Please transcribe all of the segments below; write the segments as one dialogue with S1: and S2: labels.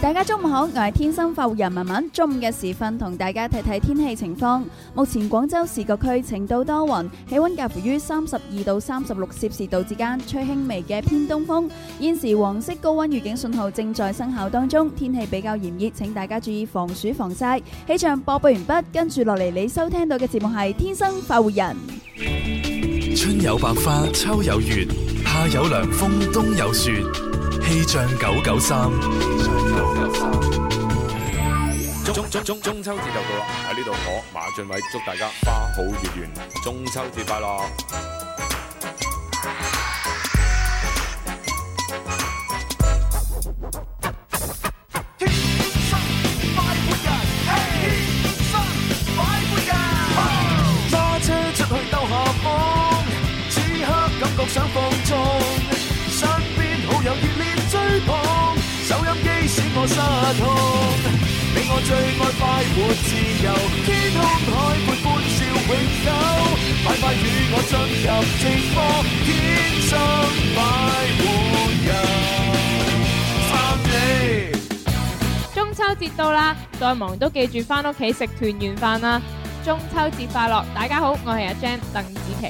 S1: 大家中午好，我係天生快活人文文。中午嘅時分，同大家睇睇天氣情況。目前廣州市各區晴到多雲，氣温介乎於三十二到三十六攝氏度之間，吹輕微嘅偏東風。現時黃色高温預警信號正在生效當中，天氣比較炎熱，請大家注意防暑防曬。氣象播報完畢，跟住落嚟你收聽到嘅節目係《天生快活人》。
S2: 春有百花，秋有月，夏有涼風，冬有雪。氣象九九三，
S3: 中中中中秋節就到啦！喺呢度我馬俊偉祝大家花好月圓，中秋節快樂！
S4: 揸車出去兜下風，此刻感覺想放縱，身邊好友熱烈追捧，收音機使我失控。你我最愛快活自由，天空海闊歡笑永久，快快與我進入直播，天生快活人，三你。
S5: 中秋節到啦，再忙都記住翻屋企食團圓飯啦！中秋節快樂，大家好，我係阿 Jam 鄧紫棋。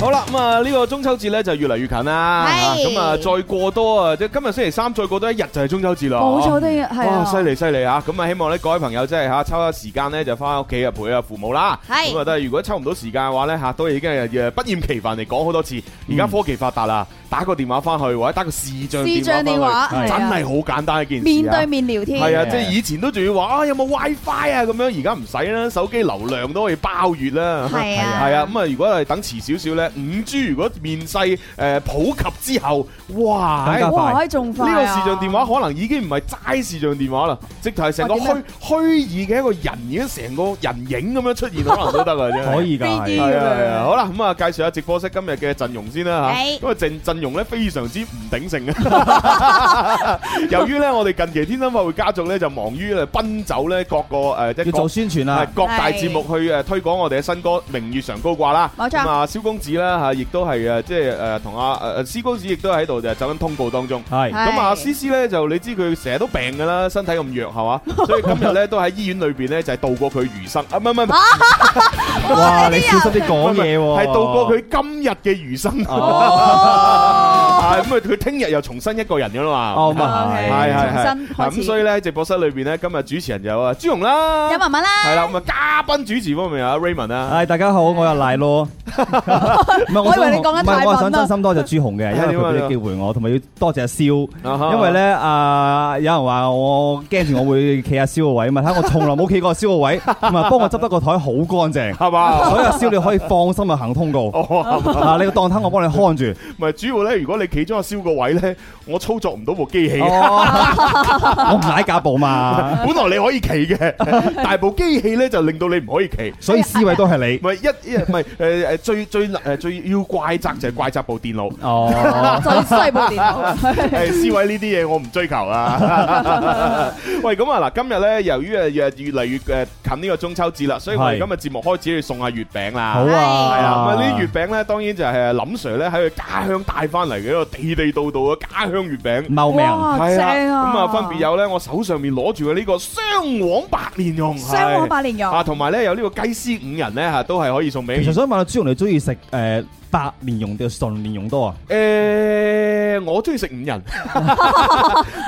S6: 好啦，咁啊呢個中秋節咧就越嚟越近啦，
S7: 係
S6: 咁啊再過多啊，即係今日星期三再過多一日就係中秋節啦，
S1: 冇錯都要係
S6: 哇，
S1: 啊
S6: 犀利犀利啊！咁啊，希望咧各位朋友即係吓抽下時間咧就翻屋企啊陪下父母啦。
S7: 係
S6: 咁啊，但係如果抽唔到時間嘅話咧吓，都已經係誒不厭其煩嚟講好多次。而家科技發達啦，打個電話翻去或者打個視像
S1: 嗯視像
S6: 電
S1: 電
S6: 話
S1: 話
S6: 翻去，
S1: 係
S6: 真
S1: 啊
S6: 係好簡單一件事啊
S1: 面對面聊天，
S6: 係啊，即係以前都仲要話啊，有冇 WiFi 啊咁樣，而家唔使啦，手機流量都可以包月啦。
S7: 係啊
S6: 係啊，咁啊，如果係等遲少少咧，五 G 如果面世誒普及之後，哇！哎
S8: 更加
S6: 呢
S1: 哇，可以仲
S6: 個
S1: 快啊
S6: 視像電話可能已經唔係齋視像電話啦，直頭係成個
S1: 哇點
S6: 虛
S1: 啊
S6: 虛擬嘅一個人，已經成個人影咁樣出現，可能都得啊，真係。
S8: 可以㗎，係
S1: 3D
S6: 係啊係啊，好啦，咁啊介紹下直播室今日嘅陣容先啦
S7: 係
S6: 嚇，咁啊陣陣容咧非常之唔鼎盛 嘅，由於咧我哋近期天生發會家族咧就忙於誒奔走咧各個誒即係
S8: 要做
S6: 各。
S8: 宣
S2: à.
S8: 傳啊
S6: 係
S8: 啦，
S6: 各大節目去誒推廣我哋嘅新歌《明月常高掛》啦，
S1: 冇錯
S6: 咁啊，蕭公子啦嚇，亦都係誒即係誒同阿誒誒蕭公子亦都喺度就走緊通告當中。
S8: 係
S1: 係
S6: 咁啊，思思咧就你知佢成日都病㗎啦，身體咁弱係嘛，所以今日咧都喺醫院裏邊咧就係度過佢餘生啊，唔係唔係唔係。
S4: 啊
S8: 哇，你
S1: à?
S8: 小心啲講嘢
S6: 唔
S8: 喎，
S6: 係係度過佢今日嘅餘生。係咁
S1: 哦
S6: 啊，佢聽日又重新一個人噶啦嘛。
S2: Ờ,
S8: 哦，咁啊
S1: 係
S6: 係係係
S1: 重新
S6: 啊
S1: 開始
S6: 咁所以咧，直播室裏邊咧，今日主持人有啊朱紅啦，
S1: 有文文啦，
S6: 係啦，咁啊嘉賓主持方面啊 Raymond 啦，
S8: 係，大家好，我又賴咯。唔係，
S1: 我以為
S8: 想
S1: 你講緊
S8: 唔係，我係
S1: 泰文
S8: 想
S1: 啊
S8: 真心多謝朱紅嘅，因為佢俾
S6: 點啊
S8: 啲機會我，同埋要多謝阿蕭。
S6: 因
S8: 因為咧，啊，有人話我驚住我會企阿蕭個位嘛，睇我從來冇企過阿蕭個位，同埋幫我執得個台好乾淨，
S6: 係嘛，
S8: 所以阿蕭你可以放心去行通告，
S6: 哦，
S8: 啊，你個檔攤我幫你看住，
S6: 唔係主要咧，如果你企咗阿蕭個位咧，我操作唔到部機器。
S8: 哦 我唔踩架步嘛，
S6: 本來你可以企 嘅，但係部機器咧就令到你唔可以企。
S8: 所以思維都係
S6: 唔係一一唔係誒誒最最誒最要怪責就係怪責部電腦。
S8: 你，哦，
S1: 最衰部電 腦，
S6: 诶，思維呢啲嘢我唔追求啊！ 喂，咁啊嗱，今日咧，由於诶越越嚟越诶近呢個中秋節啦，所以我哋
S8: 係
S6: 今日節目開始要送下月餅啦。
S8: 好啊，
S6: 係啊，咁啊呢啲月餅咧，當然就係呃林 Sir 咧喺佢家鄉帶翻嚟嘅一個地地道道嘅家鄉月餅。
S8: 茂名，
S1: 哇，
S6: 係
S1: 正
S6: 啦
S1: 啊！
S6: 咁啊分別有咧，我手上面攞住嘅呢個雙黃白蓮蓉，
S1: 雙黃白蓮
S6: 係
S1: 蓉
S6: 啊，同埋咧有呢個雞絲五仁咧吓，都係可以送俾
S8: 其實想問下朱紅，你中意食誒白蓮蓉定係純蓮蓉多啊？
S6: 诶，呃我中意食 五仁，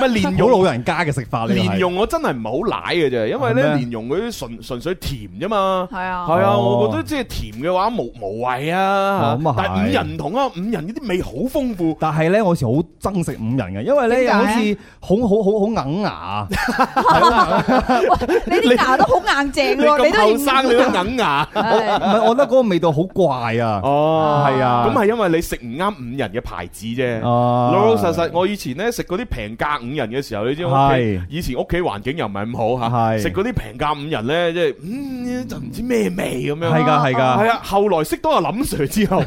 S6: 咪蓮蓉
S8: 好老人家嘅食法，你啊係
S6: 蓮蓉我真係唔係好奶嘅啫，因為咧
S8: 係咩
S6: 蓮蓉嗰啲純純粹甜啫嘛。
S1: 係啊，
S6: 係啊，
S8: 哦
S6: 我覺得即係甜嘅話無無謂啊
S8: 哦咁啊。係
S6: 但係五仁唔同啊，五仁呢啲味好豐富。
S8: 但係咧，我有時好憎食五仁嘅，因為咧
S1: 點解
S8: 好似好好好好硬牙，啊
S1: 你啲牙都好硬淨
S6: 你
S1: 喎，
S6: 咁
S1: 都
S6: 後
S1: 認
S6: 生，你都硬牙。
S1: 係
S8: 唔係我覺得嗰個味道好怪啊！
S6: 哦，
S8: 係啊
S6: 咁係因為你食唔啱五仁嘅牌子啫。
S8: 哦啊，
S6: 老老實實，我以前咧食嗰啲平價五仁嘅時候，你知我屋企
S8: 係
S6: 以前屋企環境又唔係咁好吓，
S8: 係
S6: 食嗰啲平價五仁咧，即係嗯就唔知咩味咁樣。
S8: 係㗎係㗎，
S6: 係啊，後來識到阿林 Sir 之 後，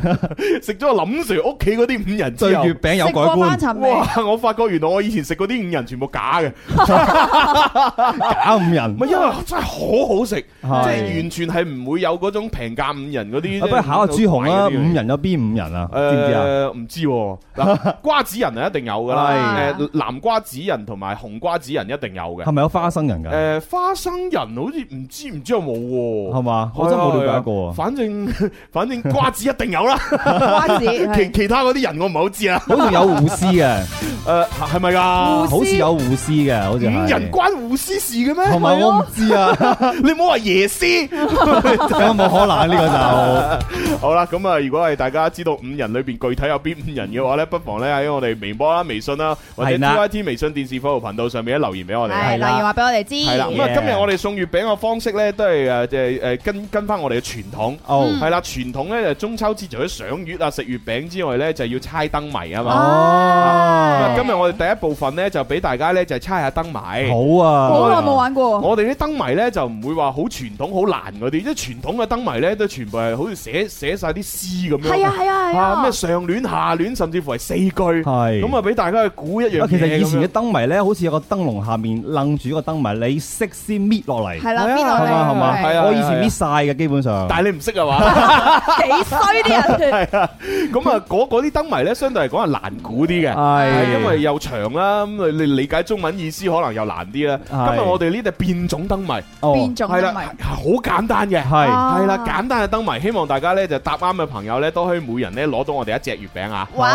S6: 食咗阿林 Sir 屋企嗰啲五仁
S8: 對
S6: 之後
S8: 月。餅有
S9: 食
S8: 改
S9: 過翻
S8: 觀，
S9: 尋味，
S6: 哇！我發覺原來我以前食嗰啲五仁全部假嘅，唔
S8: 假五啊人
S6: 係。因 為真係好好食，即
S8: 係
S6: 係完全係唔會有嗰種平價五仁嗰啲。
S8: 啊不如考下朱紅啦，
S6: 好怪嗰啲
S8: 五人有邊五人啊？知唔知啊？
S6: 誒唔知喎 嗱，瓜子仁係一定有㗎啦，
S9: 係
S6: 誒南瓜子仁同埋紅瓜子仁一定有
S8: 係
S6: 嘅。
S8: 咪有花生人㗎？
S6: 誒花生仁好似唔知唔知有冇
S8: 係
S6: 喎，
S8: 嘛？我真係冇了解
S6: 係啊
S8: 過。
S6: 反正 反正瓜子一定有啦，
S9: 瓜 子
S6: 其
S9: 係
S6: 其他嗰啲人我唔係好知啊。
S8: 好似有護師嘅，
S6: 誒呃係咪啊㗎？
S8: 好似有護師嘅，好
S6: 五
S8: 似係
S6: 人關護師事嘅
S8: 同
S6: 咩？
S8: 埋我唔知啊，
S6: 你唔好話椰絲。
S8: 咁冇可能啊呢個
S6: 好啦，咁啊，如果係大家知道五人裏邊具體有邊五人嘅話呢，不妨呢喺我哋微博啦、微信啦，或者
S8: 係啦
S6: TYT 微信電視服務頻道上面咧留言俾我哋。
S9: 係
S8: 係
S9: 留
S8: 啦
S9: 言話俾我哋知，
S6: 系啦，咁啊，
S8: Yeah
S6: 今日我哋送月餅嘅方式咧，都係诶诶诶跟跟翻我哋嘅傳統。
S8: 就哦
S6: 係啦，傳統咧就中秋節除咗賞月啊、食月餅之外咧，就要猜燈謎啊嘛。
S9: 啊
S6: 咁啊
S8: 哦
S6: 今日我哋第一部分咧就俾大家咧就係猜下燈謎。
S8: 好啊，
S9: 好耐冇玩過，
S6: 我哋啲燈謎咧就唔會話好傳統、好難嗰啲，即係傳統嘅燈謎咧都全部係好似寫寫晒啲詩咁樣。
S9: 係啊係啊係
S6: 啊
S9: 啊
S6: 咩，上聯、下聯，甚至乎係四句。
S8: 係
S6: 咁啊，俾大家去估一樣嘢
S8: 啊，其實以前
S6: 咁樣
S8: 嘅燈謎咧，好似有個燈籠下面楞住一個燈謎，你識先搣落嚟，
S9: 係啦，邊
S6: 係
S9: 度
S6: 啊
S8: 嘛係嘛
S6: 係啊係
S9: 嚟？
S6: 啊
S8: 我以前搣晒嘅基本上，
S6: 但係你唔識啊嘛。
S9: 幾衰啲人，
S6: 咁啊，嗰嗰啲燈謎咧，相對嚟講係難估啲嘅。係
S8: 啊係
S6: 因為又長啦，咁啊你你理解中文意思可能又難啲啦。今
S8: 係
S6: 日我哋呢啲係變種燈謎，
S8: 哦
S9: 變種
S6: 係
S9: 都
S6: 啦，
S9: 咪
S6: 係好簡單嘅，
S8: 係
S9: 啊
S6: 係啦，簡單嘅燈謎，希望大家咧就答啱嘅朋友咧，都可以每人咧攞到我哋一隻月餅啊！
S9: 哇，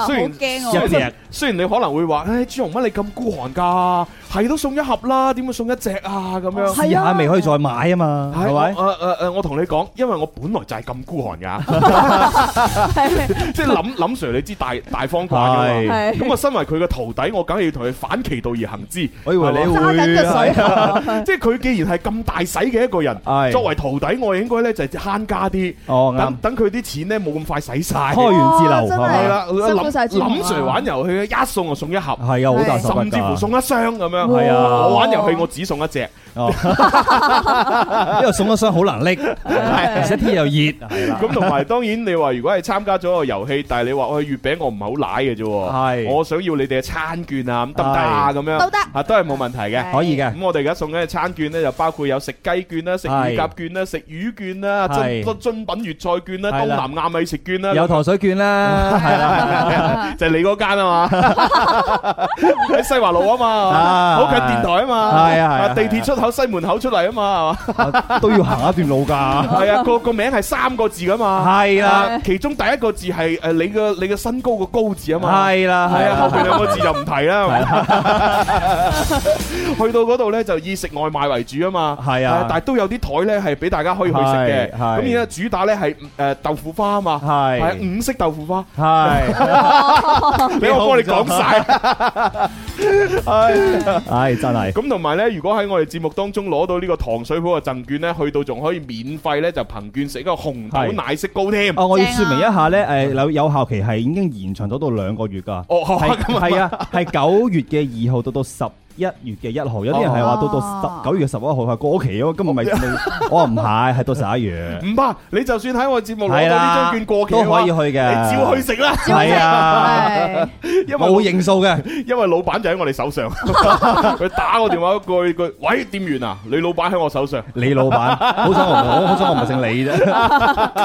S9: 好
S6: 雖然
S9: 驚
S8: 一
S9: 我，
S8: 隻
S6: 雖然你可能會話，誒朱紅乜你咁孤寒㗎，係都送一盒啦，點會送一隻啊咁樣？
S8: 試下未可以再買啊嘛，係咪？
S6: 誒誒誒，我同你講，因為我本來就係咁孤寒㗎， 即係林林 Sir 你知大大方掛㗎嘛。
S8: 係，
S9: 係
S6: 咁啊，身為佢嘅徒弟，我梗係要同佢反其道而行之。
S8: 我以為你
S9: 揸緊隻
S8: 會
S9: 水喉，
S6: 即係佢既然係咁大使嘅一個人，
S8: 係
S6: 作為徒弟，我應該咧就係慳家啲，
S8: 哦
S6: 等
S8: 啱，
S6: 等佢啲錢咧冇咁快使晒。
S8: 開
S9: 哇
S8: 源節 流
S9: 真
S8: 係
S9: 係
S6: 係
S8: 嘛？
S6: 啦，
S9: 辛苦晒
S6: 諗
S9: 朱紅啊
S6: 諗 Sir 玩遊戲，一送就送一盒，
S8: 係啊，好大手筆
S6: 甚至乎
S8: 㗎，
S6: 送一箱咁樣。
S8: 係啊
S6: 我玩遊戲我只送一隻，
S8: 因為送一箱好難拎，而且天又熱，係啦，
S6: 咁同埋當然你話如果係參加咗個遊戲，但係你話我月餅我唔係好奶嘅啫喎，
S8: 係
S6: 我想要你哋嘅餐券啊，咁得唔得啊？咁樣
S9: 都得
S6: 啊，都係冇問題嘅。
S8: 可以嘅。
S6: 咁我哋而家送緊嘅餐券咧，就包括有食雞券啦、食乳鴿券啦、食魚券啦、
S8: 係
S6: 精精品粵菜券啦、
S8: 係
S6: 東
S8: 啦
S6: 南亞美食券啦，
S8: 有糖水券 啦，係啦，
S6: 就係你嗰間啊嘛，喺西華路啊嘛，
S8: 啊
S6: 好近電台啊嘛，
S8: 係啊係啊係啊
S6: 地鐵出口西門口出嚟啊 嘛，係嘛，
S8: 都要行一段路㗎。
S6: 係啊，個個名係三個字噶嘛，
S8: 係啦，
S6: 啊，其中第一個字係誒你嘅你嘅身高個高字啊嘛。
S8: 係啦，
S6: 係
S8: 係
S6: 啊，
S8: 啊，
S6: 後邊兩個字就唔提 啦。去到嗰度咧就以食外賣為主啊嘛。
S8: 係啊
S6: 但係都有啲台咧係俾大家可以去食嘅。
S8: 係係
S6: 咁而家主打咧係誒豆腐花啊嘛。
S8: 係哦
S6: 係五色豆腐花，
S8: 係，
S6: 俾我幫你講晒。
S8: 唉，真係
S6: 咁同埋咧，如果喺我哋節目當中攞到呢個糖水鋪嘅贈券咧，去到仲可以免費咧就憑券食一個紅豆
S8: 係
S6: 奶色糕添。
S8: 哦，我要
S9: 正啊
S8: 説明一下咧，誒有有效期係已經延長咗到兩個月㗎，
S6: 哦，
S8: 係
S6: 咁啊
S8: 係啊，係九月嘅二號到到十一月嘅一號，有啲人係話到
S9: 哦
S8: 到十九月嘅十一號係過期咯，今日咪咪我話唔係，係到十一月，
S6: 唔怕，你就算 喺我節目攞
S8: 係
S6: 到呢張
S8: 啦，
S6: 券過期
S8: 都
S6: 嘅話
S8: 可以去啊
S6: 你
S8: 嘅，
S6: 照去，食啦，
S8: 係啊，
S9: 係
S6: 因為
S8: 冇認數嘅，
S6: 因為老闆就喺我哋手 上，佢打個電話過去，佢喂店員啊，你老闆喺我手 上。
S8: 李老闆， 好彩我唔好好彩我唔係姓李啫，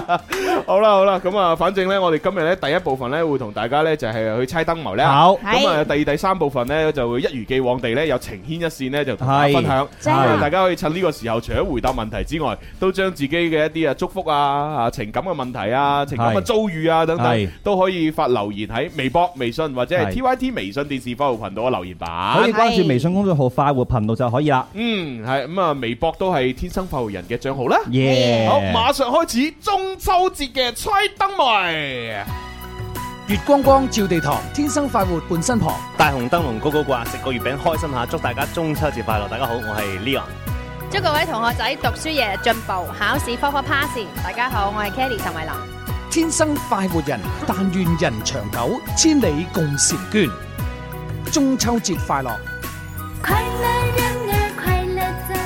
S6: 好啦好啦，咁啊，反正呢，我哋今日呢第一部分呢會同大家呢就係去猜燈謀呢。
S8: 好，
S6: 咁啊，第二、第三部分呢，就會一如既往地呢，有情牽一線呢，就同大家分享。
S9: 正啊
S6: 咁啊大家可以趁呢個時候，除咗回答問題之外，都將自己嘅一啲啊祝福啊、啊情感嘅問題啊、情感嘅
S8: 係
S6: 遭遇啊等等
S8: 係，
S6: 都可以發留言喺微博、微信或者係
S8: 係
S6: TYT 微信電視服務頻道嘅留言板。
S8: 可以關注微信公眾號快活頻道就可以啦，
S6: 嗯，系咁啊！微博都係天生浮人嘅帳號啦。
S8: 耶！
S6: 好，馬上開始中秋節嘅猜燈謎。
S10: 月光光照地堂，天生快活伴身旁。
S11: 大紅燈籠高高掛，食個月餅開心下，祝大家中秋節快樂！大家好，我係 Leon。
S12: 祝各位同學仔讀書日日進步，考試科科 pass。大家好，我係 Kelly 陳慧琳。
S10: 天生快活人，但愿人長久，千里共嬋娟。中秋節快樂！
S12: 快乐人儿快乐真，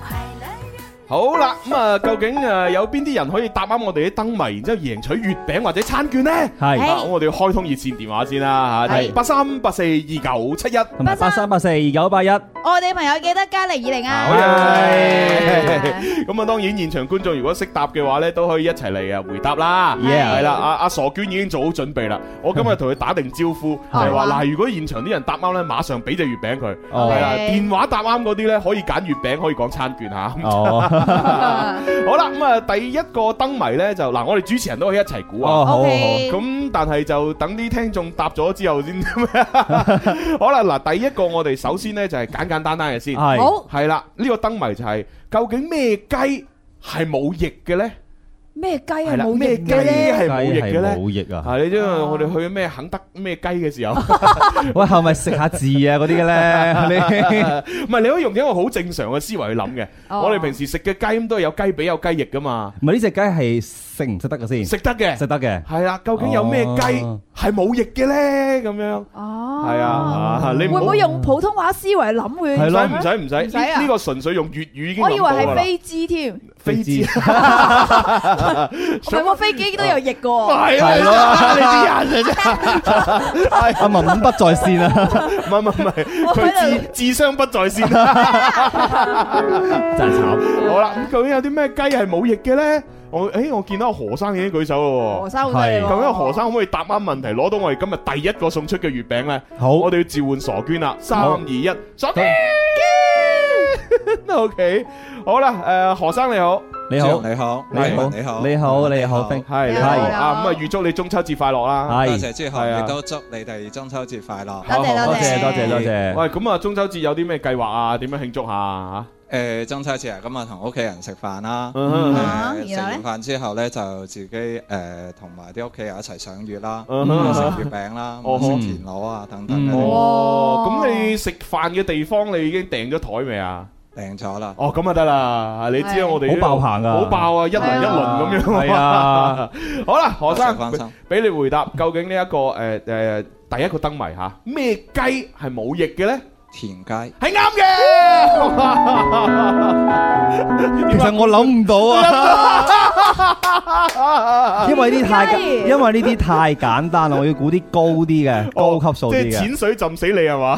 S12: 快乐
S6: 好啦，咁啊，究竟诶有邊啲人可以答啱我哋啲燈謎，然之後贏取月餅或者餐券呢？
S8: 係
S6: 啊咁我哋要開通熱線電話先啦吓，
S9: 係
S6: 八三八四二九七一。
S8: 同埋八三八四二九八一，
S9: 我哋朋友記得加零二零
S6: 好
S9: 啊！
S6: 嘅，咁啊，當然現場觀眾如果識答嘅話咧，都可以一齊嚟啊回答啦。
S8: Yeah
S6: 係啦，阿阿傻娟已經做好準備啦。我今日同佢打定招呼，係話嗱，如果現場啲人答啱咧，馬上俾隻月餅佢。
S8: 哦
S6: 係啦，
S9: Okay
S6: 電話答啱嗰啲咧，可以揀月餅，可以講餐 券吓。
S8: 哦，
S1: Ờ.
S6: 好啦，咁啊，第一個燈謎咧就嗱，我哋主持人都可以一齊估啊。
S8: 哦，好好
S9: OK
S6: 咁但係就等啲聽眾答咗之 後先。好啦，嗱，第一個我哋首先咧就係簡簡單單嘅先。
S8: 好，係
S9: 好
S6: 系啦，呢、個燈謎就係究竟咩雞係冇翼嘅咧？
S9: 咩雞
S1: à,
S6: 係
S9: 係
S6: 啦，
S9: 冇
S6: 咩
S9: 翼
S6: 雞
S9: 嘅咧？
S6: 係冇翼嘅
S8: 雞係
S6: 咧？
S8: 冇翼啊！
S6: 係你知道我哋去咩肯德咩雞嘅時候，
S8: 喂，係咪食下字啊嗰啲嘅咧？你
S6: 唔係你可以用一個好正常嘅思維去諗嘅。
S9: 哦
S6: 我哋平時食嘅雞咁都係有雞髀有雞翼噶嘛，
S8: 唔係呢只雞係食唔食得嘅先？
S6: 食得嘅
S8: 食。得嘅。
S6: 係啦，究竟有咩雞
S8: 哦
S6: 係冇翼嘅咧？咁樣
S1: Ờ.
S9: 哦，
S6: 係啊，你唔
S9: 會唔
S6: 好
S9: 會用普通話思
S1: à,
S9: 維諗會？
S8: 係
S6: 唔
S8: 咯
S6: 使唔使唔使
S9: 唔使啊
S6: 呢個純粹用粵語已經
S9: 我以
S6: 諗
S9: 為
S6: 到㗎
S9: 係
S6: 啦。
S9: 飛機添，
S6: 飛
S8: 知
S6: 字
S9: 唔係喎，飛機都有翼嘅喎。
S6: 係
S8: 係
S6: 咯，你啲人
S8: 咯，阿文文不在線啊，
S6: 唔係唔係唔係，
S9: 喺
S6: 佢智智商不在 線。
S8: 真係慘。
S6: 好啦，咁究竟有啲咩雞係冇翼嘅咧？我诶，我見到阿何生已經舉手
S9: 何
S6: 咯
S9: 生好犀利
S6: 喎。
S9: 喎。
S6: 究竟何生可唔可以答啱問題，攞到我哋今日第一個送出嘅月餅咧？
S8: 好
S6: 我哋要召喚傻娟啦，三
S8: 好
S6: 二一，傻娟。O K，好啦，诶，何生你好，
S8: 你好，
S13: 你好，
S8: 你好，
S13: 你好，
S8: 你好，你好，冰
S6: 係
S9: 你
S6: 你
S9: 好
S6: 好
S8: 你
S9: 好
S6: 啊，咁啊，預祝你中秋節快樂啦。
S13: 多
S8: 係，
S13: 謝朱
S6: 係啊
S13: 紅，亦都祝你哋中秋節快樂。
S9: 多謝
S8: 多
S9: 多
S8: 謝多謝多謝，
S6: 喂，咁啊，中秋節有啲咩計劃啊？點樣慶祝下啊？
S13: 誒，中秋節啊，咁啊同屋企人食飯啦。
S1: Ờ,
S6: 嗯哼
S9: 啊
S13: 誒食
S9: 然後咧
S13: 完飯之後咧，就自己誒同埋啲屋企人一齊賞月啦，
S6: 嗯
S8: 哼
S13: 食月餅啦，
S6: 哦
S13: 食田螺啊等等
S6: Ừ.
S8: 嗯
S13: 嘅
S8: 哦
S13: 嘢
S6: 哦，
S9: 哇
S6: 咁你食飯嘅地方你已經訂咗台未啊？
S13: 訂咗啦。
S6: 哦，咁啊得啦，你知
S9: 係
S6: 啊，我哋
S8: 好爆棚㗎
S6: 好爆啊，一輪一輪咁樣。
S8: 係啊，
S6: 好啦，何
S13: 多謝關
S6: 生
S13: 心，
S6: 俾你回答，究竟呢一個誒誒第一個燈謎嚇，咩雞係冇翼嘅咧？
S13: 田雞
S6: 係啱嘅。
S8: 其實我諗唔到 啊，因為呢啲太
S9: 點解
S8: 因為呢啲太簡單啦，我要估啲高啲嘅，
S6: 哦
S8: 高級數
S6: 即
S8: 啲
S6: 係
S8: 嘅，
S6: 淺水浸死你係 嘛？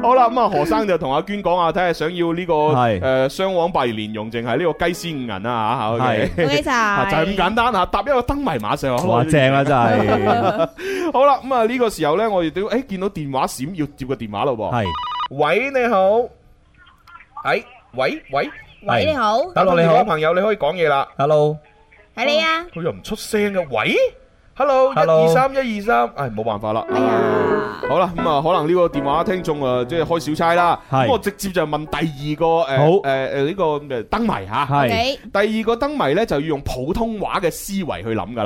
S6: 好啦，咁啊，何生就同阿娟講啊，睇下想要呢個
S8: 係
S6: 誒雙黃白蓮蓉，淨係呢個雞絲五銀啊嚇。OK
S8: 係
S9: OK
S6: 啊
S9: 晒，
S6: 就係咁簡單嚇，答一個燈謎馬上可以
S8: 哇，正啦真係，
S6: 好啦，咁啊呢個時候呢，我哋都誒見到電話閃，要接個電話咯噃。
S8: 係
S6: 喂，你好。哎，喂喂，
S8: 喂你
S9: 好，
S6: hello 你好，朋友你可以講嘢啦。
S11: Hello，
S9: 係你啊！
S6: 佢又唔出聲嘅，喂，hello，一
S11: Hello
S6: 二三，一二三，唉，冇辦法啦。
S9: 哎呀，
S6: 好啦，咁啊，可能呢個電話聽眾啊，即係開小差啦。
S8: 係
S6: 咁我直接就問第二個誒
S8: 好
S6: 誒誒呢個誒燈謎嚇。
S8: 係，
S9: 你
S6: 第二個燈謎呢，就要用普通話嘅思維去諗㗎啦。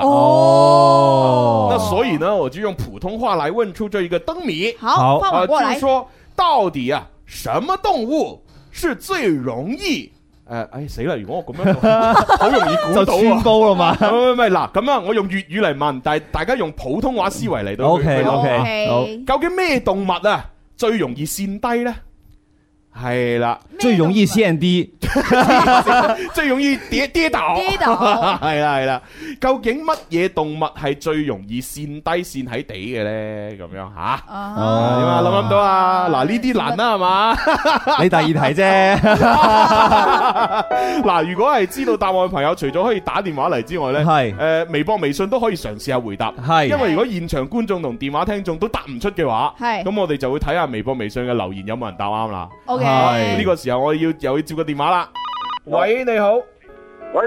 S8: 哦
S6: 那所以呢，我就用普通話來問出這一個燈謎。
S9: 好，
S8: 好
S9: 翻
S6: 啊，
S9: 我過
S6: 就是
S9: 嚟。
S6: 说到底啊，什么动物是最容易？诶、哎死啦！如果我咁樣講， 好容易估
S8: 就
S6: 到
S8: 穿
S6: 啊！
S8: 高啦嘛
S6: 唔係唔係嗱，咁啊，我用粵語嚟問，但係大家用普通話思維嚟到去
S8: ，OK
S6: 去諗
S8: OK，好。
S9: OK
S6: 究竟咩動物啊最容易跣低咧？係啦，
S8: 最容易陷低，
S6: 最容易跌跌倒，
S9: 跌倒
S6: 係啦係啦。究竟乜嘢動物係最容易跣低跣喺地嘅咧？咁樣吓，啊
S1: Ờ.
S6: 點
S9: 啊，
S6: 啊諗唔諗到啊？嗱，呢啲難啦 係嘛？
S8: 你第二題啫，
S6: 嗱，如果係知道答案嘅朋友，除咗可以打電話嚟之外呢，
S8: 係
S6: 誒微博、微信都可以嘗試下回答。
S8: 係
S6: 因為如果現場觀眾同電話聽眾都答唔出嘅話，
S9: 係
S6: 咁我哋就會睇下微博、微信嘅留言有冇人答啱啦。
S9: OK，
S8: 係
S6: 呢個時候我要又要接個電話啦。喂，你好，
S4: 喂，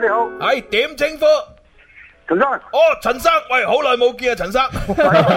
S4: 你好，
S6: 係點稱呼？
S4: 陳生。
S6: 哦，陳生，喂，好耐冇見 啊，陳生，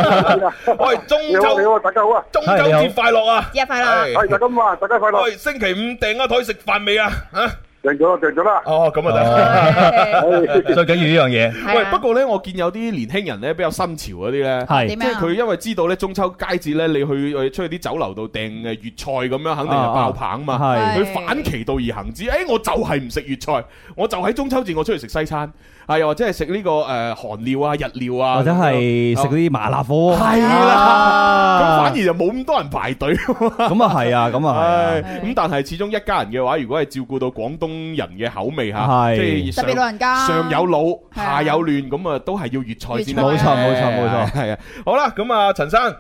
S6: 喂，中
S4: 你好，你好，大家好啊！哎
S6: 中
S8: 係你好
S6: 快樂啊！
S1: Dạ,
S9: 日日快樂
S13: 哎
S6: 係
S4: 係大家好啊，大家快樂。
S6: 星期五訂咗台食飯未啊？嚇
S4: 定咗啦，定咗啦。
S6: 哦，咁啊得，
S14: 最緊要呢樣
S4: 嘢
S6: 喂
S4: 係，啊
S6: 不過咧，我見有啲年輕人咧比較新潮嗰啲咧，
S14: 係
S6: 即
S14: 點
S6: 係
S14: 樣
S6: 佢因為知道咧中秋佳節咧，你去去出去啲酒樓度訂誒粵菜咁樣，肯定係爆棚嘛。
S14: 啊啊係
S6: 佢反其道而行之，哎誒我就係唔食粵菜，我就喺中秋節我出去食西餐，啊又或者係食呢個誒韓料啊、日料啊，
S8: 或者係食嗰啲麻辣火鍋，
S6: 係啦，咁反而就冇咁多人排隊。咁
S8: 啊係啊，咁啊
S6: 係咁但係始終一家人嘅話，如果係照顧到廣東人嘅口味嚇，
S8: 係
S6: 即係上
S9: 特別老人家
S6: 上有老
S9: 係啊
S6: 下有嫩，咁啊都係要粵菜先得。
S8: 冇錯冇錯冇錯
S6: 係啊。好啦，咁啊，陳生。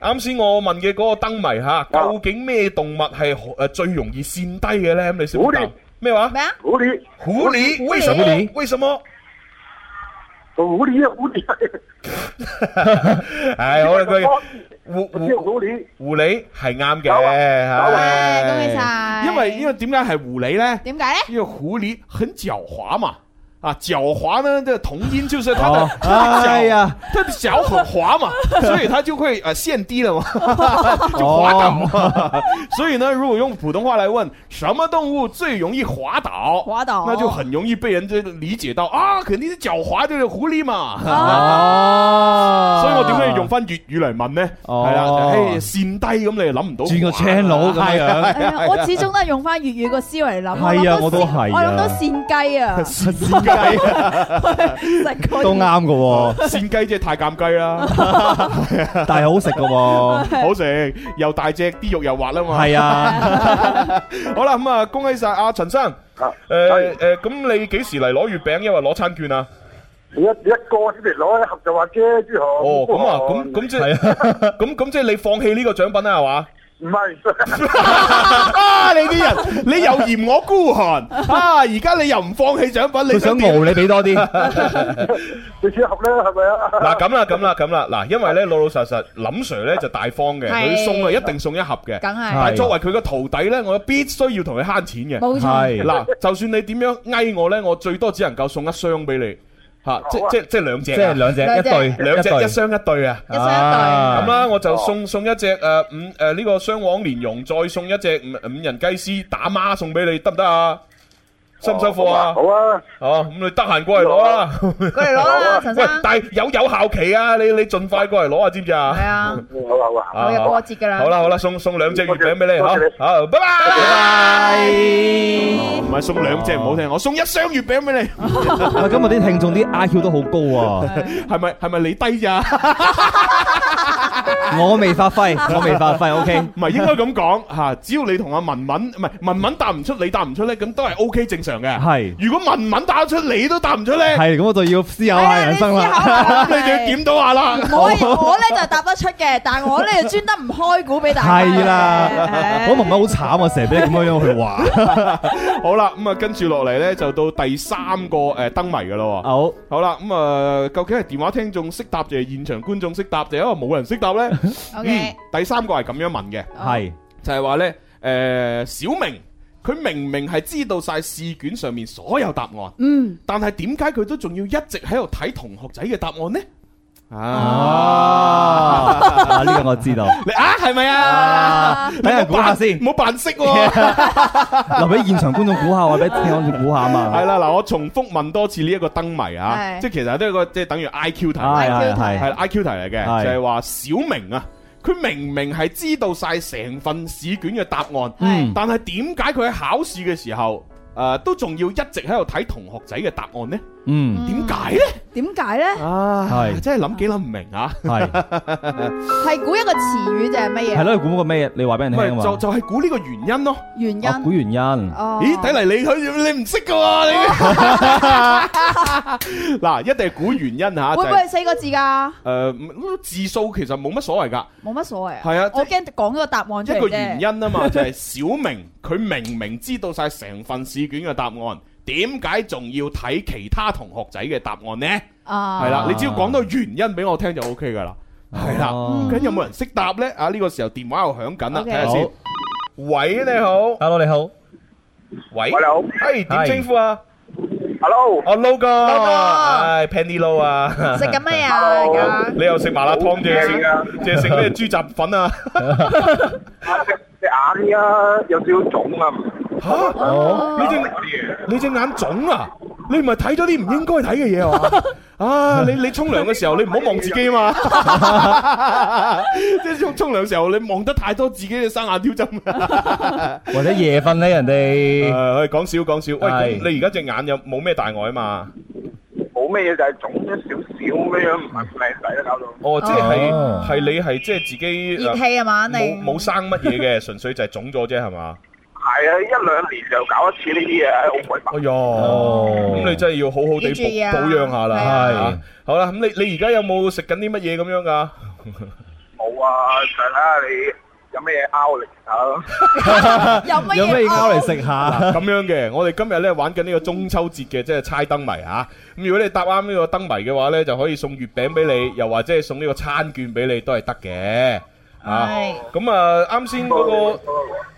S6: 啱先我問嘅嗰個燈謎嚇，究竟咩動物係誒最容易跣低嘅咧？咁你識唔識答？咩話？
S9: 咩啊？
S4: 狐狸。
S6: 狐狸？為什麼？為什 麼？
S4: 狐狸啊，狐狸。
S6: 唉，好啦，佢
S4: 狐狐狸。
S6: 狐狸係啱嘅，係
S4: 恭喜晒
S6: 啊因為因為點解係狐狸咧？
S9: 點解咧？
S6: 因為狐狸很狡猾嘛。啊，狡猾呢的同音就是它的
S8: 哦，
S6: 它的
S8: 哎
S6: 狡
S8: 呀，
S6: 它的狡很滑嘛，所以它就会呃陷低了嘛，就滑倒嘛。 所以呢，如果用普通话来问，什么动物最容易滑倒？
S9: 滑倒
S6: 那就很容易被人这理解到啊，肯定是狡猾，就是狐狸嘛。
S1: Ờ.
S8: Ờ. 哦
S6: 所以我點解要用翻粵語嚟問呢？係啦，誒線低咁你又諗唔到，轉個
S8: channel 咁樣
S9: 係啊，我始終都係用翻粵語個思維嚟諗。
S8: 係啊
S9: 諗到
S8: 我都係啊
S9: 騸我諗到扇雞
S1: à."
S9: 啊，
S6: 扇雞
S8: 都啱嘅
S6: 喎，扇雞即係太監雞啦，
S8: 但係好食嘅喎，
S6: 好食又大隻，啲肉又滑啦嘛。
S8: 係啊，
S6: 好啦咁啊，恭喜晒阿陳生。誒誒，咁你幾時嚟攞月餅？因為攞餐券啊？
S4: 一一個先嚟攞一盒就話啫，朱豪。
S6: 哦，咁啊，咁咁即係， 咁咁即係你放棄呢個獎品啦，係嘛？
S4: 唔係。
S6: 啊！你啲人，你又嫌我孤寒 啊！而家你又唔放棄獎品，你
S14: 佢想
S6: 點
S14: 熬你俾多啲。
S4: 你先盒咧，係咪啊？
S6: 嗱咁啦，咁啦，咁啦，嗱，因為咧老老實實，林 Sir 咧就大方嘅，
S4: 係
S6: 佢送啊一定送一盒嘅，
S4: 梗係
S6: 但係作為佢個徒弟咧，我必須要同佢慳錢嘅，
S4: 冇錯係
S6: 嗱，就算你點樣翳我咧，我最多只能夠送一箱俾你。吓，即即即兩隻啊，
S14: 即係兩隻一對
S6: 兩隻
S14: 一對
S6: 一箱一對啊，
S14: 一箱一對啊
S6: 咁啦，我就送送一隻诶五诶呢個雙黃蓮蓉，再送一隻呃五五仁雞絲打孖送俾你，得唔得啊？收唔收貨啊？
S4: 好啊，
S6: 好啊，咁你得閒過嚟攞啦。
S4: 過嚟攞啦陳生
S6: 喂，但係有有效期啊，你你盡快過嚟攞啊，知唔知啊？係
S4: 啊，好啊好啊，
S6: 我又過節㗎啦好啦好啦，送送兩隻月餅俾你，好，好，拜拜。唔係送兩隻唔好聽，我送一箱月餅俾你。
S8: 喂啊今日啲聽眾啲 I Q 都好 高啊！
S6: 係咪係咪你低咋？
S8: 我未發揮， 我未發揮，OK，
S6: 唔係應該咁講嚇，只要你同阿文文唔係文文答唔出，你答唔出咧，咁都係 O K 正常嘅。
S8: 係
S6: 如果文文答得出，你都答唔出咧，
S8: 係咁我就要思考下人生啦
S6: 咁。哎你就要檢討下啦。
S9: 我我咧就答得出嘅，但係我咧就專登唔開估俾
S6: 啊
S9: 大家。
S8: 係啦，我文文好慘啊，成日俾你咁樣樣去話。
S6: 好啦，咁啊，跟住落嚟咧就到第三個誒燈謎噶啦。好，好啦，咁啊，究竟係電話聽眾識答定係現場觀眾識答定係因為冇人識答咧 Ừ.
S14: OK
S6: 嗯第三個係咁樣問嘅，
S1: Ờ.
S8: 係
S6: 就係話咧，誒小明佢明明係知道晒試卷上面所有答案，
S1: Ừ.
S9: 嗯，
S6: 但係點解佢都仲要一直喺度睇同學仔嘅答案呢？啊
S8: 啊，啊呢個我知道，
S6: 你啊，係咪啊？
S8: 等人估下先，
S6: 唔好扮識喎。
S8: 留俾現場觀眾估下，我俾聽眾估下嘛。
S6: 係啦，嗱，我重複問多次呢一個燈謎啊，
S8: 係
S6: 即係其實都係一個即 係等於 I Q 題，
S8: 係係係
S6: 係啦 I Q 題嚟嘅，
S8: 啊係
S6: 就係話小明啊。佢明明係知道晒成份試卷嘅答案
S8: 嗯，
S6: 但係點解佢喺考試嘅時候，誒都仲要一直喺度睇同學仔嘅答案呢？
S8: 嗯，
S6: 點解呢？
S9: 點解咧？
S6: 啊
S8: 係
S6: 真係諗幾諗唔明啊！ 係
S9: 係估一個詞語就係乜
S8: 係
S9: 嘢？
S8: 咯，你估個咩？你話俾人聽啊
S6: 咪
S8: 嘛。
S6: 就就係估呢個原因咯。
S9: 原因
S8: 我估原因。
S1: 啊 Ờ.
S9: 哦
S6: 咦，睇嚟你佢你唔識㗎喎，你嗱一定係估原因嚇，就
S9: 會唔
S6: 係
S9: 會係四個字㗎？
S6: 誒唔字數其實冇乜所謂㗎。
S9: 冇乜所謂啊。
S6: 係啊
S1: 哦
S9: 我驚講咗個答案出嚟
S6: 一
S9: 啫
S6: 個原因啊嘛，就係小明佢明明知道晒成份試卷嘅答案，點解仲要睇其他同學仔嘅答案呢？
S1: Ờ.
S9: 啊
S6: 係啦，你只要講到原因俾我聽就 O K 噶啦。係啦，
S8: 哦
S6: 咁有冇人識答呢？啊，呢個時候電話又響緊啦，
S14: OK
S6: 睇嗯下先
S14: 好。
S6: 喂，你好。
S14: Hello，你好。
S6: 喂，你好。係點稱呼啊
S4: ？Hello。
S6: 哦，Low 哥。唉，Penny Low 啊。
S9: 食緊乜嘢啊？而家
S6: 你又食麻辣湯啫，
S4: 好正啊
S6: 食淨係食咩豬雜粉啊？
S4: 隻眼呀有少少腫啊，唔
S6: 吓，你隻你隻眼腫啊？你唔係睇咗啲唔應該睇嘅嘢啊？啊！你你沖涼嘅時候，你唔好望自己啊嘛，即係沖沖涼嘅時候，你望得太多自己嘅生眼挑針。啊
S14: 或者夜瞓咧，人哋
S6: 誒，講少講少。喂，咁
S14: 係
S6: 你而家隻眼又冇咩大礙啊嘛？
S4: 冇咩嘢，就係腫咗少少咁樣，唔係唔靚仔啦，搞到。
S6: 哦，即係係你係即係自己呃
S1: 熱氣啊嘛，你
S6: 冇冇生乜嘢嘅， 純粹就係腫咗啫，係嘛？
S4: 係啊，一兩年就搞一次呢啲嘢，好鬼
S6: 哎
S8: 哦
S6: 哟，咁你真係要好好
S4: 要注意
S6: 地
S4: 啊
S6: 保保養下啦。
S4: 係啊
S6: 係，好啦，咁你你而家有冇食緊啲乜嘢咁樣噶？
S4: 冇啊！就係睇下你有咩嘢拗嚟啊下咯。
S1: 有乜嘢有
S6: 咩
S1: 咩嘢
S6: 拗
S1: 勾
S6: 嚟
S1: 嚟
S6: 食下？咁樣嘅，我哋今日咧玩緊呢個中秋節嘅，即係猜燈謎嚇。咁如果你答啱呢個燈謎嘅話咧，就可以送月餅俾你，又或者係送呢個餐券俾你，都係得嘅。啊，咁啊，啱先嗰個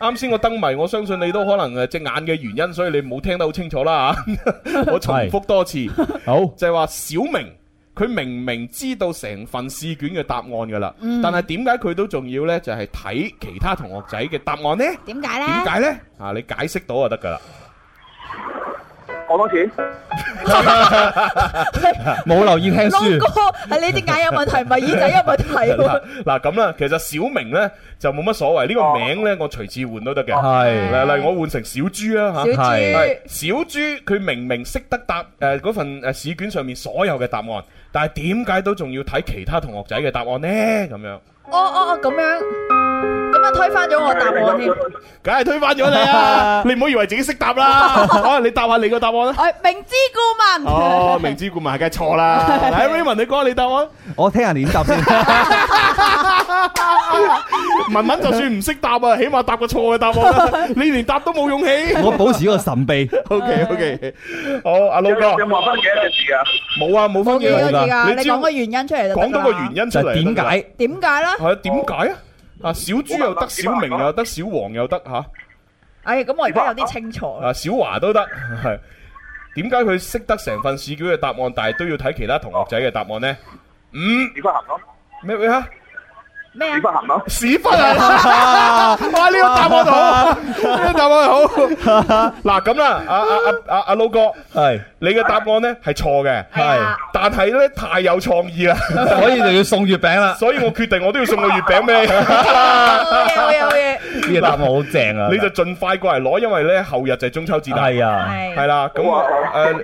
S6: 啱先個燈謎，我相信你都可能呃誒隻眼嘅原因，所以你冇聽得好清楚啦嚇。 我重複多次，
S8: 好
S6: 就係話小明。佢明明知道成份試卷嘅答案㗎啦，
S1: 嗯
S6: 但係點解佢都仲要呢？就係、睇其他同學仔嘅答案呢？
S1: 點解咧？
S6: 點解呢？啊，你解釋到就得㗎啦。
S4: 講多次。
S14: 冇留意
S1: 撈哥，係你隻眼有問題，唔係耳仔有問題
S6: Dạ.
S1: 喎。
S6: 嗱咁啦，其實小明呢就冇乜所謂，呢個名呢我隨次換都得嘅。
S14: 係
S6: 嗱，例如我換成哦小豬啦
S14: 小
S6: 嚇，
S14: 豬
S6: 係小豬，佢明明識得答誒嗰份誒試卷上面所有嘅答案，但係點解都仲要睇其他同學仔嘅答案呢？咁樣，
S1: 哦哦哦，咁樣咁樣推翻咗我答案添。
S6: 梗係推翻咗你 啊！你唔好以為自己識答 啦，好啊，你答下你個答案啦。
S1: 我明知故問。
S6: 哦，明知故問係梗係錯啦。 嚟 Raymond，你講下你答案。
S8: 我聽人點 答先。
S6: 文文就算唔識答啊，起碼答個錯嘅答案 啦。你連答都冇勇氣。
S8: 我保持一個神秘。
S6: O K O K，好，阿老哥，
S4: 有冇分幾多隻字啊？
S6: 冇啊，冇分
S1: 幾
S6: 嘅
S1: 個字㗎？你
S6: 只要
S1: 講個原因出嚟就得
S6: 講到個
S1: 啦
S6: 原因出嚟，
S8: 就係點解？
S1: 點解咧？
S6: 係啊，點解啊？啊，小豬又得，小明又得，小黃又得吓，
S1: 哎，咁我而家有啲清楚。
S6: 啊，小華都得，係點解佢識得成份試卷嘅答案，但係都要睇其他同學仔嘅答案呢？五
S4: 屎忽痕咯，
S6: 咩咩啊？
S1: 咩
S4: 啊？屎忽痕咯，
S6: 屎忽 啊！哇，呢個答 案好，呢個答案好。嗱咁啦，啊阿阿阿阿阿 Low 哥，
S14: 係
S6: 你嘅答案呢係錯嘅，係，啊但係呢太有創意啦，
S14: 所以就 要送月餅啦。
S6: 所以我決定我都要送個月餅 俾你。
S1: Ờ, 好嘢，好嘢。
S14: 呢個答案好正啊！
S6: 你就盡快過嚟攞，因為咧後日就係中秋節啦。
S14: 係啊
S1: 係
S6: 係啦，咁誒誒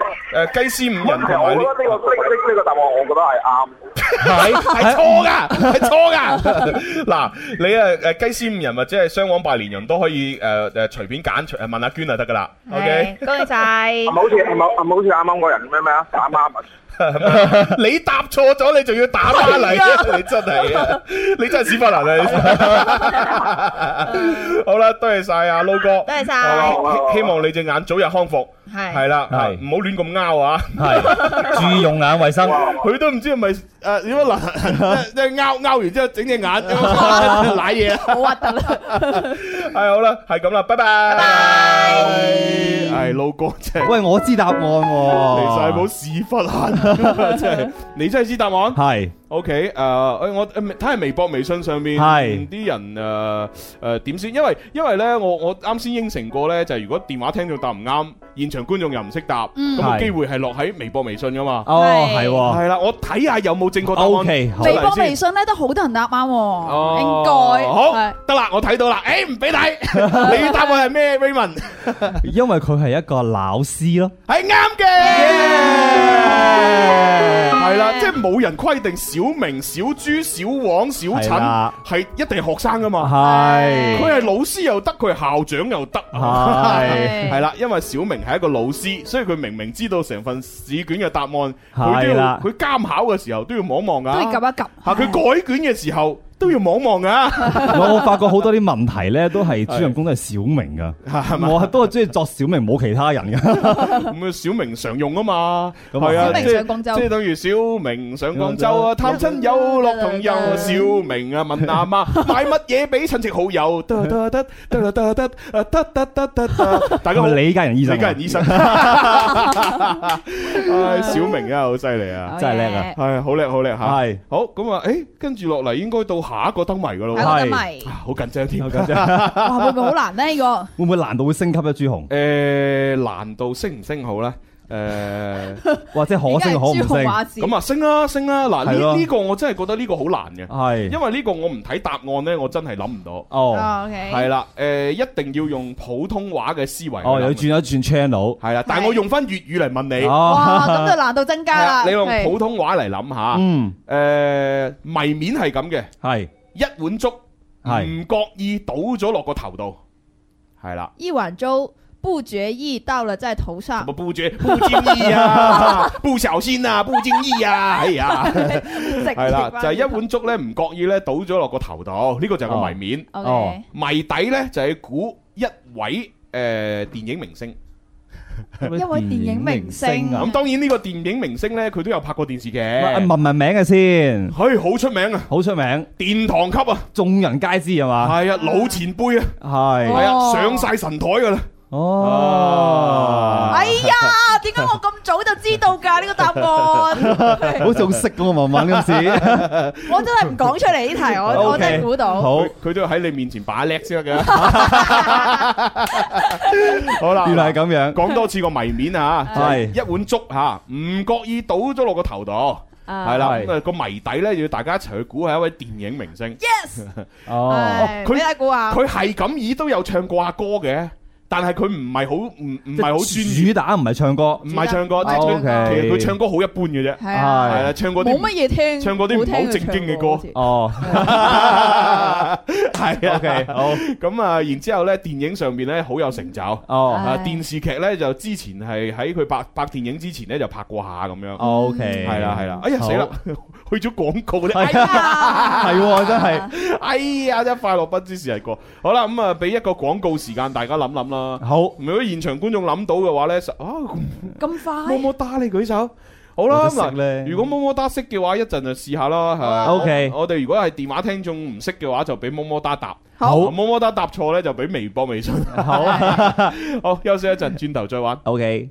S6: 雞絲五 人同
S4: 我
S6: 埋
S4: 覺
S6: 呢
S4: 得呢個呢呢呢個答案，我覺得係啱。
S6: 係係錯㗎，係 錯㗎。嗱，你誒誒雞絲五人或者係雙黃拜年人都可以誒誒隨便揀，隨問阿娟就得㗎啦。OK，
S1: 係恭喜晒。
S4: 係咪好似係咪係咪好似啱啱嗰人咩咩啊？打孖文。
S6: 你答錯咗，你仲要打 翻嚟
S4: 係，啊
S6: 你真係啊，你真係屎忽男啊！你好啦，多謝晒阿 Low 哥，
S1: 多謝晒
S6: 係嘛希希望你隻眼早日康復。
S1: 係
S6: 系啦，係唔好亂咁拗啊！系
S14: 注意用眼衞
S8: 啊
S14: 生。
S6: 佢都唔知係咪 诶點樣嗱，即係拗拗完之後整 隻眼舐嘢啊！
S1: 好核突啦！
S6: 係好啦，係咁啦，拜拜。係老哥真係，
S8: 喂，我知答案喎。
S6: 離晒冇屎忽 痕，真係你真係知答案。
S8: 係
S6: OK，誒、誒我誒睇下微博、微信上面
S8: 係
S6: 啲人誒誒點先，因為因為咧，我我啱先應承過咧，就係如果電話聽眾答唔啱，現場觀眾又唔識答，
S1: 嗯
S6: 咁個
S8: 係
S6: 機會係落喺微博、微信噶嘛。
S8: 哦，係喎。
S6: 係啦，我睇下有冇正確答案。
S8: OK，好
S9: 微博、
S6: 出嚟先
S9: 微信咧都好多人答啱
S1: à.
S9: 喎，應
S6: 哦
S9: 該
S6: 好得啦，我睇到 啦。誒唔俾睇，你答案係咩？Raymond
S8: 因為佢係一個老師咯。
S6: 係啱嘅，係啦，即係冇人規定小明、小豬、小黃、小
S8: 係
S6: 陳
S8: 啦啊
S6: 係一定係學生噶嘛。
S8: 係
S6: 佢係老師又得，佢係校長又得，
S8: 啊係
S6: 係啦，因為小明係一個老師，所以佢明明知道成份試卷嘅答案，佢都
S8: 係
S6: 要
S8: 啦
S6: 佢監考嘅時候都要望一望噶，
S9: 都要及一及
S6: 吓佢改卷嘅時候都要望一望 噶，
S8: 我我發覺好多啲問題咧，都係主人公都係小明噶，我都係中意作小明，冇其他人噶。
S6: 咁啊小明常用啊嘛，
S8: 咁啊
S6: 係啊，
S8: 小明
S6: 即係
S8: 上廣州
S6: 即係等於小明上廣州啊，
S8: Dạ,
S6: 探親友樂同
S1: Dạ,
S6: 遊，小明啊問 阿媽買乜嘢俾親戚好友，
S8: Dạ.
S6: 得得得得得得得得得得得，大家好
S8: 係咪李家仁醫生啊
S6: 李家仁醫生。 唉，小明啊，好犀利啊，
S1: Dạ.
S8: 真係叻啊
S6: 係好叻好叻吓，
S8: 係
S6: 好咁啊，誒，跟住落嚟應該到下下一個燈謎噶咯喎，
S1: 下一個燈謎
S8: Dạ.
S6: 啊好緊張添，好
S8: 緊
S1: 哇，會唔會好難呢？呢個
S8: 會唔會難度會升級咧？朱 紅
S6: 誒難度升唔升好咧？ 誒，
S8: 或者可升啊可唔升而家係朱紅話事
S6: 咁啊，升啦，升啦！嗱，
S8: 係咯
S6: 呢呢個我真係覺得呢個好難嘅，
S8: 係
S6: 因為呢個我唔睇答案咧，我真係諗唔到。
S8: 哦
S1: 哦，OK Ờ,
S6: 係啦，誒，一定要用普通話嘅思維。
S8: 哦，又要轉一轉 channel，
S6: 係啦，但係我用翻粵語嚟問
S8: 哦
S6: 你。
S1: 哇，咁就難度增加
S6: 哦係
S1: 啦
S6: 啊。你用
S1: 係
S6: 普通話嚟諗下。
S8: 嗯。
S6: 誒，謎面係咁嘅。
S8: 係。
S6: 一碗粥，
S8: 係
S6: 唔覺意倒咗落個頭度。係啦。
S1: 一碗粥不覺意到了在頭上
S6: 我，啊不覺不經意啊，不小心啊，不經意啊，哎呀，係啦，就係一碗粥咧，唔覺意咧倒咗落個頭度，呢個就係個謎面。
S1: 哦，OK
S6: 謎底咧就係估一位誒電影明星。
S1: 一位電影明星啊
S6: 咁當然呢個電影明星咧，佢都有拍過電視
S8: 啊
S6: 嘅。
S8: 問問名嘅先，
S6: 嘿，好出名啊，
S8: 好出名，
S6: 殿堂級啊，
S8: 眾人皆知係嘛？
S6: 係啊，老前輩啊，
S8: 係
S6: 係啊，上晒神台噶啦。
S8: 哦，
S1: 哎
S6: 啊
S1: 呀，點解我咁早就知道 㗎呢個答案？
S8: 好似好識咁啊，文文今次，
S1: 我真係唔講出嚟呢題，我我真係估到。
S6: 佢佢都要喺你面前把叻先 得嘅。好啦，
S8: 原來係咁樣。
S6: 講多次個謎面啊，
S8: 係
S6: 就係一碗粥吓，唔覺意倒咗落個頭度。
S1: 啊
S6: 係啦，
S8: 係
S6: 咁啊個謎底咧要大家一齊去估係一位電影明星。
S1: Yes，
S8: 哦，
S1: 俾大家估下
S6: 佢係咁意都有唱過阿歌嘅，但係佢唔係好唔唔係好專業，
S8: 主哦打唔係唱歌，
S6: 唔係唱歌，即係佢
S8: O
S6: 其實
S8: K，
S6: 佢唱歌好一般嘅啫。
S1: 係啊
S6: 係啦，唱過啲
S1: 冇乜嘢聽
S6: 唱過啲唔好正經嘅歌。
S8: 哦，
S6: 係啊
S8: OK，好。
S6: 咁啊，然之後咧，電影上面咧好有成就。
S8: 哦
S6: 啊，
S8: 係
S6: 電視劇咧就之前係喺佢拍拍電影之前咧就拍過下咁樣。
S8: 哦 OK
S6: 係啦係啦。哎呀死啦， 去咗廣告咧。
S8: 係
S6: 哎呀
S8: 係喎真係。
S6: 哎呀，真係快樂不知時日過。好啦，咁啊，俾一個廣告時間大家諗諗啦。
S8: 好。
S6: 如果現場觀眾諗到嘅話咧，實啊
S1: 咁快，
S6: 麼麼打你舉手。好啦，
S8: 我都識
S6: 咁啊
S8: 咧
S6: 如果么么打識嘅話，一陣就試下啦，係咪
S8: OK
S6: 我我哋如果係電話聽眾唔識嘅話，就俾么么打答。
S8: 好啊
S6: 啊么么打答錯咧，就俾微博、微信。好， 好，休息一陣，轉頭再玩。
S8: OK。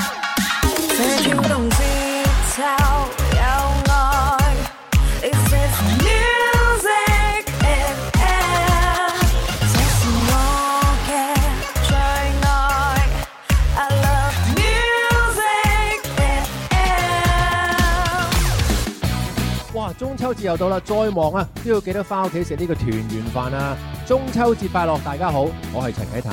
S2: 這跳動節奏有愛，This is music in air，這是我嘅最愛，I love music in air。
S15: 哇！中秋節又到啦，再忙啊都要記得翻屋企食呢個團圓飯啊！中秋節快樂，大家好，我係陳啟泰。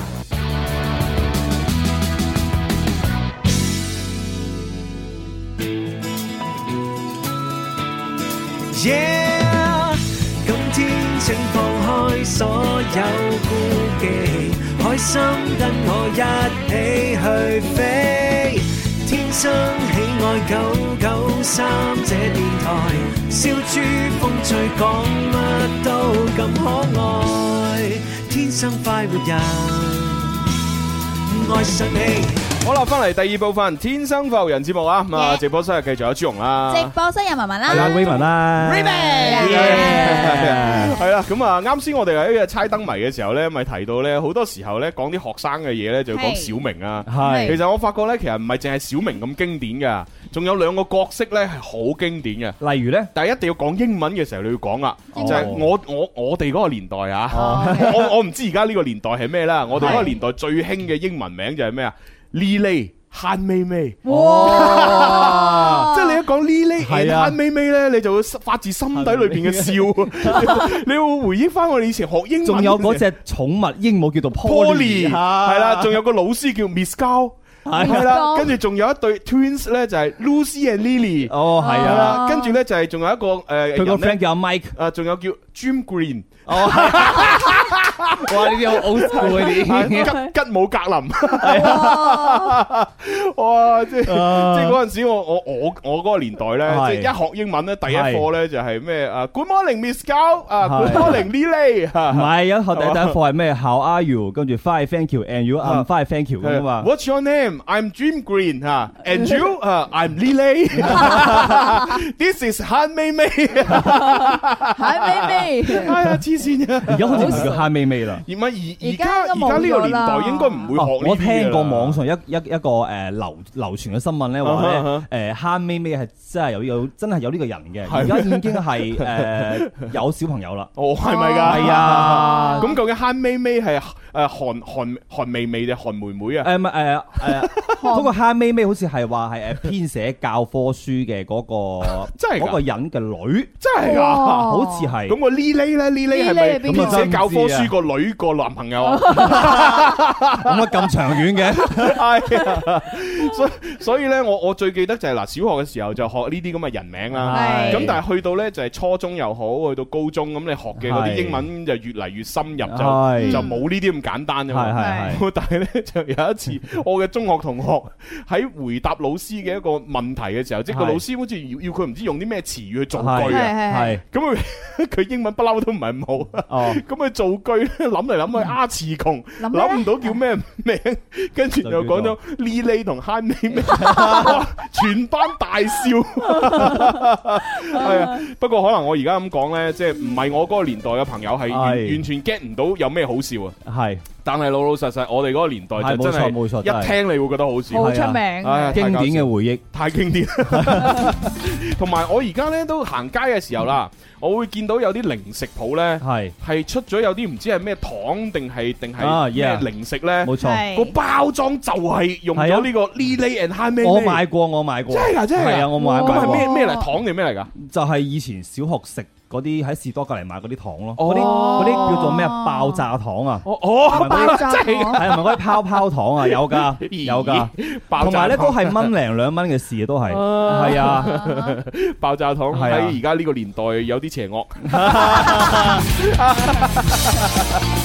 S16: Yeah，今天請放開所有顧忌，開心跟我一起去飛。天生喜愛九九三這電台，笑豬風趣講乜都咁可愛，天生快活人，愛上你。
S6: 好啦，翻嚟第二部分《天生浮人》節目啊，咁啊，直播室繼續有朱容啦。
S9: 直播室有文文啦，
S8: Raymond 啦
S9: r a y m o
S8: Yeah
S6: 系啦，咁啊，啱先我哋喺嘅猜燈謎嘅時候咧，咪提到咧，好多時候咧講啲學生嘅嘢咧，就要講小明啊。
S8: 係
S6: 其實我發覺咧，其實唔係淨係小明咁經典噶，仲有兩個角色咧係好經典嘅。
S8: 例如咧，
S6: 但係一定要講英文嘅時候，你要講啦，就
S8: 英
S6: 係
S8: 文
S6: 我我我哋嗰個年代啊，我我唔知而家呢個年代係咩啦，我哋嗰個
S8: 係
S6: 年代最興嘅英文名就係咩啊？Lily、慳妹妹。
S8: 哇
S6: 即係你一講 Lily
S8: 係啊
S6: and 慳妹妹咧，你就會發自心底裏邊嘅 笑，你會回憶翻我哋以前學英文。
S8: 仲有嗰隻寵物鸚鵡叫做
S6: Polly
S8: Polly，
S6: 係啦，仲有個老師叫 Miss 膠。
S8: 係
S6: 係啦，
S8: Miss Gao
S6: 跟住仲有一對 twins 咧，就係 Lucy and Lily。
S8: 哦係啊
S6: 係啦跟住咧就係仲有一個誒，
S8: 佢個 friend
S6: 叫阿 Mike，啊，仲有叫 Jim Green。
S8: 哦，哇！呢啲好 old
S9: 啊
S8: school 嗰啲
S6: 吉吉姆格林。 哇！即係即係嗰陣時，我我我我嗰個年代咧，
S8: 啊
S6: 即係
S8: 係
S6: 一學英文咧，第一課咧就係咩啊？Good morning, Miss Gao 啊，Good morning, 啊 Lily
S8: 唔係有一學第
S6: 係
S8: 第
S6: 嘛
S8: 一課係咩？How are you？跟住 Fine, thank you, and you, I'm fine, thank you 咁啊嘛。
S6: What's your name? I'm Jim Green 吓，and you 啊，I'm Lily。This is Han Mei Mei。Han
S1: 係咪咪？
S6: 哎呀，黐
S8: 黐線嘅，而家好似唔叫蝦尾尾啦。
S6: 而咪而
S9: 而
S6: 而
S9: 家
S6: 家
S9: 應該冇
S6: 而家呢個年
S9: 咗啦
S6: 代應該唔會
S8: 哦
S6: 學
S8: 我
S6: 呢啲
S8: 聽
S6: 嘢
S8: 過
S6: 啦
S8: 網上一一一個誒流流傳嘅新聞咧，話
S6: 啊哈啊
S8: 咧誒蝦咪咪係真係有有真係有呢個人嘅，
S6: 係
S8: 而家已經係誒有小朋友啦。
S6: 哦，係咪㗎？
S8: 係啊。
S6: 咁究竟慳妹妹係誒韓韓韓妹妹定韓妹妹啊？
S8: 誒唔係誒誒， 嗰個蝦咪咪好似係話係誒編寫教科書嘅嗰個，
S6: 真係㗎
S8: 嗰個人嘅女，
S6: 真係㗎，
S8: 好似係。
S6: 咁個 Lily 咧，Lily 係咪
S8: 呢呢係邊個
S6: 咁啊寫教科書個女個男朋友 啊？
S8: 咁啊咁長遠嘅，
S6: 係啊，所以所以咧，我我最記得就係嗱，小學嘅時候就學呢啲咁嘅人名啦。
S8: 係
S6: 啊咁但係去到咧就係初中又好，去到高中咁，你學嘅嗰啲英文就越嚟越深入，就
S8: 係
S6: 就冇呢啲咁簡單㗎嘛。
S8: 啊係係係
S6: 但係咧就有一 次，我嘅中學同學喺回答老師嘅一個問題嘅時候，即係個
S8: 係
S6: 老師好似要要佢唔知用啲咩詞語去造
S8: 係
S6: 句啊。
S8: 係係
S6: 咁佢 佢英文不嬲都唔係咁好。
S8: 哦
S6: 咁佢造句咧 諗嚟諗去啊詞窮，
S8: 諗咩呢
S6: 諗唔到叫咩 名，跟住就講咗 Lily 同 h a n y 全班大笑。係啊，不過可能我而家咁講咧，即係唔係我嗰個年代嘅朋友係完
S8: 係
S6: 完全 get 唔到有咩好笑啊！
S8: 係。
S6: 但係老老實實，我哋嗰個年代
S8: 係
S6: 就真
S8: 冇
S6: 係
S8: 錯冇錯真係
S6: 一聽你會覺得好笑，
S8: 好出名
S6: 係啊
S8: 經典嘅回憶，
S6: 太經 典。同埋我而家咧都行街嘅時候啦，我會見到有啲零食鋪咧，
S8: 係
S6: 係出咗有啲唔知係咩糖定係定
S8: 啊
S6: 係咩
S8: yeah
S6: 零食咧，
S8: 冇錯係
S6: 個包裝就係用咗呢個 Lily and h a m
S8: 我買過，我買過。
S6: 真係㗎真係㗎
S8: 係啊，我買過。
S6: 咁係咩咩嚟？糖定咩嚟㗎？
S8: 就係以前小學食嗰啲喺士多隔離買嗰啲糖咯，
S6: 哦
S8: 嗰啲嗰啲叫做咩啊爆炸糖啊？
S6: 哦哦爆炸糖
S8: 係啊，咪嗰啲泡泡糖啊，有㗎 有㗎，
S6: 爆炸糖
S8: 同埋咧都係蚊零兩蚊嘅事都係，係啊，
S6: 爆炸糖哎
S8: 係啊
S6: 喺而家呢個年代有啲邪 惡。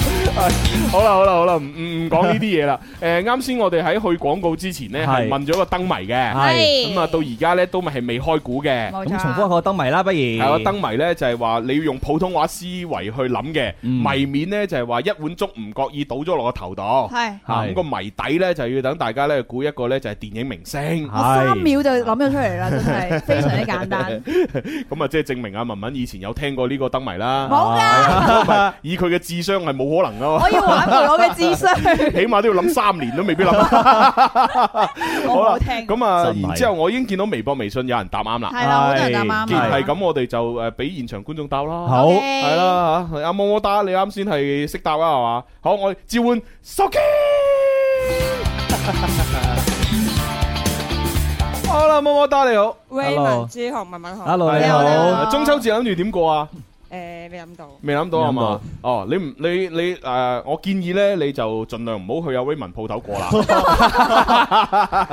S6: 好啦好啦好啦，唔唔唔講呢啲嘢 啦。誒，啱先我哋喺去廣告之前呢，係
S8: 係
S6: 問咗個燈謎嘅，
S8: 係
S6: 咁啊，到而家呢，都係未開估嘅。
S8: 咁重複一個燈謎啦，不如
S6: 係啊，燈謎呢就係話你要用普通話思維去諗嘅，
S1: 嗯
S6: 謎面呢就係話一碗粥唔覺意倒咗落個頭度，
S1: 係
S6: 嚇咁個謎底呢就要等大家呢估一個呢就係電影明星，
S1: 三秒就諗咗出嚟啦，真係非常之簡單。
S6: 咁啊，即係證明阿文文以前有聽過呢個燈謎啦。
S1: 冇㗎
S6: 㗎，唔係以佢嘅智商係冇可能 噶。
S1: 我要挽回我嘅智商
S6: 起碼都要諗三年都 未必諗。好啦，咁啊，然之後我已經見到微博、微信有人答啱啦。
S1: 係啦好多人答啱啦
S6: 既然係咁，我哋就誒俾現場觀眾答啦。
S8: 好 OK
S6: 係啦嚇，阿麼麼打，你啱先係識答啦係嘛？好，我召喚 Soki。好啦，麼麼打你好
S17: Raymond 朱紅文文好
S6: 中秋節諗住點過啊？
S17: 誒未諗到，
S6: 未諗到啊嘛？哦，你唔你你誒、呃我建議咧，你就盡量唔好去阿威文鋪頭 過啦。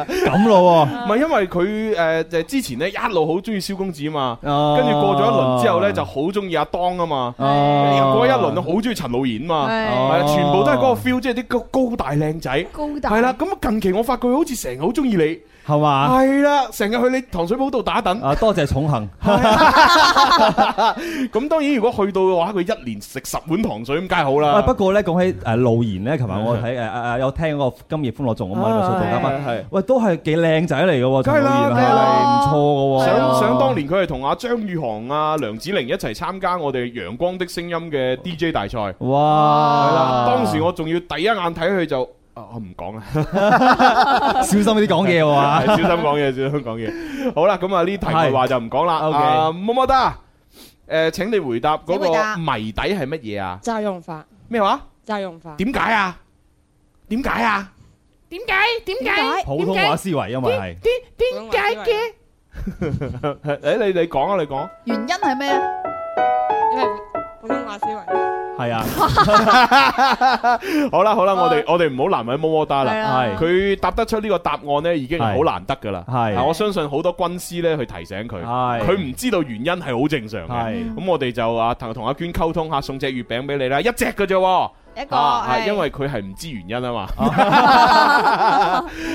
S8: 咁咯
S6: 唔係因為佢誒就係之前咧一路好中意蕭公子啊嘛， 跟住過咗一輪之後咧就好中意阿當啊嘛，
S8: 哦
S6: 又過一輪好中意陳露妍啊嘛，
S8: 係
S6: 係啊，全部都係嗰個 feel，即係啲高高大靚仔，
S1: 高
S8: 大
S6: 係啦。咁啊近期我發覺佢好似成日好中意你，
S8: 係嘛？
S6: 係啦，成日去你糖水鋪度打躉。
S8: 啊，多謝重行，
S6: 咁當然如果去到嘅話，佢一年食十碗糖水咁梗係好啦
S8: 啊。不過咧講起誒路言咧，琴日我睇誒誒誒有聽嗰個《今夜歡樂頌》咁啊，做嘉
S6: 係係
S8: 賓，喂都係幾靚仔嚟嘅喎，
S6: 梗係啦
S8: 陳浩然
S6: 梗係啦
S8: 係唔錯嘅喎，
S6: 想想當年佢係同阿張宇航、啊、梁子玲一齊參加我哋《陽光的聲音》嘅 DJ 大賽。係啦，
S8: 哇！
S6: 當時我仲要第一眼睇佢就啊，我唔講啦，
S8: 小心啲講嘢 喎
S6: 係小
S8: 啊
S6: 心講嘢，小心講 嘢。好啦，咁啊呢題外話就唔講啦。
S8: 係
S6: 啊，么么得，誒請你回答嗰個
S17: 請回答
S6: 謎底係乜嘢啊？
S17: 炸用法
S6: 咩話？
S17: 炸用法
S6: 點解啊？點解 啊？
S17: 點解？點
S6: 解
S8: 普通話思維，因為
S17: 點
S8: 係
S17: 解嘅？
S6: 誒你你講啊，你講。
S1: 原因係咩啊？
S17: 因為普通話思維。
S8: 係啊，
S6: 好啦好啦，我哋我哋唔好難為麼么哒
S17: 啊係
S6: 啦
S17: 啊，
S6: 佢答得出呢個答案呢，已經係好難得噶啦。
S8: 係
S6: 啊我相信好多軍師呢去提醒佢，佢唔知道原因係好正常嘅。
S8: 係
S6: 咁我哋就啊同同阿娟溝通下，送隻月餅俾你啦，一隻嘅啫喎。
S1: 一個
S6: 啊啊
S1: 係
S6: 因為佢係唔知原因啊嘛，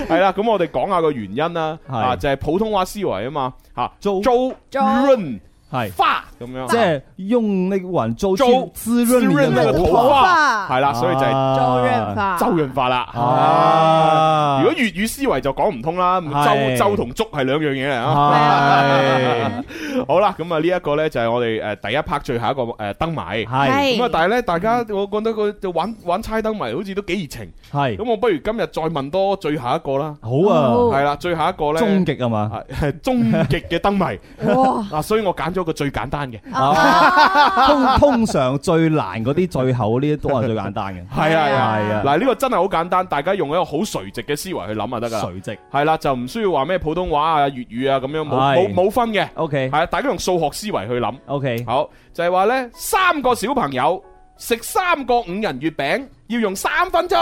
S6: 係啦，咁我哋講下個原因啦，啊就係普通話思維啊嘛，吓
S8: Joe
S6: Joe Run
S8: 係係
S6: 花咁樣
S8: 即係用那個碗粥去
S6: 啊周
S8: 滋潤你
S6: 那
S8: 的
S6: 個
S8: 頭
S6: 頭髮，係啦，所以就係
S8: 啊
S6: 周潤發啦。
S8: 啊
S6: 如果粵語思維就講唔通啦，咁
S8: 係
S6: 周周同粥係兩樣嘢嚟啊。好啦，咁啊呢一個咧就係我哋誒第一 part 最後一個誒燈謎，
S8: 係
S6: 咁啊，但係咧大家我覺得個就玩玩猜燈謎好似都幾熱情，
S8: 係
S6: 咁我不如今日再問多最後一個啦。
S8: 好啊好
S6: 係啦，最後一個咧
S8: 終極啊嘛，
S6: 係終極嘅燈謎。
S8: 哇！
S6: 嗱，所以我揀咗個最簡單嘅。
S1: À.
S8: 通通常最難嗰啲最後呢啲都係最簡單嘅，
S6: 係啊係
S8: 係
S6: 啊
S8: 啊，
S6: 嗱呢個真係好簡單，大家用一個好垂直嘅思維去諗就得噶啦。
S8: 垂直
S6: 係啦，就唔需要話咩普通話啊、粵語啊咁樣，冇冇
S8: 係
S6: 冇分嘅。
S8: OK
S6: 係啊，大家用數學思維去諗。
S8: OK
S6: 好，就係話呢，三個小朋友食三個五仁月餅要用三分鐘。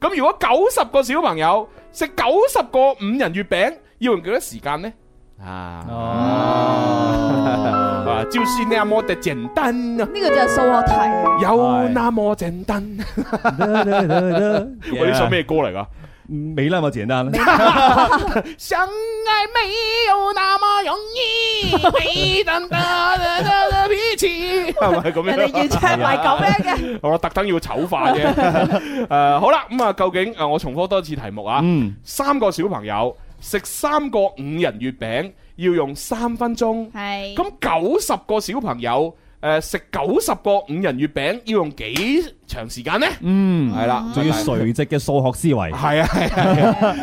S6: 咁如果九十個小朋友食九十個五仁月餅要用幾多時間呢？啊，
S8: 哦
S6: 啊，就是那麼的簡單啊！
S1: 呢個就係數學題。
S6: 有那麼簡單。 喂，呢首咩歌嚟噶？
S8: 美嗯啦我 簡單啦。
S18: 相爱没有那么容 易，没等大的的脾气。
S6: 係咪咁樣？
S18: 人哋原唱唔係咁樣
S6: 嘅。我特登要 醜化啫。誒好啦，咁啊，究竟誒我重複多次題目啊？三個小朋友食三個五仁月餅要用三分鐘。
S1: 係
S6: 咁九十個小朋友。誒食九十個五仁月餅要用幾長時間呢？
S8: 嗯，
S6: 係啦
S8: 仲要垂直嘅數學思維，
S6: 係啊係啊，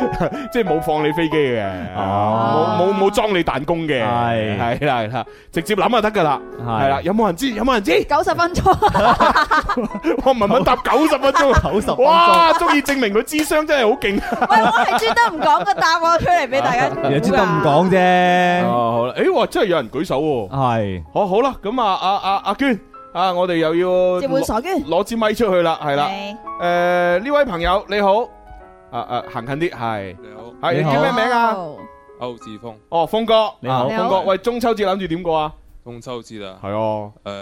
S6: 即係冇放你飛機嘅，
S8: 哦
S6: 冇冇冇裝你彈弓嘅，係係啦係啦，直接諗就得㗎啦，係啦，有冇人知？有冇人知？
S1: 九十分鐘，
S6: 我文文答九十分鐘， 九十哇，足以證明佢智商真係好勁。 啊
S1: 喂，我係專登唔講個答案出嚟俾大家估
S6: 你
S8: 知得唔
S1: 㗎。
S8: 講啫。
S6: 哦，好啦，誒，哇，真係有人舉手喎。
S8: 係，
S6: 好好啦，咁啊，阿阿阿娟。啊！我哋又要
S1: 接換傻娟
S6: 攞支咪出去啦，係啦。誒呢位朋友你好，啊啊行近啲，係你好，係你叫咩名啊？
S13: 歐志峰，
S6: 哦，峰哥，
S13: 你
S8: Ờ.
S13: 好
S6: 啊峰
S13: 你
S6: 哥，
S13: 好
S6: 喂，中秋節諗住點過啊？
S13: 中秋節啦，
S6: 係啊，
S13: 誒，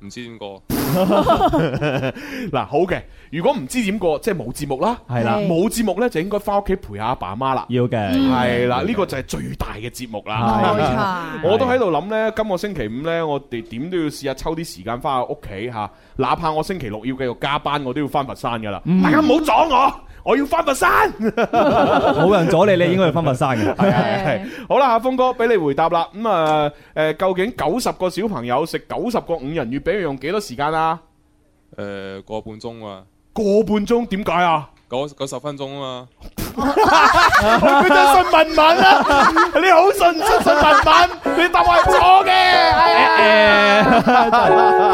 S13: 唔知點過，
S6: 嗱，好嘅，如果唔知點過，即係冇節目啦，
S8: 係啦係
S6: 冇節目呢，就應該翻屋企陪下阿爸阿媽啦，
S8: 要嘅嗯
S6: 係啦，呢個就係最大嘅節目啦。
S8: 冇錯
S6: 我都喺度諗呢，今個星期五呢，我哋點都要試下抽啲時間翻去屋企吓，哪怕我星期六要繼續加班，我都要翻佛山噶啦。
S8: 嗯
S6: 大家唔好阻我，我要翻佛山。
S8: 冇人阻你，你應該去分佛山嘅。係
S6: 係好啦，阿峰哥，俾你回答啦。咁啊，誒，究竟九十個小朋友食九十個五仁月餅要用幾多時間啊？
S13: 誒個半鐘啊，
S6: 個半鐘點解啊？
S13: 九九十分鐘啊
S6: 佢真係信文文 啊！你好信信信文文，你答案係錯嘅，係啊！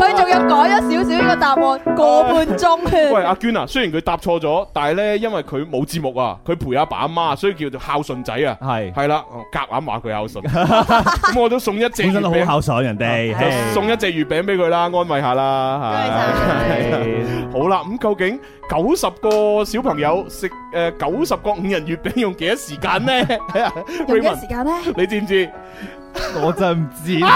S1: 佢仲要改咗少少呢個答案，個半鐘。
S6: 喂，阿娟啊，雖然佢答錯咗，但係咧，因為佢冇節目啊，佢陪阿爸阿媽，所以叫做孝順仔啊。
S8: 係
S6: 係啦，我夾硬話佢孝順，咁我都送一隻
S8: 本身都
S6: 月餅
S8: 好孝順人哋，
S6: 就
S8: 嘿
S6: 送一隻月餅俾佢啦，安慰下啦。係好啦，咁究竟九十個小朋友食誒九十個五仁月餅用幾多時間呢？
S1: 用幾多時間呢
S6: Raymond，你知唔知？
S8: 我真唔知。
S1: 啊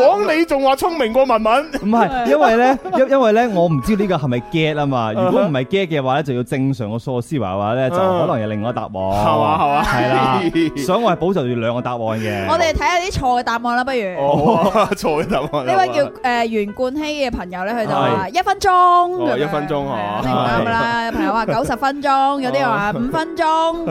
S6: 枉你仲話聰明過文文，
S8: 唔係，因為咧，因因為咧，我唔知呢個係咪 get 啊嘛。如果唔係 get 嘅話咧，就要正常個數學思維嘅話咧，就可能有另外一答案。係
S6: 嘛係嘛
S8: 係啦，所以我係保持住兩個答案嘅。
S1: 我哋睇下啲錯嘅答案啦，不如。
S6: 哦，錯嘅答案。
S1: 呢位叫誒袁冠希嘅朋友咧，佢就話
S6: 係
S1: 一分鐘
S6: 哦，
S1: 咁
S6: 一
S1: 樣，
S6: 分鐘
S1: 肯定唔啱
S6: 嚇。
S1: 啦。有朋友話九十分鐘，有啲人話五分鐘，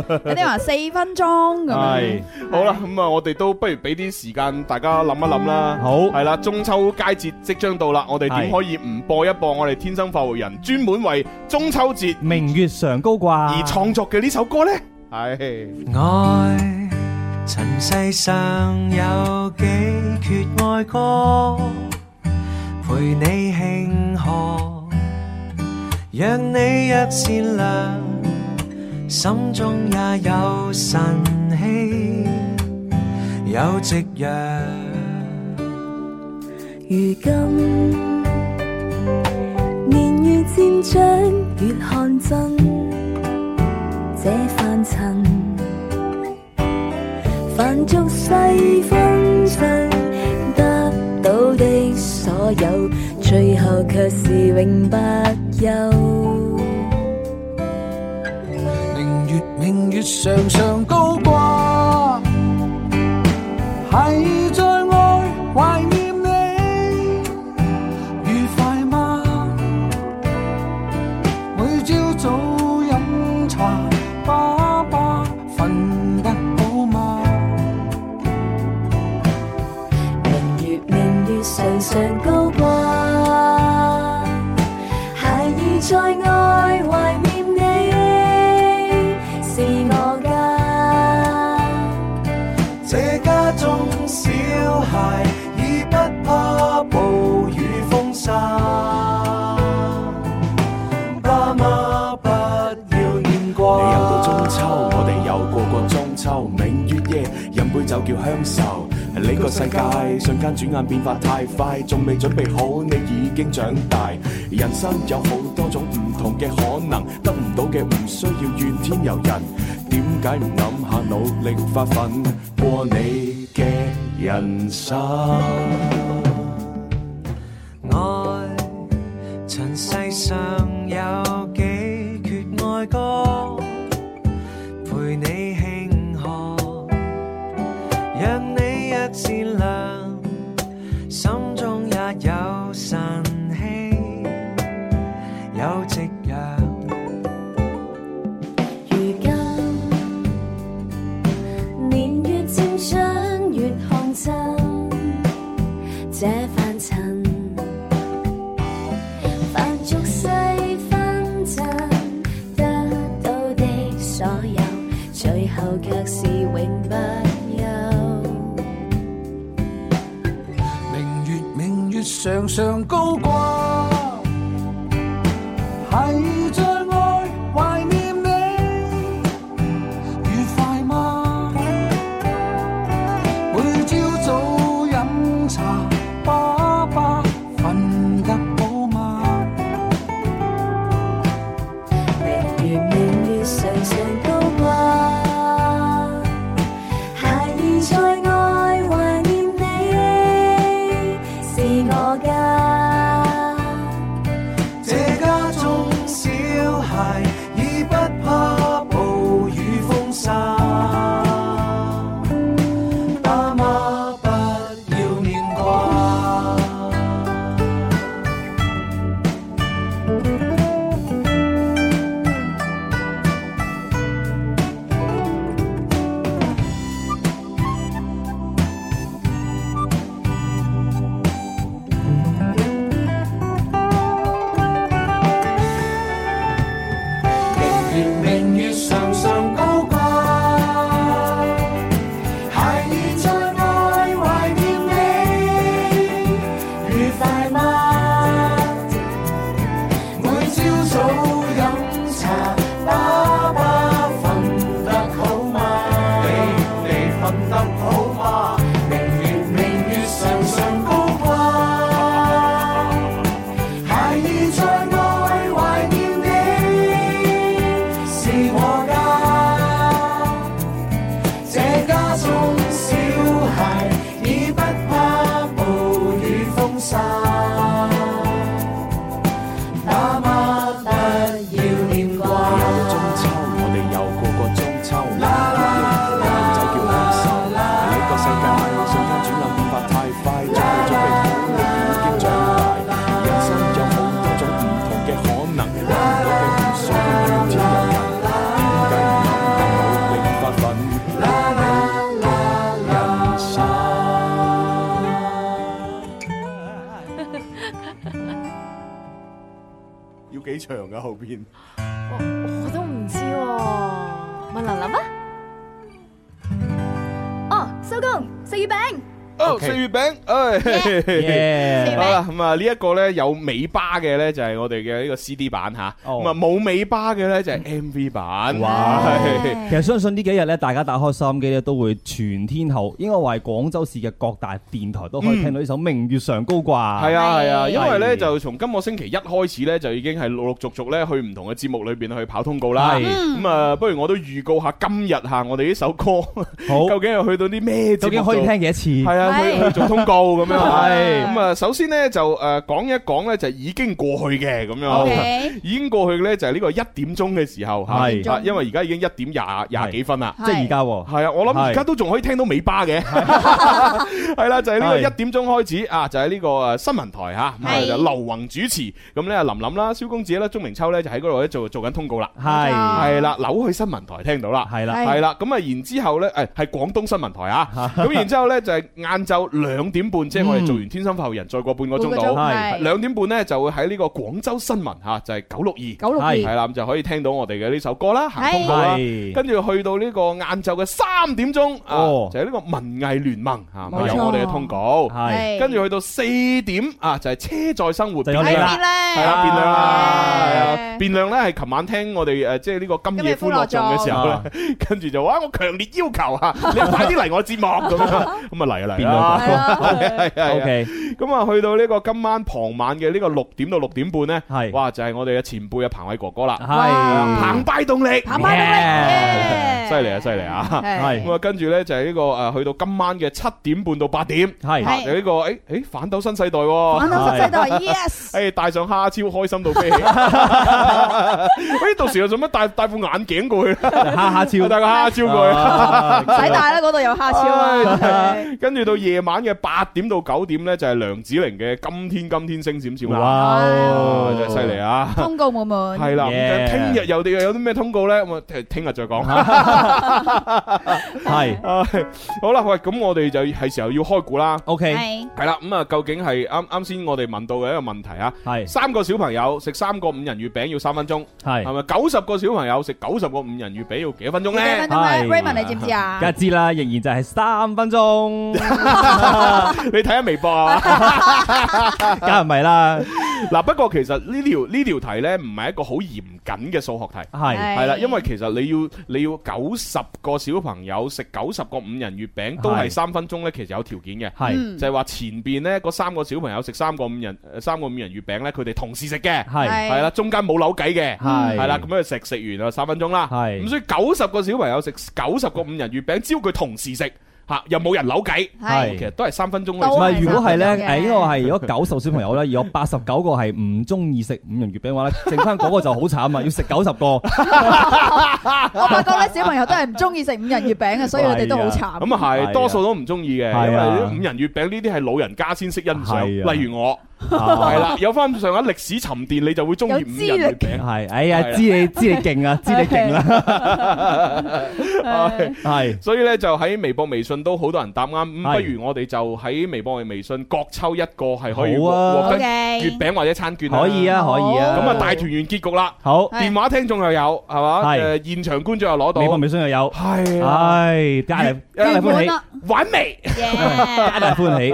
S1: 有啲人話四分鐘咁樣
S6: 系。好啦，咁啊，我哋都不如俾啲時間大家諗一諗啦。
S1: 嗯
S6: 好，係啦，中秋佳節即將到啦，我哋點
S8: 係
S6: 可以唔播一播我哋天生發育人專門為中秋節
S8: 明月常高掛，
S1: 啊
S8: 而
S6: 創作嘅呢首歌呢？係
S2: 愛塵世上有幾闕愛歌，陪你慶賀，讓你若善良，心中也有神氣，有夕陽。
S10: 如今年月漸長，越看真，這凡塵，凡俗世紛爭，得到的所有，最後卻是永不休。
S18: 明月明月常常高掛，
S10: 在愛懷念你，是我家。
S19: 這家中小孩已不怕暴雨風沙。爸媽不要念掛。
S2: 你又到中秋，我哋又過過中秋，明月夜飲杯酒叫鄉愁。呢個世界瞬間轉眼變化太快，仲未準備好，你已經長大。人生有好多種唔同嘅可能，得唔到嘅唔需要怨天尤人。點解唔諗下努力發奮過你嘅人生？
S19: 愛塵世上有幾闕愛歌，陪你慶賀，讓你若善良，心中也有神氣，有夕陽。
S10: 如今年月漸長，越看真，這凡塵凡俗世紛爭，得到的所有，最後卻是永不休。
S20: 明月明月常常高掛，係在愛懷念你，愉快嗎？每朝早飲茶，爸爸瞓得好嗎？
S10: 明月明月常常高掛，孩兒在愛懷念你，是我家。
S19: 這家中小孩已不怕暴雨風沙。爸媽不要念掛。
S20: 明月明月常常高掛，孩兒在愛懷念你，愉快嗎？每朝早飲茶，爸爸瞓得好嗎？你你瞓得好嗎？明月明月常常高掛。孩兒在愛懷念你，是我家。這家中小孩已不怕暴雨風沙。爸媽不要念掛。
S2: 中秋，我哋又過過中秋，啦啦啦，就叫享受。呢個世界瞬間轉眼變化太快，仲未準備好，你已經長大。人生有好多種唔同嘅可能，得唔到嘅唔需要怨天尤人。點解唔諗下努力發奮？啦啦啦人生要幾長噶後邊？
S1: 我都唔知喎，問琳琳啊。哦，收工食月餅。
S6: 哦，食月餅， 唉，好啦，咁啊呢一個咧有尾巴嘅咧就係我哋嘅呢個 CD 版吓，
S1: 哦
S6: 咁啊冇尾巴嘅咧就係 MV 版。
S8: 哇
S6: 係
S8: 其實相信呢幾日咧，大家打開收音機咧，都會全天候，應該話係廣州市嘅各大電台都可以聽到呢首《明月上高掛》。
S6: 係啊係啊，因為咧就從今個星期一開始咧，就已經係陸陸續續咧去唔同嘅節目裏邊去跑通告啦。
S8: 係
S6: 咁啊，不如我都預告下今日嚇我哋呢首歌，嗯究竟係去到啲咩節目度？
S8: 究竟可以聽幾多次？
S6: 係啊，去
S8: 係
S6: 去做通告 咁樣。
S1: Ờ.
S8: 係
S6: 咁啊，首先呢，就誒講一講呢，就已經過去嘅咁樣
S8: OK，
S6: 已經過去嘅呢，就係呢個一點鐘嘅時候
S8: 係
S6: 嚇，啊因為而家已經一點廿廿幾分啦，
S8: 即係而家喎。
S6: 係啊，我諗而家
S8: 係
S6: 都仲可以聽到尾巴 嘅，係啦，就係呢個一
S8: 係
S6: 點鐘開始啊，就係呢個誒新聞台嚇，咁啊
S8: 係
S6: 就劉宏主持，咁咧林琳啦、蕭公子啦、鐘明秋咧就喺嗰度咧 做做緊通告啦，
S8: 係
S6: 係啦，扭去新聞台聽到啦，係
S8: 啦
S6: 係啦，咁啊然之後咧誒係廣東新聞台啊，咁然之後咧就係晏晏晝兩點半，即係我哋做完《天生發育人》，再過嗯半個鐘
S21: 半個鐘
S6: 到，
S21: 係
S6: 兩點半呢，就會喺呢個廣州新聞嚇，就係九六二，
S21: 962
S6: 係啦，咁就可以聽到我哋嘅呢首歌啦，行通告啦
S21: 係，
S6: 跟住去到呢個晏晝嘅三點鐘啊，就係呢個文藝聯盟嚇，
S21: 哦冇錯啊
S6: 有我哋嘅通告，
S21: 係
S6: 跟住去到四點啊，就係車載生活，就
S21: 有你啦
S6: 係啦，變亮啦，係啊，變亮咧係琴晚聽我哋誒，呃即係呢個今夜歡樂頌嘅時候咧
S21: 啊，
S6: 跟住就話我強烈要求 嚇，你快啲嚟我節目咁樣，咁啊嚟啊嚟
S21: 變亮
S6: 啦
S21: 啦
S6: 係係
S21: OK
S6: 咁啊去到呢個今晚傍晚嘅呢個六點到六點半咧，係哇就係我哋嘅前輩啊彭偉哥哥啦，
S21: 係
S6: 澎湃動力，
S21: 澎湃
S6: 犀利啊犀利啊，
S21: 係
S6: 咁啊跟住咧就係呢個誒去到今晚嘅七點半到八點，
S21: 係
S6: 有呢個誒誒反斗新世代喎，
S21: 反斗新世代
S6: 係
S21: yes
S6: 誒戴上蝦超開心到飛起。喂，到時又做乜戴戴副眼鏡過去？
S8: 蝦蝦超，
S6: 戴個蝦蝦超過 去，
S8: 啊
S1: 唔使戴啦，嗰度有蝦超啊！
S6: 唉。跟住到夜晚嘅八點到九點咧，就係梁子玲嘅《今天今天星閃閃》啦。
S8: 哇
S6: 真係犀利啊！
S1: 通告滿滿，
S6: 係啦，咁
S8: Yeah
S6: 聽日有啲有啲咩通告咧？咁啊，聽聽日再 講。係，好啦，喂，咁我哋就係時候要開估啦。
S8: OK，
S1: 係
S6: 係啦，咁啊，究竟係啱啱先我哋問到嘅一個問題啊，
S8: 係
S6: 三個小朋友食三個五仁月餅要三分鐘，
S8: 係
S6: 係咪九十個小朋友食九十個五仁月餅要幾多分鐘
S1: 幾
S6: 咧
S1: 分鐘咧，Raymond 你知唔知啊？
S8: 梗係知啦，仍然就係三分鐘，
S6: 你睇下微博啊，
S8: 梗係唔係啦。
S6: 嗱，不過其實呢條呢條題呢，唔係一個好嚴謹嘅數學題，
S8: 係
S6: 係啦，因為其實你要你要九十個小朋友食九十個五仁月餅都係
S8: 係
S6: 三分鐘呢，其實有條件嘅，
S8: 係
S1: Ừ.
S8: 嗯
S6: 就係話前邊呢嗰三個小朋友食三個五仁呃三個五仁月餅呢，佢哋同時食嘅，
S8: 係
S6: 係啦，中間冇扭計嘅，
S8: 係
S6: 係啦，咁樣食食完啊三分鐘啦，咁所以九十個小朋友食九十個五仁月餅，只要佢同時食嚇，又冇人扭計，
S8: 係
S6: 其實都係三分鐘
S8: 唔係，如果係咧，
S6: 嘅
S8: 誒，呢個係如果九十小朋友咧，有八十九個係唔中意食五仁月餅嘅話咧，剩翻嗰個就好慘啊，要食九十個。
S1: 我發覺咧，小朋友都係唔中意食五仁月餅嘅，所以佢哋都好慘。
S6: 咁啊
S8: 係
S6: 係，
S8: 啊
S6: 多數都唔中意嘅，
S8: 係啊
S6: 因為啲五仁月餅呢啲係老人家先識欣
S8: 係啊
S6: 賞，例如我。
S8: 啊
S6: 係啦，有翻上下歷史沉澱，你就會中意五仁 月餅。
S8: 係，哎呀
S6: 係，啦
S8: 知你知你勁啊，知你勁啦。
S6: 係，所以咧就喺微博、微信都好多人答啱，咁
S8: 係
S6: 不如我哋就喺微博、微信各抽一個係可以
S8: 好啊
S6: 獲獲得
S8: OK
S6: 月餅或者餐券。
S8: 可以啊可以啊
S6: 咁啊大團圓結局啦。
S8: 好
S6: 電話聽眾又有係嘛？
S8: 係
S6: 誒現場觀眾又攞到。
S8: 美國美商又有，
S6: 係啊
S8: 唉，皆大皆大歡喜，
S6: 玩味，
S8: 皆大歡喜。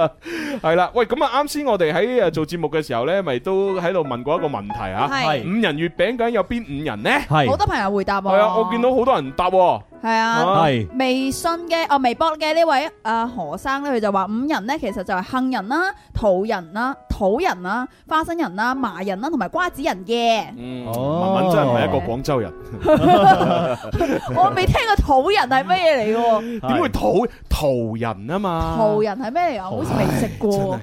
S6: 系啦，喂，咁啊，啱先我哋喺誒做節目嘅時候咧，咪都喺度問過一個問題啊，
S1: 哦係
S6: 五人月餅究竟有邊五人呢？
S1: 好多朋友回答
S6: 係啊，我見到好多人答喎，
S1: 係啊，
S6: 係
S1: 微信嘅哦，微博嘅呢位阿何生咧，佢就話五仁咧，其實就係杏仁啦、桃仁啦、土人啦、花生仁啦、麻仁啦，同埋瓜子仁 嘅。
S6: 嗯，文文真係唔係一個廣州人，
S1: 我未聽過土人係乜嘢嚟嘅喎？
S6: 點會土途人啊嘛？
S1: 桃人係咩嚟啊？我好似未食過。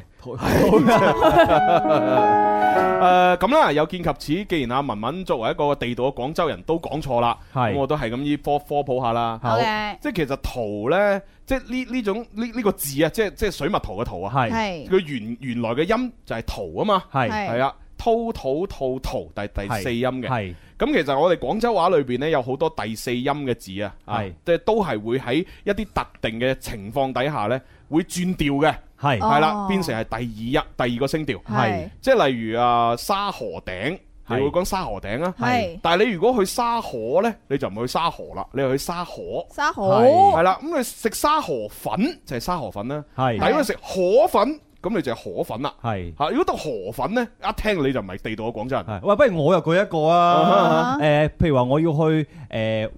S6: 誒咁啦，有見及此，既然阿文文作為一個地道嘅廣州人都講錯啦，咁我都係咁依科科普下啦。
S21: 好嘅
S6: 即係其實圖咧，即係呢呢種呢呢個字啊，即係即係水墨圖嘅圖啊，
S21: 係係
S6: 佢原原來嘅音就係圖啊嘛，
S21: 係係
S6: 係啊，滔土吐圖，第第
S21: 係
S6: 四音嘅。
S21: 係
S6: 咁其實我哋廣州話裏邊咧有好多第四音嘅字啊，啊
S21: 係
S6: 即係都係會喺一啲特定嘅情況底下咧，會轉調嘅，
S8: 係
S6: 係
S21: 哦
S6: 啦，變成係第二一第二個聲調，
S21: 係
S6: 即係例如啊沙河頂。你會講沙河頂啊，
S21: 係
S6: 但係你如果去沙河呢，你就唔去沙河啦，你係去沙河。
S1: 沙河
S6: 係啦，咁你食沙河粉就係沙河粉啦。
S8: 哦係
S6: 但係如果你食河粉，咁你就係河粉啦。
S8: 係
S6: 嚇，如果到河粉呢，一聽你就唔係地道嘅廣州人。
S8: 喂，不如我又舉一個
S6: 啊
S8: 啊，誒，譬如話我要去誒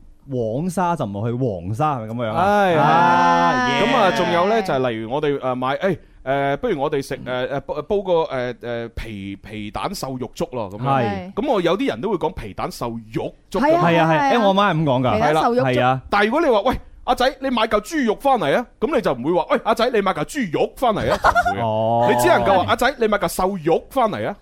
S8: 黃沙就唔係去黃沙，係咪咁樣啊？
S6: 係
S8: 啊
S6: 咁
S8: yeah
S6: 啊，仲有咧就係例如我哋誒買誒。誒，不如我哋食誒誒煲煲個誒誒皮皮蛋瘦肉粥咯，咁樣。
S8: 係
S6: 咁我有啲人都會講皮蛋瘦肉粥。
S8: 係啊係啊係啊係啊誒我媽係咁講㗎皮蛋瘦肉粥係啊。
S6: 但係如果你話喂阿仔，你買嚿豬肉翻嚟啊，咁你就唔會話喂阿仔，你買嚿豬肉翻嚟 啊，就唔會
S8: 哦
S6: 啊。你只能夠話阿仔，你買嚿瘦肉翻嚟啊，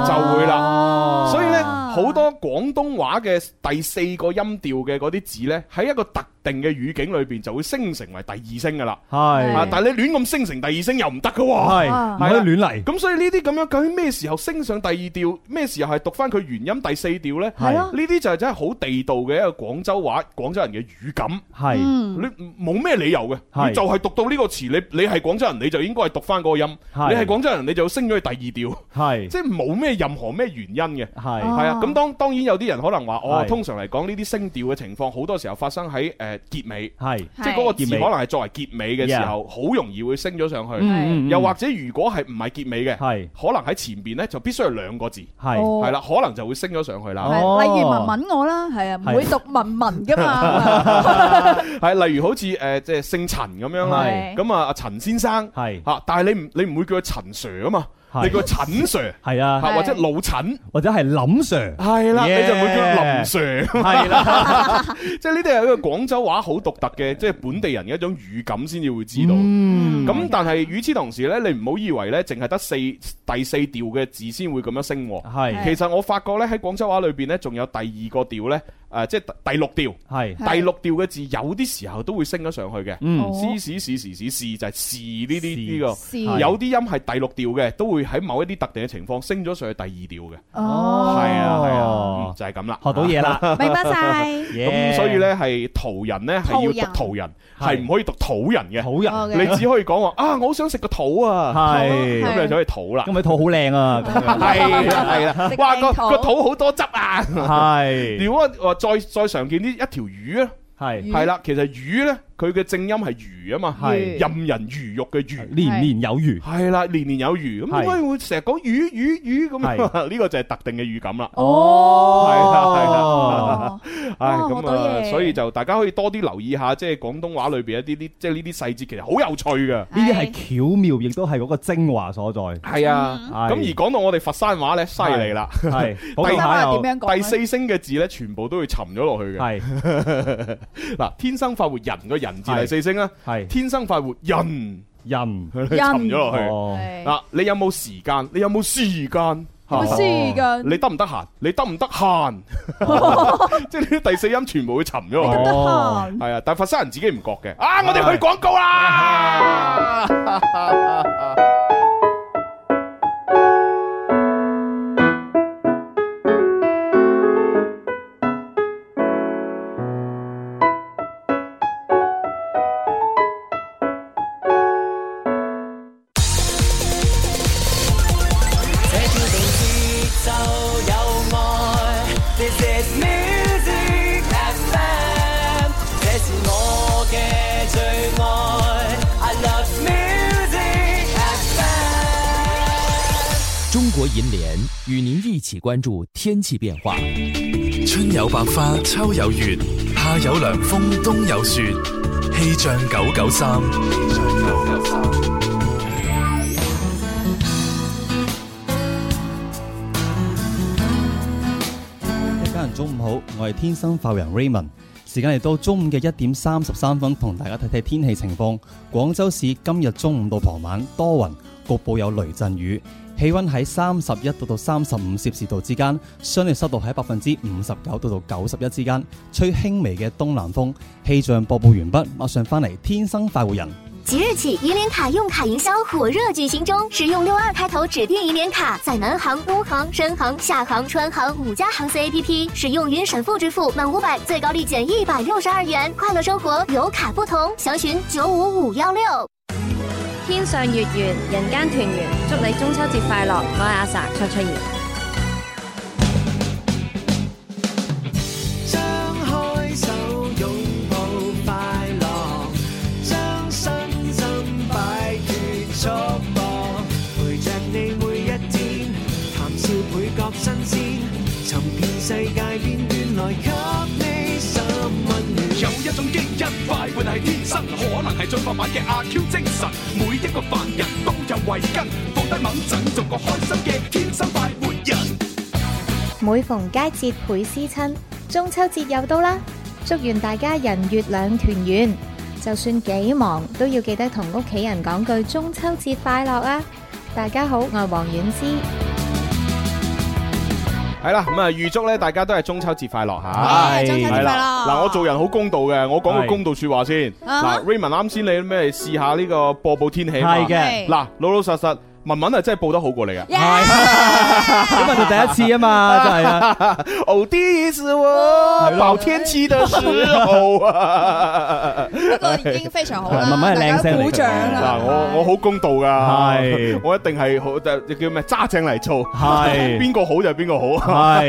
S6: 就會啦。所以咧，好好多廣東話嘅第四個音調嘅嗰啲字呢，喺一個特定嘅語境裏邊就會升成為第二聲噶啦。係
S8: 嗯
S6: 啊，但係你亂咁升成第二聲又唔得噶喎。
S8: 係
S6: 啊
S8: 唔可以亂嚟
S6: 咁所以呢啲咁樣究竟咩時候升上第二調，咩時候係讀翻佢原音第四調呢？
S8: 係
S6: 呢啲就係真係好地道嘅一個廣州話、廣州人嘅語感。
S8: 係
S6: 你冇咩理由嘅，
S8: 嗯係
S6: 你就係讀到呢個詞，你你係廣州人你就應該係讀翻嗰個音，
S8: 係
S6: 你係廣州人你就要升咗去第二調。
S8: 係
S6: 即係冇咩任何咩原因嘅，係
S8: 啊
S6: 係啊。咁當當然有啲人可能話，哦，
S8: 係
S6: 通常嚟講呢啲聲調嘅情況，好多時候發生喺誒結尾，
S8: 係
S6: 即係嗰個字
S8: 結
S6: 可
S8: 尾
S6: 能係作為結尾嘅時候，好容易會升咗上
S8: 嗯嗯
S6: 去。
S8: 嗯
S6: 又或者如果係唔係結尾嘅，
S8: 係
S6: 可能喺前邊呢就必須係兩個字，
S8: 係
S9: 哦
S6: 係啦，可能就會升咗上去啦。
S8: 哦
S9: 係例如文文我啦，係啊，唔
S6: 係
S9: 會讀文文噶 嘛。
S6: 係例如好似誒即係姓陳咁樣啦，
S8: 哦
S9: 係
S6: 咁啊阿陳先生係嚇，但係你唔你唔會叫佢陳 Sir 啊嘛，
S8: 係
S6: 你叫佢陳 Sir
S8: 係啊
S6: 嚇或者老陳。
S8: 或者係林 Sir，
S6: 係啦，你
S8: Yeah
S6: 就會叫林 Sir，
S8: 係
S6: 啦，即係呢啲係一個廣州話好獨特嘅，即係本地人嘅一種語感先至會知道。
S8: Ừ.
S6: 咁但係與此同時呢，你唔好以為呢淨係得四第四調嘅字先會咁樣升喎。
S8: 係
S6: 其實我發覺呢，喺廣州話裏邊呢，仲有第二個調呢，誒，即係第六調。
S8: 係
S6: 第六調嘅字有啲時候都會升咗上去嘅，
S8: 嗯哦
S6: 是是是是是是就係是呢啲呢
S8: 是
S6: 個，有啲音係第六調嘅，都會喺某一啲特定嘅情況升咗上去第二調嘅。
S8: 哦
S6: 係啊係啊，嗯就係咁啦，
S8: 學到 嘢啦明白晒
S6: 咁
S8: Yeah
S6: 所以呢，係途人呢係要讀途人，係唔可以讀土人嘅。
S8: 土人 OK
S6: 你只可以講話啊，我好想食個土啊，
S8: 係
S6: 咁你就可以土啦。
S8: 今日肚好靚 啊，咁樣
S6: 係
S1: 啊
S6: 啦係啦
S8: 食，
S6: 哇個
S8: 靚肚
S6: 個肚好多汁啊！
S8: 係
S6: 如果話再再常見啲一條魚啊，
S8: 係
S6: 係啦，其實魚咧佢嘅正音係魚啊嘛，
S8: 係
S6: 任人魚肉嘅魚，
S8: 年年有餘，
S6: 係啦，年年有餘。咁
S8: 係
S6: 點解會成日講魚魚魚咁？ 呢個就係特定嘅語感啦。係啦
S8: 哦
S6: 係啦，唉
S8: 學
S6: 咁
S8: 到
S6: 啊，
S8: 嘢
S6: 所以就大家可以多啲留意下，即係廣東話裏邊一啲啲，即係呢啲細節其實好有趣嘅。
S8: 呢啲係巧妙，亦都係嗰個精華所在。
S6: 係
S8: 嗯
S6: 啊，咁而講到我哋佛山話咧，犀利啦，
S8: 係
S6: 第
S8: 佛山話又點樣講咧啊
S6: 第四聲嘅字咧，全部都會沉咗落去嘅。係嗱，天生快活人個人字
S8: 係
S6: 第四聲啦，
S8: 係
S6: 天生快活人
S8: 人
S6: 沉咗落去。
S8: 哦
S6: 嗱，你有冇時間？你有冇時間？啊
S8: 有冇時間
S6: 你得唔得閒？你得唔得 閒？即係呢啲第四音全部會沉咗落去。
S8: 你得唔得閒
S6: 係啊，但係佛山人自己唔覺嘅。啊，
S21: 啊！
S6: 我
S21: 我
S6: 哋
S21: 哋
S6: 去
S21: 去
S6: 廣
S21: 廣
S6: 告
S21: 告
S6: 啦。
S2: This is music FM，這是我嘅最愛。I love music FM。
S22: 中国银联与您一起关注天气变化。
S23: 春有百花，秋有月，夏有涼風，冬有雪。氣象九九三，
S8: 一家人中午好，我係天生快活人 Raymond。時間嚟到中午嘅一點三十三分，同大家睇睇天氣情況。廣州市今日中午到傍晚多雲，局部有雷陣雨，氣温喺三十一度到三十五攝氏度之間，相對濕度喺百分之五十九度到九十一之間，吹輕微嘅東南風。氣象播報完畢，馬上翻嚟天生快活人。
S24: 即日起，银联卡用卡营销火热举行中，使用六二开头指定银联卡，在南航、东航、深航、厦航、川航五家航司 APP 使用云闪付支付，满五百最高立减一百六十二元，快乐生活有卡不同，详询九五五幺六。
S25: 天上月圓，人間團圓，祝你中秋節快樂！我係阿 sa 蔡卓妍。
S16: 張開手擁抱快樂，將身心擺脱束縛，陪着你每一天，談笑倍覺新鮮，尋遍世界邊端來給你心温暖。
S21: 有一種基因快活係天生，可能係進化版嘅阿 Q 精神。每一個凡人都有慧根，放低掹陣，做個開心嘅天生快活人。
S26: 每逢佳節倍思親，中秋節又到啦，祝願大家人月兩團圓。就算幾忙，都要記得同屋企人講句中秋節快樂啊！大家好，我係黃婉之。
S6: 系啦，咁啊預祝咧大家都係中秋節快樂吓，
S1: 啊
S8: 係中秋節快樂
S6: 係啦嗱，我做人好公道嘅，我講
S8: 係
S6: 個公道说話先。
S8: 啊哈
S6: 嗱，Raymond 啱先你咩試下呢個播報天氣嘛
S8: 係嘅
S6: 嗱，老老實實，文文係真係報得好過你嘅。啊
S8: 咁啊，就第一次啊嘛，真係啊，
S6: 哦，第一次我爆天氣的時候啊，
S1: 個已經非常好
S6: 文
S1: 啦，
S6: 文
S1: 大家鼓掌啊啦。
S6: 嗱，我我好公道噶，
S8: 係
S6: 我一定係好叫咩揸正嚟做，
S8: 係
S6: 邊個好就邊個 好，
S8: 係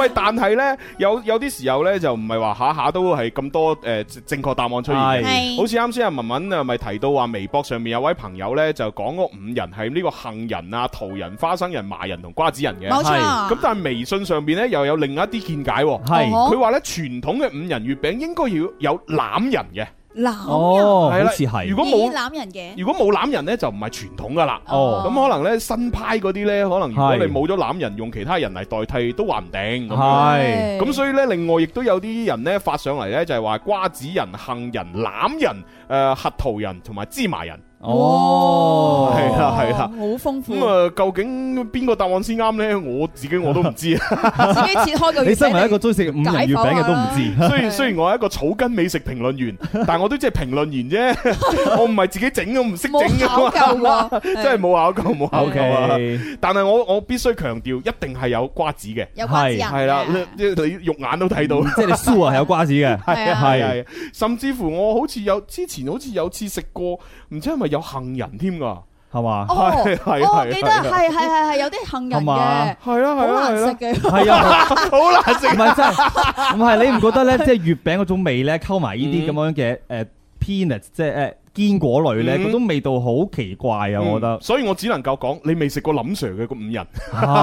S6: 喂，但係咧有有啲時候咧就唔係話下下都係咁多誒正確答案出現嘅，
S8: 係
S6: 好似啱先阿文文啊咪提到話微博上面有位朋友咧就講嗰五人係呢個杏仁啊、桃仁、花生仁、麻仁同瓜子仁嘅，
S8: 冇錯
S6: 係咁但係微信上邊咧又有另一啲見解喎，
S8: 係
S6: 佢話咧傳統嘅五仁月餅應該要有欖仁嘅。
S1: 男
S6: 哦
S8: Oh，好似
S6: 係啦
S8: 係。
S6: 如果
S1: 咦
S6: 冇
S1: 攬人嘅，
S6: 如果冇攬人咧，就唔係傳統噶啦。
S8: 哦
S6: 咁可能咧新派嗰啲咧，可能如果
S8: 係
S6: 你冇咗攬人，用其他人嚟代替都話唔定。咁
S8: 係
S6: 咁所以咧，另外亦都有啲人咧發上嚟咧，就係話瓜子人、杏仁、攬人、誒核桃人同埋芝麻人。
S8: 哦
S6: 係啦係啦。
S1: 好豐富
S6: 咁，啊，究竟邊個答案先啱咧？我自己我都唔知啊。
S1: 自己切開個月餅嚟
S8: 你身為一個中意食五仁月餅嘅都唔知
S6: 解剖下啦雖然雖然我係一個草根美食評論員，但我都即係評論員啫，我唔係自己整嘅，我唔識整
S1: 冇考究
S6: 嘅嘛，
S1: 喎
S6: 真係冇考究，冇考究啊
S8: OK！
S6: 但係我我必須強調，一定係有瓜子嘅，
S8: 有瓜子仁嘅
S1: 啊
S6: 係啦，你你肉眼都睇到，
S8: 即係你酥啊係有瓜子嘅，
S6: 係啊
S8: 係
S6: 係啊，甚至乎我好似有之前好似有次食過，唔知係咪有杏仁添 㗎？
S8: 係嘛
S1: 哦，
S6: 係係
S1: 我
S6: 係
S1: 記得
S6: 係
S1: 係係係係有啲杏仁
S8: 係嘛
S1: 嘅，
S6: 係啦
S1: 好難食嘅，
S8: 係啊，
S6: 好難食。
S8: 唔 係真係，唔係你唔覺得咧？即係月餅嗰種味咧，溝埋呢啲咁樣嘅誒 peanut，即係誒堅果類咧，
S6: 嗯
S8: 嗰種味道好奇怪啊！我覺 得
S6: 嗯。所以我只能夠講，你未食過林 Sir 嘅嗰五人，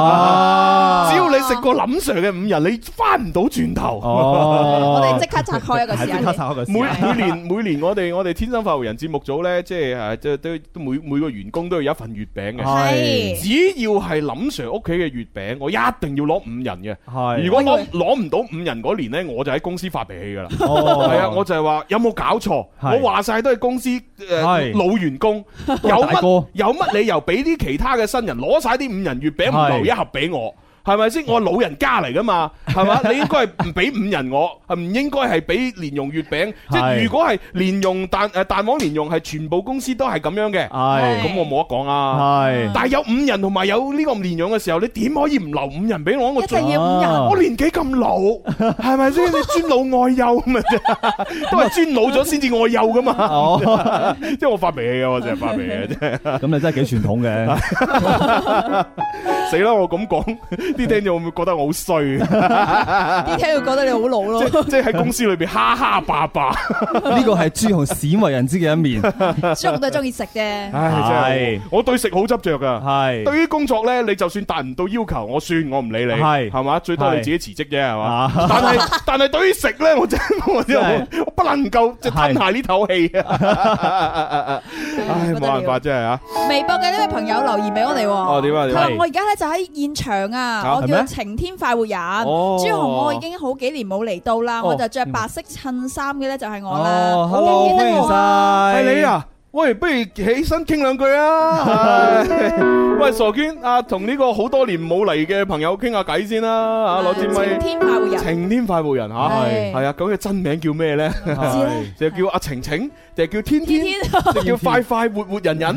S8: 啊
S6: 只要你食過林 Sir 嘅五人，你翻唔到轉頭。
S8: 哦
S1: 我哋即刻拆開一個時間
S8: 即刻拆開一個時
S6: 每
S8: 間
S6: 每年每年我哋我哋天生發育人節目組咧，即係誒即係都都每每個員工都要有一份月餅嘅。
S8: 哦係
S6: 只要係林 Sir 屋企嘅月餅，我一定要攞五人嘅。
S8: 係
S6: 如果攞攞唔到五人嗰年咧，我就喺公司發脾氣㗎啦。
S8: 哦
S6: 係啊，我就係話有冇搞錯？
S8: 係
S6: 我話晒都係公司誒
S8: 係
S6: 老 員工，有
S8: 大
S6: 乜
S8: 哥
S6: 有乜理由俾啲其他嘅新人攞晒啲五人月餅唔
S8: 係
S6: 留一盒俾我？係咪先？我係老人家嚟噶嘛，係 嘛？你應該係唔俾五人我，唔應該係俾蓮蓉月餅。即係
S8: 係
S6: 如果係蓮蓉蛋誒蛋黃蓮蓉係全部公司都係咁樣嘅，
S8: 係
S6: 咁我冇得講啊。
S8: 係
S6: 但係有五人同埋有呢個蓮蓉嘅時候，你點可以唔留五人俾我？我
S8: 一定要五人
S6: 我年紀咁老，係咪先？ 你尊老愛幼咪啫，都係尊老咗先至愛幼噶嘛。
S8: 哦，
S6: 即係我發脾氣啊嘅，我淨係發脾氣嘅啫。
S8: 咁你真係幾傳統嘅。
S6: 死啦！我咁講，啲聽眾會唔會覺得我好衰？啲
S1: 啲聽眾覺得你好老咯
S6: 即即係喺公司裏邊哈哈霸霸，
S8: 呢個係朱紅鮮為人知嘅一面。
S1: 朱紅都係中意食啫。
S6: 唉，真係
S8: 係
S6: 我對食好執着噶。
S8: 係
S6: 對於工作呢，你就算達唔到要求，我算我唔理你，
S8: 係
S6: 係嘛？最多你
S8: 係啊
S6: 自己辭職啫，係嘛？但係 但係對於食呢，我真 我真
S8: 真
S6: 我不能夠即係吞下呢口氣。啊 唉，冇辦法真係啊！
S1: 微博嘅呢位朋友留言俾我哋喎，
S6: 哦點啊
S1: 佢
S6: 點啊
S1: 話我而家咧就喺現場啊，
S6: 啊
S1: 我叫
S6: 係咩
S1: 晴天快活人，
S6: 哦
S1: 朱紅我已經好幾年冇嚟到啦，
S6: 哦
S1: 我就着白色襯衫嘅咧就係我
S8: 哦
S1: 啦，
S8: ，hello，
S1: 記得
S8: 歡迎
S1: 我啊
S8: 晒，
S6: 係你啊！喂，不如起身傾兩句啊！喂，傻娟啊，同呢個好多年冇嚟嘅朋友傾下偈先啦，啊，攞支咪
S1: 晴。天快活人。
S6: 晴天快活人吓，
S1: 係
S6: 係啊，咁佢真名叫咩咧？就叫阿晴晴，定係叫天天，
S1: 天
S6: 定叫快快活 活人人。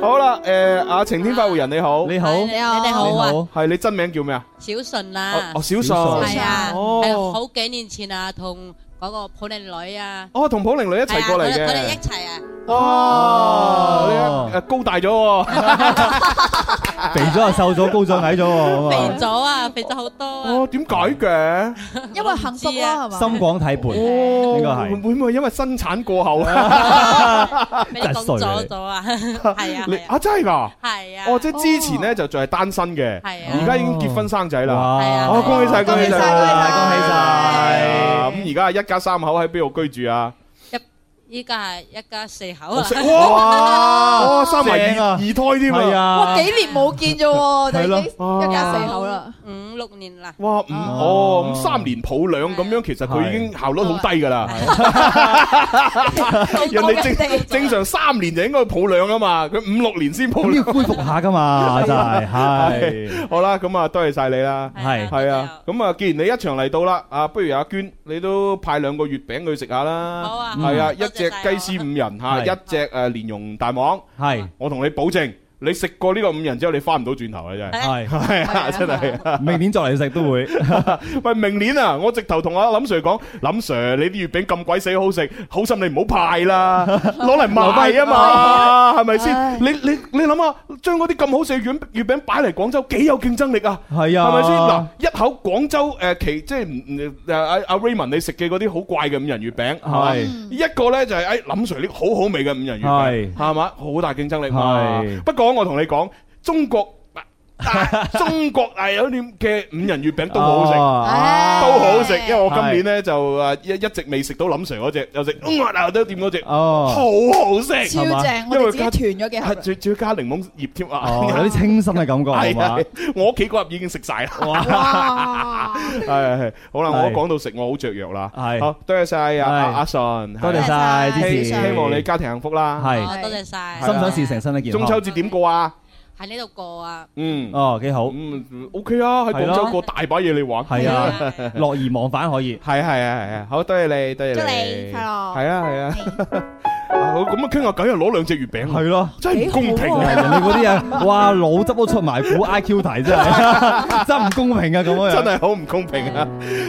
S6: 好啦，誒，阿晴天快活人你好，你
S8: 好
S10: 你好你好啊你好
S6: 係你真名叫咩啊？
S10: 小信
S6: 哦
S10: 啦，
S6: 哦，小信
S10: 系啊，
S6: 哦
S10: 係好幾年前啊，同嗰個普寧女啊，
S6: 哦，同普玲女一齊過嚟
S10: 係啊佢哋佢哋一
S6: 嘅。
S10: 齊啊，
S6: 哇，你誒啊呃高大咗
S10: 啊
S6: 喎，
S8: 肥咗又瘦咗，高咗矮咗喎，
S10: 肥
S8: 咁啊
S10: 咗啊，肥咗好多啊，
S6: 哦，點解嘅？哦
S1: 因為幸福啦，係嘛？
S8: 心廣體胖，應該係。
S6: 會唔會因為生產過後啊
S10: 俾你
S6: 真係
S10: 講
S6: 衰啊
S10: 咗
S6: 你
S10: 咗啊，係啊，
S6: 你啊真係㗎？
S10: 係啊，
S6: 哦，即係之前咧就仲係單身嘅，
S10: 係啊
S6: 而家已經結婚生仔啦。哦，恭喜晒，恭
S10: 恭
S6: 喜
S10: 喜
S6: 晒，
S10: 晒
S6: 恭喜晒！咁而家係一家三口喺邊度居住啊？
S10: 依家係一家四口
S6: 哇
S10: 啊，
S6: 哇，生埋
S8: 正
S6: 二
S8: 啊
S6: 二胎添
S8: 係啊
S6: 啊！
S1: 哇，幾年冇見啫喎，我哋已經一家四口啦。
S10: 五
S5: 六年啦。
S6: 哇，五
S5: 啊
S6: 哦，咁三年抱兩咁樣，其實佢已經效率好低㗎啦。人哋正正常三年就應該抱兩啊嘛，佢五六年先抱兩。
S8: 恢復下噶嘛，真 係係。
S6: 係好啦，咁啊，多謝晒你啦，
S8: 係
S6: 係啊，咁啊，既然你一場嚟到啦，啊，不如阿娟，你都派兩個月餅佢食下啦，好
S5: 啊
S6: 係啊，
S5: 嗯
S6: 一隻雞絲五仁嚇，
S8: 係
S6: 一隻誒蓮蓉大網，
S8: 係，
S6: 我同你保證，你食過呢個五仁之後，你翻唔到轉頭啦，真係，係
S8: 係
S6: 啊，真係。
S8: 明年再嚟食都會。
S6: 喂，明年啊，我直頭同阿林 Sir 講，林 Sir，你啲月餅咁鬼死好食，好心你唔好派 啦，攞嚟賣啊嘛，係咪先？你你你諗下，將嗰啲咁好食嘅月月餅擺嚟廣州，幾有競爭力啊！
S8: 係啊
S6: 係咪先？嗱，一口廣州誒其即係唔唔誒阿阿 Raymond 你食嘅嗰啲好怪嘅五仁月餅，係嘛
S8: 係
S6: 一個咧就係誒林 Sir 呢個好好味嘅五仁月餅，
S8: 係
S6: 係嘛？好大競爭力嘛
S8: 係。
S6: 不過我同你講，中國。啊中國大酒店嘅五仁月餅都好好食，
S8: 哦
S6: 都好好食。因為我今
S8: 係
S6: 年咧就啊一一直未食到林 Sir 嗰只，又食五仁大酒店嗰只，
S8: 哦
S6: 好好食，
S1: 超正，我
S6: 因
S1: 哋
S6: 為
S1: 自
S6: 加
S1: 己團咗嘅盒
S6: 係，仲仲要加檸檬葉添啊！
S8: 哦，有啲清新嘅感覺 係
S6: 係啊
S8: 嘛？，
S6: 我屋企嗰盒已經食晒啦。 係係係好啦，我
S8: 係
S6: 講到食我好雀躍啦。
S8: 係
S6: 好，多謝晒阿阿阿信，
S8: 多謝晒支
S6: 希
S8: 持
S6: 希望你家庭幸福啦。
S8: 係
S5: 多謝晒，
S8: 心想事成，身體健
S6: 中
S8: 康。
S6: 秋節點過啊？
S5: 喺呢度過啊，
S6: 嗯，
S8: 哦，幾好。
S6: 嗯，OK 啊，喺廣州過大把嘢你玩。
S8: 係啊，樂而忘返可以。
S6: 係啊係啊係啊，好多謝你，多謝
S8: 祝
S6: 你，
S8: 你快樂
S6: 係啊係啊。 啊好咁啊，傾下偈啊，攞兩隻月餅。
S8: 係咯，
S6: 真係唔公平啊！
S8: 人哋嗰啲人，哇，腦汁都出埋股 I Q 題真係，真唔公平啊咁樣。
S6: 真係好唔公平啊！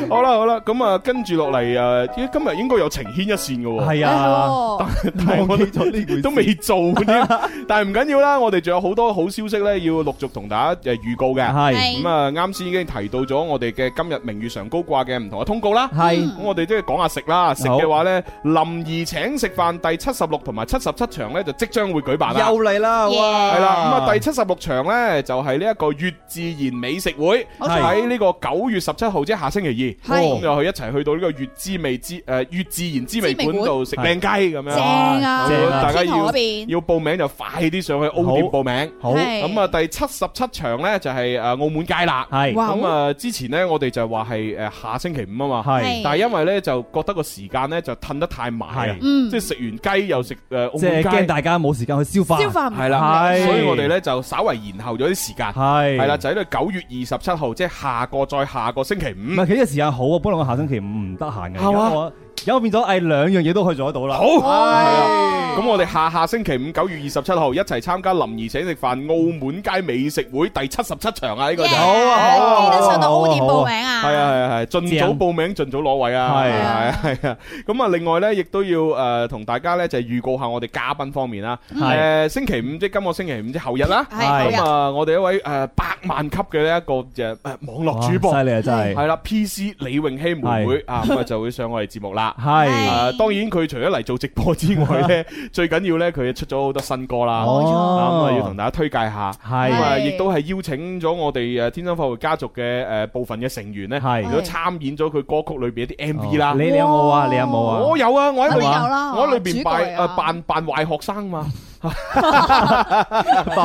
S6: 好啦好啦，咁啊跟住落嚟啊，咦今日應該有情牽一線嘅喎。
S8: 係啊
S6: 但但係我哋都未做添，但係唔緊要啦，我哋仲有好多好消息咧，要陸續同大家誒預告嘅。
S8: 係
S6: 咁啊，啱先已經提到咗我哋嘅今日名譽上高掛嘅唔同嘅通告啦。
S8: 係
S6: 咁我哋都要講下食啦，食嘅話咧，林兒請食飯第七十六同埋七十七場咧就即將會舉辦啦。
S8: 又嚟啦，哇！
S6: 係啦，咁啊第七十六場呢，就係呢一個粵自然美食會，
S8: 係
S6: 喺呢個九月十七號，即係下星期二，
S8: 係
S6: 咁就去一齊去到呢個粵滋味之誒粵自然滋味館度食
S8: 滋味
S6: 靚雞咁樣，
S1: 正啊
S6: 咁大家
S1: 天河
S6: 要
S1: 嗰邊
S6: 要報名就快啲上去 O 店報名，
S8: 好
S1: 係
S6: 咁啊第七十七場呢，就係誒呃澳門街啦，
S8: 係哇
S6: 咁啊之前呢，我哋就話係誒下星期五啊嘛，
S8: 係
S6: 但係因為呢，就覺得個時間呢，就褪得太埋啊，
S8: 嗯
S6: 即係食完雞又食誒澳
S8: 即
S6: 門
S8: 係
S6: 街
S8: 驚。大家冇時間去消化，
S1: 消化唔
S6: 系啦，
S8: 係
S6: 所以我哋咧就稍為延後咗啲時間，
S8: 係
S6: 係啦，就喺度九月二十七號，即係下個再下個星期
S8: 唔
S6: 五。
S8: 係，其實時間好啊，本來我下星期五唔得閒嘅，
S6: 係
S8: 而
S6: 嘛
S8: 家我而家我變咗誒兩樣嘢都可以做得到啦。
S6: 好，係啦咁我哋下下星期五九月二十七號一齊參加林兒請食飯澳門街美食會第七十七場
S1: dạ.
S6: 啊！呢個就
S8: 好啊好啊記得上到 O 店報名
S1: à?
S6: 啊！係啊係啊係，盡早報名盡早攞位啊！
S8: 係
S6: 係啊係啊！咁啊，另外咧亦都要誒同大家咧就係預告下我哋嘉賓方面啦。
S8: 係
S6: 誒星期五即係今個星期五即係後日啦。
S8: 係後日
S6: 咁啊，我哋一位誒百萬級嘅呢一個誒誒網絡主播，
S8: 哇犀利啊真係
S6: 係啦，PC 李永熙妹妹
S8: 係
S6: 啊， 咁啊就會上我哋節目啦。
S8: 係
S6: 誒，當然佢除咗嚟做直播之外咧， 最緊要咧佢出咗好多新歌啦。
S8: 冇錯
S6: 咁啊要同大家推介下。
S8: 係
S6: 咁啊，
S8: 係
S6: 亦都係邀請咗我哋誒天生快活家族嘅誒部分嘅成員咧，
S8: 係
S6: 如果參演咗佢歌曲裏邊一啲 MV 啦。
S8: 你你有冇啊？你有冇啊？
S6: 我有啊，我喺裏
S8: 肯定有
S1: 啦
S6: 我喺裏邊
S1: 主角
S6: 扮
S1: 嚟啊
S6: 誒扮扮壞學生嘛。
S8: 爆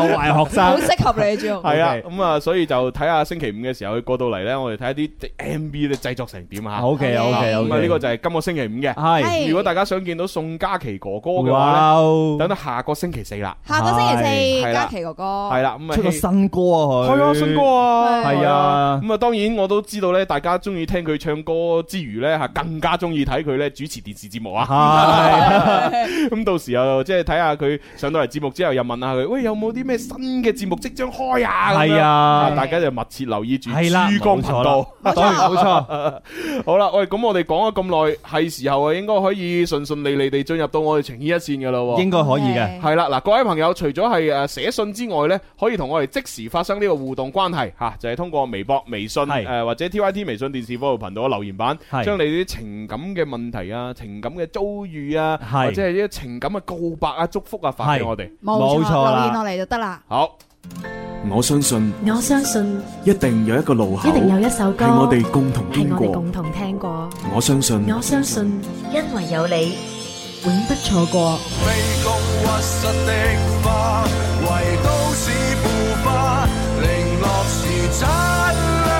S8: 壞 學生，
S1: 好適合你啊，朱紅
S6: 係啊，咁啊，所以就睇下星期五嘅時候佢過到嚟咧，我哋睇下啲 M V 咧製作成點啊。
S8: OK，OK，OK
S6: 咁啊，呢個就係今個星期五嘅。
S8: 係
S6: 如果大家想見到宋嘉琪哥哥嘅話咧，等到下個星期四啦。
S1: 下個星期
S6: 係
S1: 四，
S6: 啦
S1: 嘉琪哥哥
S6: 係啦，咁啊
S8: 出個
S6: 希
S8: 新歌啊佢。
S6: 係啊，信哥啊，
S8: 哦係
S6: 係
S8: 啊。
S6: 咁啊，當然我都知道咧，大家中意聽佢唱歌之餘咧，嚇更加中意睇佢咧主持電視節目啊。 咁到時候即係睇下佢上到嚟節目之後，又問下佢，喂，有冇啲咩新嘅節目即將開啊？咁樣
S8: 係啊
S6: 大家就密切留意住珠
S8: 係啦
S6: 江頻道。
S8: 冇錯啦當然
S6: 錯。
S8: 冇
S6: 好啦，喂，咁我哋講咗咁耐，係時候啊，應該可以順順利利地進入到我哋情牽一線嘅啦喎。
S8: 應該可以嘅
S6: 係啦，嗱，各位朋友，除咗係誒寫信之外呢，可以同我哋即時發生呢個互動關係嚇、就係、通過微博、微信誒、或者 T Y T 微信電視服務頻道嘅留言板，
S8: 係
S6: 將你啲情感嘅問題啊、情感嘅遭遇啊，
S8: 係
S6: 或者係啲情感嘅告白啊、祝福啊，發俾
S8: 係
S6: 我哋。
S1: 冇錯，留言落嚟就得啦。
S6: 好，
S27: 我相信
S10: 我相信
S27: 一定有一個路口，
S10: 一定有一首歌
S27: 係我哋共同
S10: 係
S27: 經
S10: 我哋
S27: 過
S10: 共。同聽過。
S27: 我相信
S10: 我相信，因為有你，永不錯過。
S2: 被共屈膝的花，為都市腐化，零落時產量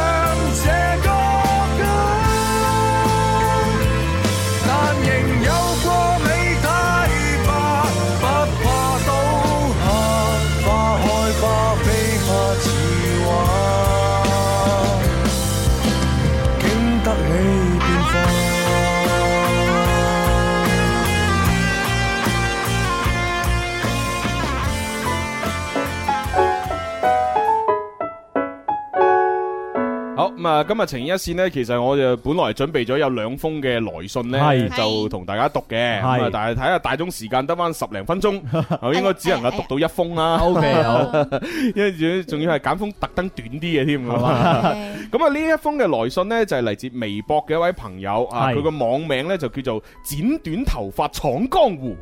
S6: 好咁啊！今日情意一線呢，其實我就本來準備咗有兩封嘅來信呢，
S8: 係
S6: 就同大家讀嘅。
S8: 係
S6: 咁啊，但係睇下大鐘時間得翻十零分 鐘，我應該只能夠讀到一封啦。
S8: 哎呀好，
S6: 因為仲要係揀封特登短啲嘅添。咁
S8: 嘛
S6: 啊，呢一封嘅來信呢，就係嚟自微博嘅一位朋友啊，
S8: 係
S6: 佢個網名呢，就叫做剪短頭髮闖江湖。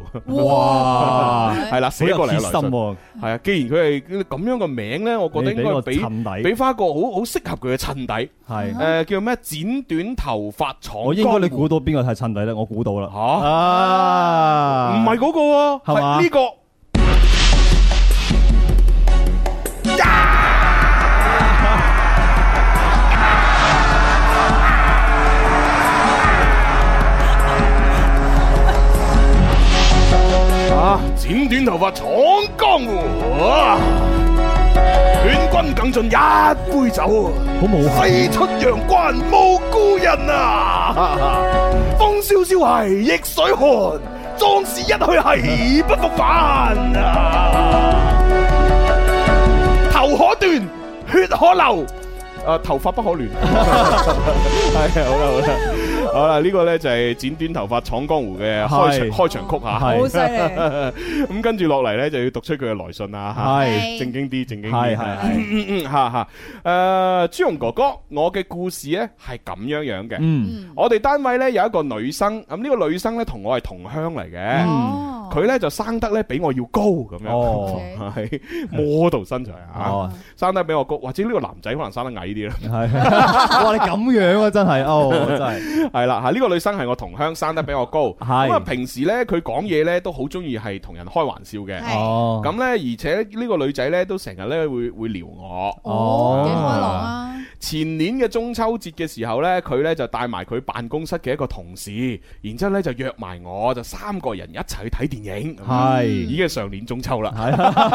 S8: 哇
S6: 係啦， 寫過嚟嘅來
S8: 好有貼心
S6: 信。
S8: 喎
S6: 係啊，既然佢係咁樣嘅名呢，我覺得
S8: 你俾
S6: 應該
S8: 個
S6: 俾
S8: 襯底
S6: 俾翻一個好好適合佢嘅襯底。
S8: 係
S6: 誒叫咩？剪短頭髮闖江湖。
S8: 我應該你估到啊邊個係襯底咧？我估到啦。
S6: 唔
S8: 啊，
S6: 係嗰個喎，
S8: 係嘛
S6: 呢 個。
S8: 啊
S6: 啊！剪短頭髮闖江湖，啊勸君更盡一杯酒，啊好
S8: 冇
S6: 西出陽關無故人 啊！風蕭蕭係逆水寒，壯士一去係不復返啊！頭可斷，血可流。啊，頭髮不可 亂。係好啦好啦。好啦，呢個呢就係剪短頭髮闖江湖嘅開場
S8: 係
S6: 開場曲吓，
S8: 係好犀
S6: 利。咁跟住落嚟呢，就要讀出佢嘅來信啦，吓
S8: 係
S6: 正經啲，正經啲，
S8: 係係係
S6: 嗯嗯嗯，吓吓。誒，朱紅哥哥，我嘅故事呢係咁樣樣嘅。
S8: 嗯，
S6: 我哋單位呢有一個女生，咁呢個女生呢同我係同鄉嚟嘅。佢呢就生得呢比我要高咁
S8: 嗯哦
S6: 樣，係 model 身材啊，生得比我高，或者呢個男仔可能生得矮啲啦。
S8: 哇！你咁樣啊，真係哦，真係。
S6: 係啦，吓呢個女生係我同鄉，生得比我高。咁啊，平時呢，佢講嘢呢都好中意係同人開玩笑嘅。
S8: 係哦
S6: 咁呢，而且呢個女仔呢都成日呢會會撩我。
S8: 哦幾開
S6: 朗啊！前年嘅中秋節嘅時候呢，佢呢就帶埋佢辦公室嘅一個同事，然之後呢就約埋我，就三個人一齊去睇電影。
S8: 係
S6: 已經係上年中秋啦。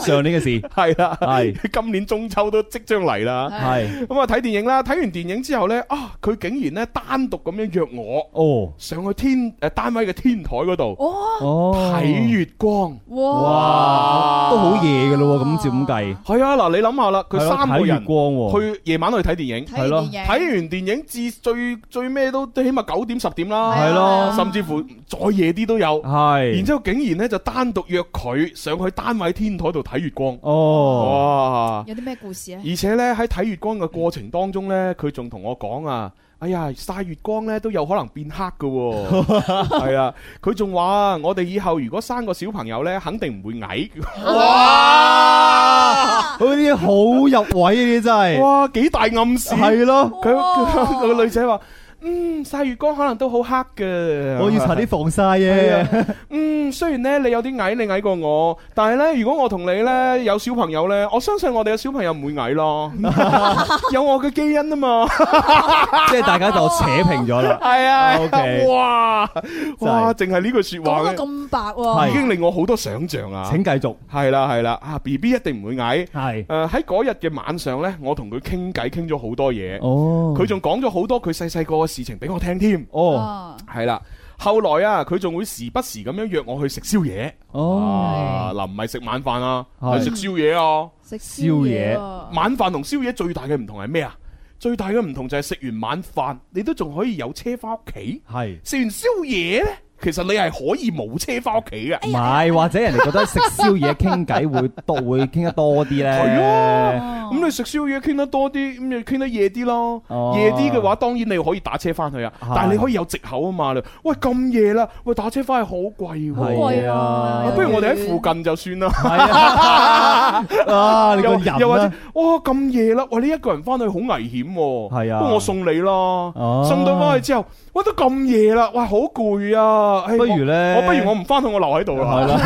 S8: 上年嘅事
S6: 係啦，係今年中秋都即將嚟啦。
S8: 係
S6: 咁啊，睇電影啦，睇完電影之後呢，啊，佢竟然呢單獨咁樣約我。
S8: 哦，
S6: 上去天誒單位嘅天台嗰度
S8: 哦，
S6: 睇月光，
S8: 哇，都好夜嘅咯喎，咁照咁計。
S6: 係啊，嗱你諗下啦，佢
S8: 係咯
S6: 三個
S8: 睇月
S6: 人
S8: 光喎
S6: 去夜晚去睇電影，
S8: 睇完電影
S6: 睇完電影至最最咩都都起碼九點十點啦，
S8: 係咯
S6: 甚至乎再夜啲都有，
S8: 啊係
S6: 然之後竟然呢，就單獨約佢上去單位天台度睇月光，
S8: 哦
S6: 哇！
S1: 有啲咩故事咧？
S6: 而且呢，喺睇月光嘅過程當中呢，佢仲同我講啊。哎呀，曬月光呢都有可能變黑㗎 喎，係啊！佢仲話啊我哋以後如果生個小朋友呢，肯定唔會 矮。哇！
S8: 嗰啲好入位，呢啲真係。
S6: 哇，幾大暗示。
S8: 係咯，
S6: 佢佢個女仔話：嗯，曬月光可能都好黑嘅。
S8: 我要搽啲防
S6: 係
S8: 曬嘅。
S6: 啊嗯，雖然呢，你有啲矮，你矮過我，但係呢，如果我同你呢，有小朋友呢，我相信我哋嘅小朋友唔會矮 咯，有我嘅基因啊嘛。
S8: 即係大家就扯平咗啦。
S6: 係啊
S8: OK
S6: 哇哇，淨係呢句説話
S1: 講
S6: 呢
S1: 到咁白
S6: 已
S1: 喎，
S6: 經令我好多想像啊！
S8: 請繼續。
S6: 係啦係啦，啊 B B 一定唔會矮。誒
S8: 係
S6: 喺嗰日嘅晚上呢，我同佢傾偈傾咗好多嘢。
S8: 哦
S6: 佢仲講咗好多佢細細個嘅事情俾我聽添。
S1: Ờ,
S8: 哦，
S6: 係啦。後來啊，佢仲會時不時咁樣約我去食宵夜。
S8: 哦
S6: 啊，嗱，唔係食晚飯啊，
S8: 係
S6: 係食宵夜啊。
S1: 食
S8: 宵夜
S6: 晚飯同宵夜最大嘅唔同係咩啊？最大嘅唔同就係食完晚飯，你都仲可以有車翻屋企。
S8: 係
S6: 食完宵夜呢，其實你係可以冇車翻屋企嘅。
S8: 唔係，或者人哋覺得食宵夜傾偈會 多，會傾得多啲咧。
S6: 係啊，咁你食宵夜傾得多啲，咁就傾得夜啲咯。夜啲嘅話，當然你可以打車翻去啊，哦但係你可以有藉口啊嘛。你喂咁夜啦，喂打車翻去好貴喎，
S8: 係啊
S6: 不如我哋喺附近就算啦。
S8: 啊，你個
S6: 又
S8: 人
S6: 又或者
S8: 啊，
S6: 哇咁夜啦，喂你一個人翻去好危險喎。
S8: 係啊
S6: 不過我送你啦，送到翻去之後，喂都咁夜啦，喂好攰啊。唉
S8: 不如咧
S6: 我我不如我唔翻去，我留喺度
S8: 係
S6: 啦。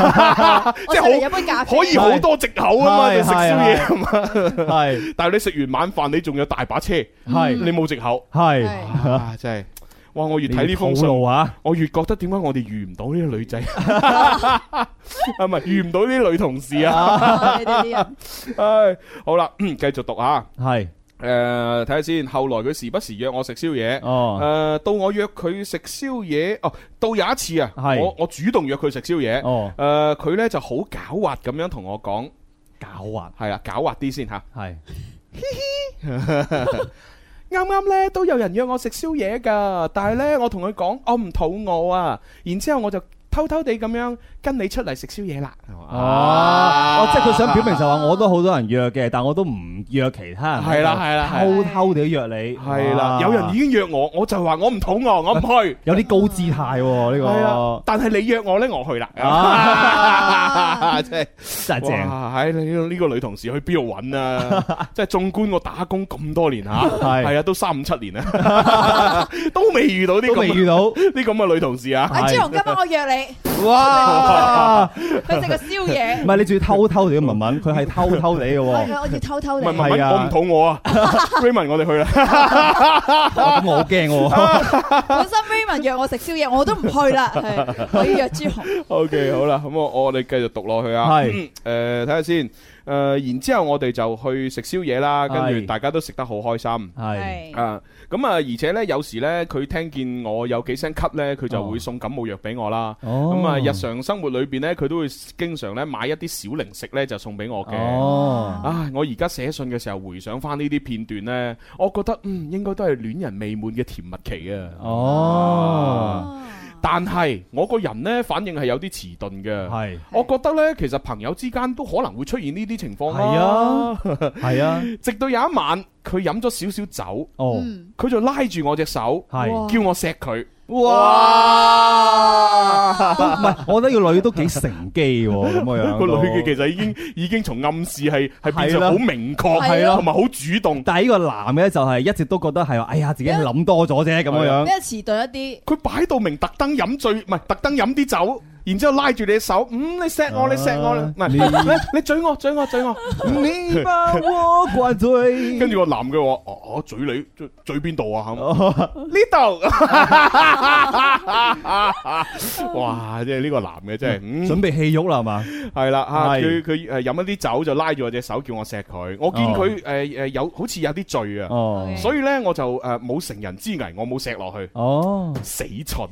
S8: 啦，
S1: 我
S6: 即
S1: 上
S6: 係好
S1: 嚟飲杯咖啡，
S6: 可以好多藉口啊嘛，
S8: 係
S6: 你食宵夜啊嘛。
S8: 係
S6: 但係你食完晚飯，你仲有大把車，
S8: 係
S6: 你冇藉口。
S8: 係，
S6: 啊，真係，哇！我越睇呢封信
S8: 你要，吐露啊
S6: 我越覺得點解我哋遇唔到呢個女仔， 啊唔係遇唔到呢啲女同事啊！
S1: 你 哋啲人
S6: 唉，好啦，嗯繼續讀啊。
S8: 係
S6: 呃誒，睇下先。後來佢時不時約我食宵夜。
S8: 哦
S6: 誒，到我約佢食宵夜，哦，到有一次啊，
S8: 係
S6: 我我主動約佢食宵夜。
S8: 哦
S6: 誒，佢呢就好狡猾咁樣同我講，
S8: 狡猾，
S6: 係啊，狡猾啲先吓。
S8: 係
S6: 啱啱咧都有人約我食宵夜㗎，但係咧
S8: 嗯
S6: 我同佢講我唔肚餓啊，然之後我就偷偷地咁樣跟你出嚟食宵夜啦。
S8: 哦，哦，即係佢想表明就話我都好多人約嘅，但我都唔約其他人。
S6: 啊係啦係啦係
S8: 偷
S6: 啦
S8: 偷地約你。
S6: 係啦，有人已經約我，我就話我唔肚餓，我唔去。
S8: 有啲高姿態喎呢個。
S6: 係啊，但係你約我咧，我去啦。真係真
S8: 啊係正
S6: 係呢個呢個女同事去邊度揾 啊？即係縱觀我打工咁多年嚇，
S8: 係
S6: 係啊，都三五七年 啦，都未遇到呢
S8: 都
S6: 個
S8: 未遇到
S6: 呢咁嘅女同事啊。
S1: 阿朱紅，今晚我約 你，
S8: 哇！
S1: 去食個宵夜
S8: 唔。係你仲要偷偷地問問，佢係偷偷地 嘅喎。
S1: 係啊我要偷偷
S6: 唔
S1: 你。
S6: 係唔係，
S8: 係啊
S6: 我唔肚餓 啊，Raymond，我哋 去啦。
S8: 咁我好驚喎。
S1: 本身 Raymond 約我食宵夜，我都唔去 啦。係我要約朱紅。
S6: O、k 好啦，咁我我哋繼續讀落去啊。
S8: 係
S6: 诶睇下先。诶、然之後我哋就去食宵夜啦，跟
S8: 係
S6: 住大家都食得好開心。
S8: 係
S6: 啊，咁啊，而且呢，有時呢，佢聽見我有幾聲咳呢，佢就會送感冒藥俾我啦。
S8: 哦
S6: 咁啊、日常生活裏邊呢，佢都會經常呢買一啲小零食呢，就送俾我嘅。
S8: 哦
S6: 唉，我而家寫信嘅時候回想翻呢啲片段呢，我覺得嗯應該都係戀人未滿嘅甜蜜期啊。
S8: 哦。
S6: 但係我個人呢，反應係有啲遲鈍嘅。
S8: 係
S6: 我覺得呢，其實朋友之間都可能會出現呢啲情況啦。
S8: 係啊，係啊。
S6: 直到有一晚，佢飲咗少少酒，
S8: 哦
S6: 佢就拉住我隻手，
S8: 係
S6: 叫我錫佢。
S8: 都唔係，我覺得個女都幾乘機喎，咁 樣
S6: 個女嘅
S8: 嘅
S6: 其實已 經已經從暗示係係變
S8: 係
S6: 成
S8: 啦
S6: 好明確，
S8: 係啦
S6: 同埋好主動。
S8: 但係呢個男嘅就係一直都覺得係話，哎呀，自己諗多咗啫咁
S1: 比
S8: 樣樣。
S1: 較遲鈍一啲。
S6: 佢擺到明，特登飲醉，唔係特登飲啲酒。然之後拉住你手，嗯，你錫我，你錫我，唔係
S8: 啊你
S6: 你你嘴我，嘴我，嘴我，
S8: 你把我灌醉。
S6: 跟住個男嘅話：哦，我嘴你，嘴嘴邊度啊？
S8: 哦
S6: 咁呢度， 哇！即係呢個男嘅真係，嗯
S8: 準備戲肉啦，係嘛？
S6: 係啦嚇，
S8: 係
S6: 佢佢誒飲一啲酒就拉住我隻手叫我錫佢，我見佢誒誒有好似有啲醉
S8: 哦
S6: 啊，所以咧我就誒冇成人之危，我冇錫落去，
S8: 哦，
S6: 死 蠢，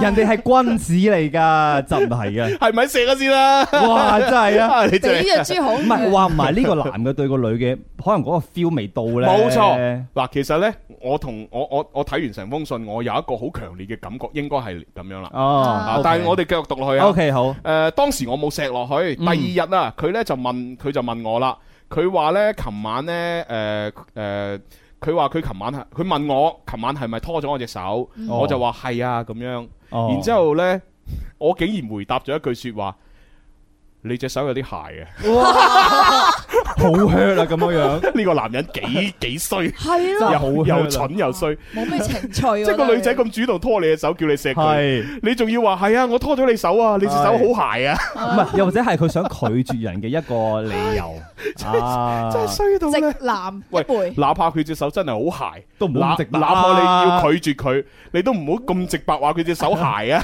S8: 人哋係君子嚟㗎，就唔係嘅。
S6: 係咪錫咗先 啦？
S8: 哇！真係 啊，
S6: 你真係
S8: 唔係話唔係呢個男嘅對個女嘅，可能嗰個 feel 未到咧。
S6: 冇錯，嗱，其實呢，我同我我我睇完成封信，我有一個好強烈嘅感覺，應該係咁樣啦。
S8: 哦
S6: 啊
S8: OK
S6: 但係我哋繼續讀落去啊。
S8: OK，好。
S6: 誒，當時我冇錫落去，
S8: 嗯
S6: 第二日啊，佢呢就問佢就問我啦，佢話呢，琴晚呢，誒誒，佢話佢琴晚係，佢問我琴晚係咪拖咗我隻手，
S8: 嗯
S6: 我就話係啊咁樣，
S8: 哦
S6: 然之後呢，我竟然回答咗一句説話，你隻手有啲鞋啊嘅，
S8: 好 hurt 啦咁樣樣。
S6: 呢個男人 幾幾衰，
S1: 係
S8: 真係好
S6: 又
S8: hurt 啊
S6: 又蠢又衰。
S1: 冇咩情趣喎。
S6: 即係個女仔咁主動拖你嘅手，叫你錫佢
S8: 係，
S6: 你仲要話係啊，我拖咗你手啊，你隻手好鞋啊，
S8: 唔係，又或者係佢想拒絕人嘅一個理 由啊，
S6: 真係衰到咧！
S1: 直男一
S6: 喂
S1: 輩，。
S6: 哪怕佢隻手真係好鞋，
S8: 都唔好
S6: 哪
S8: 咁直白啊
S6: 哪怕你要拒絕佢，你都唔好咁直白話佢隻手鞋啊！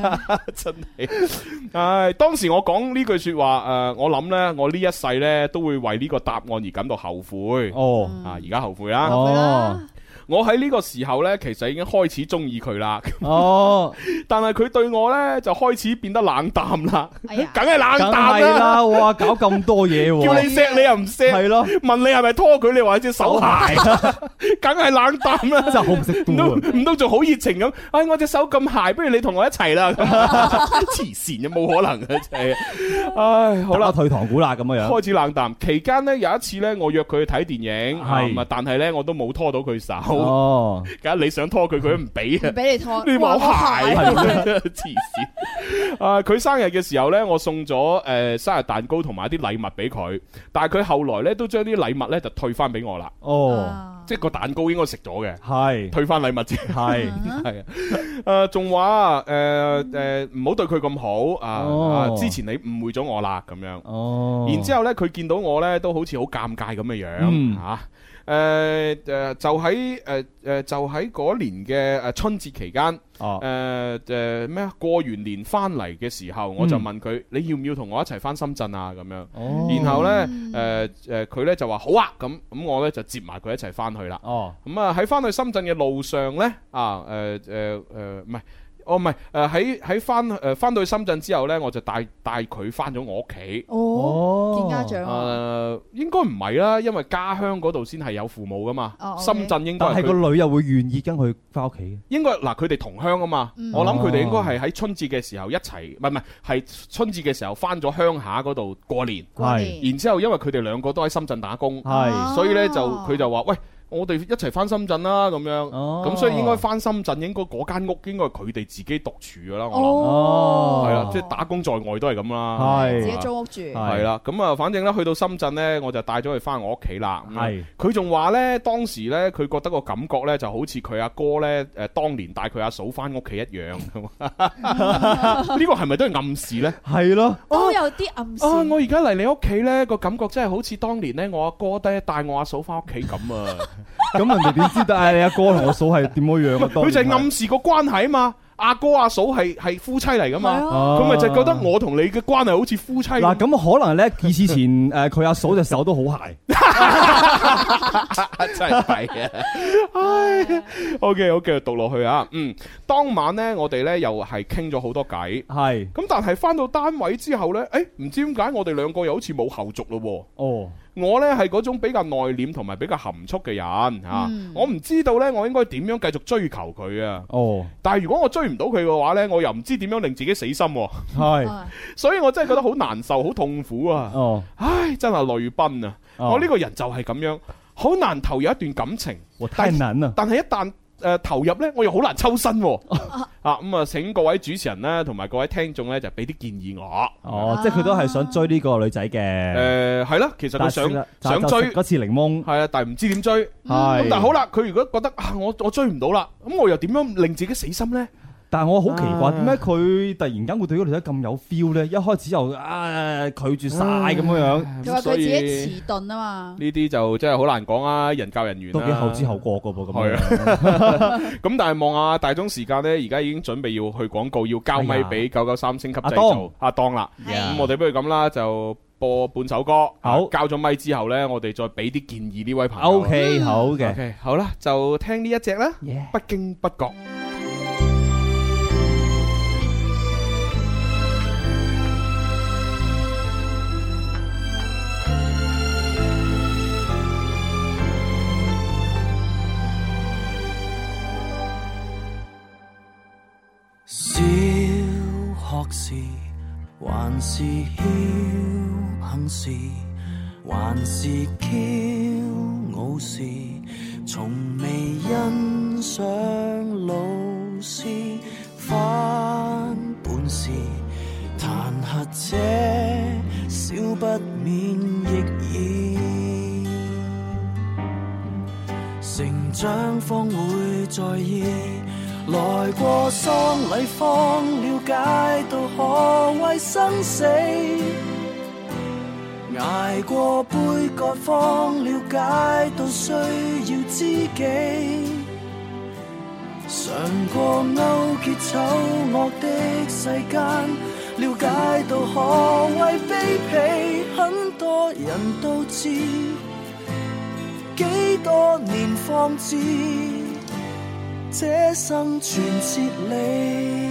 S6: 真係，唉，當時我講呢句说話，诶，我諗呢，我呢一世呢都會為呢個答案而感到後悔。
S8: 哦，
S6: 啊，而家後悔啦。
S8: 哦，
S6: 我喺呢個時候呢，其實已經開始中意佢啦。
S8: 哦，
S6: 但係佢對我呢，就開始變得冷淡啦，
S1: 哎呀
S6: 梗係冷
S8: 梗
S6: 淡
S8: 係
S6: 啦。
S8: 啦，哇，搞咁多嘢
S6: 叫
S8: 喎，
S6: 你錫你又唔錫，
S8: 係咯
S6: 問你係咪拖佢，你話隻 手鞋，梗係冷淡啦。
S8: 真係好 唔識
S6: 唔
S8: 估啊！
S6: 通唔通仲好熱情咁？哎，我隻手咁鞋，不如你同我一齊 啦！咁黐線嘅，冇可能嘅，真係。唉，好
S8: 好啦，
S6: 啦。
S8: 退堂鼓啦咁樣樣，
S6: 開始冷淡，期間呢，有一次呢，我約佢去睇電影，
S8: 係
S6: 咁啊但係呢，我都冇拖到佢手，
S8: 哦，
S6: 梗係你想拖佢，佢都唔俾啊
S1: 唔！俾你拖，
S6: 你
S1: 哇
S6: 話我鞋
S1: 我
S6: 黐線啊！佢生日嘅時候呢，我送咗誒生日蛋糕同埋一啲禮物俾佢，但係佢後來呢，都將啲禮物呢就退翻俾我啦，
S8: 哦，
S6: 即係個蛋糕應該食咗 嘅，
S8: 係
S1: 啊
S6: 退翻禮物啫。
S8: 係
S6: 係啊，誒仲話誒誒唔好對佢咁好啊啊！
S8: 哦
S6: 之前你誤會咗我啦咁樣，
S8: 哦，
S6: 然之後呢，佢見到我呢都好似好尷尬咁嘅樣
S8: 嗯
S6: 嚇。誒誒就喺誒誒就喺嗰年嘅誒呃春節期間，
S8: 哦，
S6: 誒誒咩啊？過完年翻嚟嘅時候，我就問佢：你要唔要同我一齊翻深圳啊？咁樣，
S8: 嗯哦
S6: 然後呢，誒誒佢呢就話好啊，咁咁我呢就接埋佢一齊翻去啦。
S8: 哦，
S6: 呃咁啊喺翻去深圳嘅路上呢，啊誒誒誒唔係。哦，唔係，誒喺喺翻誒翻到去深圳之後呢，我就帶帶佢翻咗我屋企。
S1: 哦見家長
S6: 誒，應該唔係啦，因為家鄉嗰度先係有父母噶嘛
S1: 哦。，OK
S6: 深圳應該
S14: 但係個
S6: 佢
S14: 女又會願意跟佢翻屋企嘅。
S6: 應該嗱，佢哋同鄉啊嘛
S14: 嗯。
S6: 我諗佢哋應該係喺春節嘅時候一齊，唔係唔係，係春節嘅時候翻咗鄉下嗰度過年。
S14: 過年
S6: 然之後，因為佢哋兩個都喺深圳打工，
S1: 啊
S14: 係
S6: 所以呢，就佢就話喂。我哋一齊翻深圳啦，咁樣，
S14: 哦
S6: 咁所以應該翻深圳，應該嗰間屋應該係佢哋自己獨處噶啦，我諗。
S14: 哦
S6: 係啦，即係打工在外都係咁啦。
S14: 係
S1: 自己租屋住
S6: 係啦，咁啊，反正咧去到深圳咧，我就帶咗佢翻我屋企啦。咁樣
S14: 係
S6: 佢仲話咧，當時咧佢覺得個感覺咧就好似佢阿哥咧誒當年帶佢阿嫂翻屋企一樣。 咁啊呢個係咪都係暗示咧？
S14: 係咯。
S1: 都有啲暗示。
S6: 啊！我而家嚟你屋企咧，個感覺真係好似當年咧，我阿哥咧帶我阿嫂翻屋企咁 啊！
S14: 咁人哋點知道？唉，你阿哥同我嫂係點樣樣啊？當
S6: 佢
S14: 然
S6: 就係
S14: 係
S6: 暗示個關係啊嘛。阿哥阿嫂係係夫妻嚟噶嘛，
S14: 係啊
S6: 佢咪就覺得我同你嘅關係好似夫妻咁。
S14: 嗱，咁可能咧，以前誒佢阿嫂隻手都好鞋。
S6: 真係弊啊！唉，OK，好，繼續讀落去啊。嗯，當晚呢，我哋呢又係傾咗好多偈。
S14: 係。
S6: 咁但係翻到單位之後呢，誒、唔知點解我哋兩個又好似冇後續咯喎。
S14: 哦。
S6: 我呢係嗰種比較內斂同埋比較含蓄嘅人嚇，
S14: 嗯
S6: 我唔知道呢，我應該點樣繼續追求佢啊。
S14: 哦。
S6: 但係如果我追唔到佢嘅話呢，我又唔知點樣令自己死心喎。
S1: 啊
S14: 係。
S6: 所以我真係覺得好難受，好痛苦啊！
S14: 哦，
S6: 唉，真係淚奔啊！
S14: 哦
S6: 我呢個人就係咁樣，好難投入一段感情。
S14: 太難啦。
S6: 但係一旦誒投入呢，我又好難抽身喎。啊咁啊，請各位主持人啦，同埋各位聽眾呢，就俾啲建議我。
S1: 啊
S14: 哦，即係佢都係想追呢個女仔嘅。
S6: 誒係啦，其實佢想
S14: 但係
S6: 想
S14: 就
S6: 追
S14: 食嗰次檸檬。
S6: 係啊，但係唔知點追。咁
S14: 係
S6: 但係好啦，佢如果覺得啊，我我追唔到啦，咁我又點樣令自己死心呢？
S14: 但係我好奇怪，
S6: 啊
S14: 點解佢突然間會對嗰個女仔咁有 feel 咧？一開始又啊拒絕晒咁樣樣，
S1: 佢話佢自己遲鈍啊嘛。
S6: 呢啲就真係好難講啊，人教人緣
S14: 都幾後知後
S6: 覺
S14: 覺噶噃
S6: 係
S14: 咁
S6: 啊，咁但係望下大鐘時間呢，而家已經準備要去廣告，要交咪俾九九三星級製造阿當啦。
S14: Yeah
S6: 咁我哋不如咁啦，就播半首歌。好，交咗咪之後呢，我哋再俾啲建議呢位朋友。
S14: OK，好嘅
S6: OK，好啦，就聽呢一隻啦。不經不覺。
S2: 小學時，還是僥倖時，還是驕傲時，從未欣賞老師翻本事，彈劾者少不免逆耳。成長方會在意，來過喪禮方了解到何謂生死，捱過杯葛方了解到需要知己，嘗過勾結醜惡的世間，了解到何謂卑鄙，很多人都知。幾多年方知這生存哲理？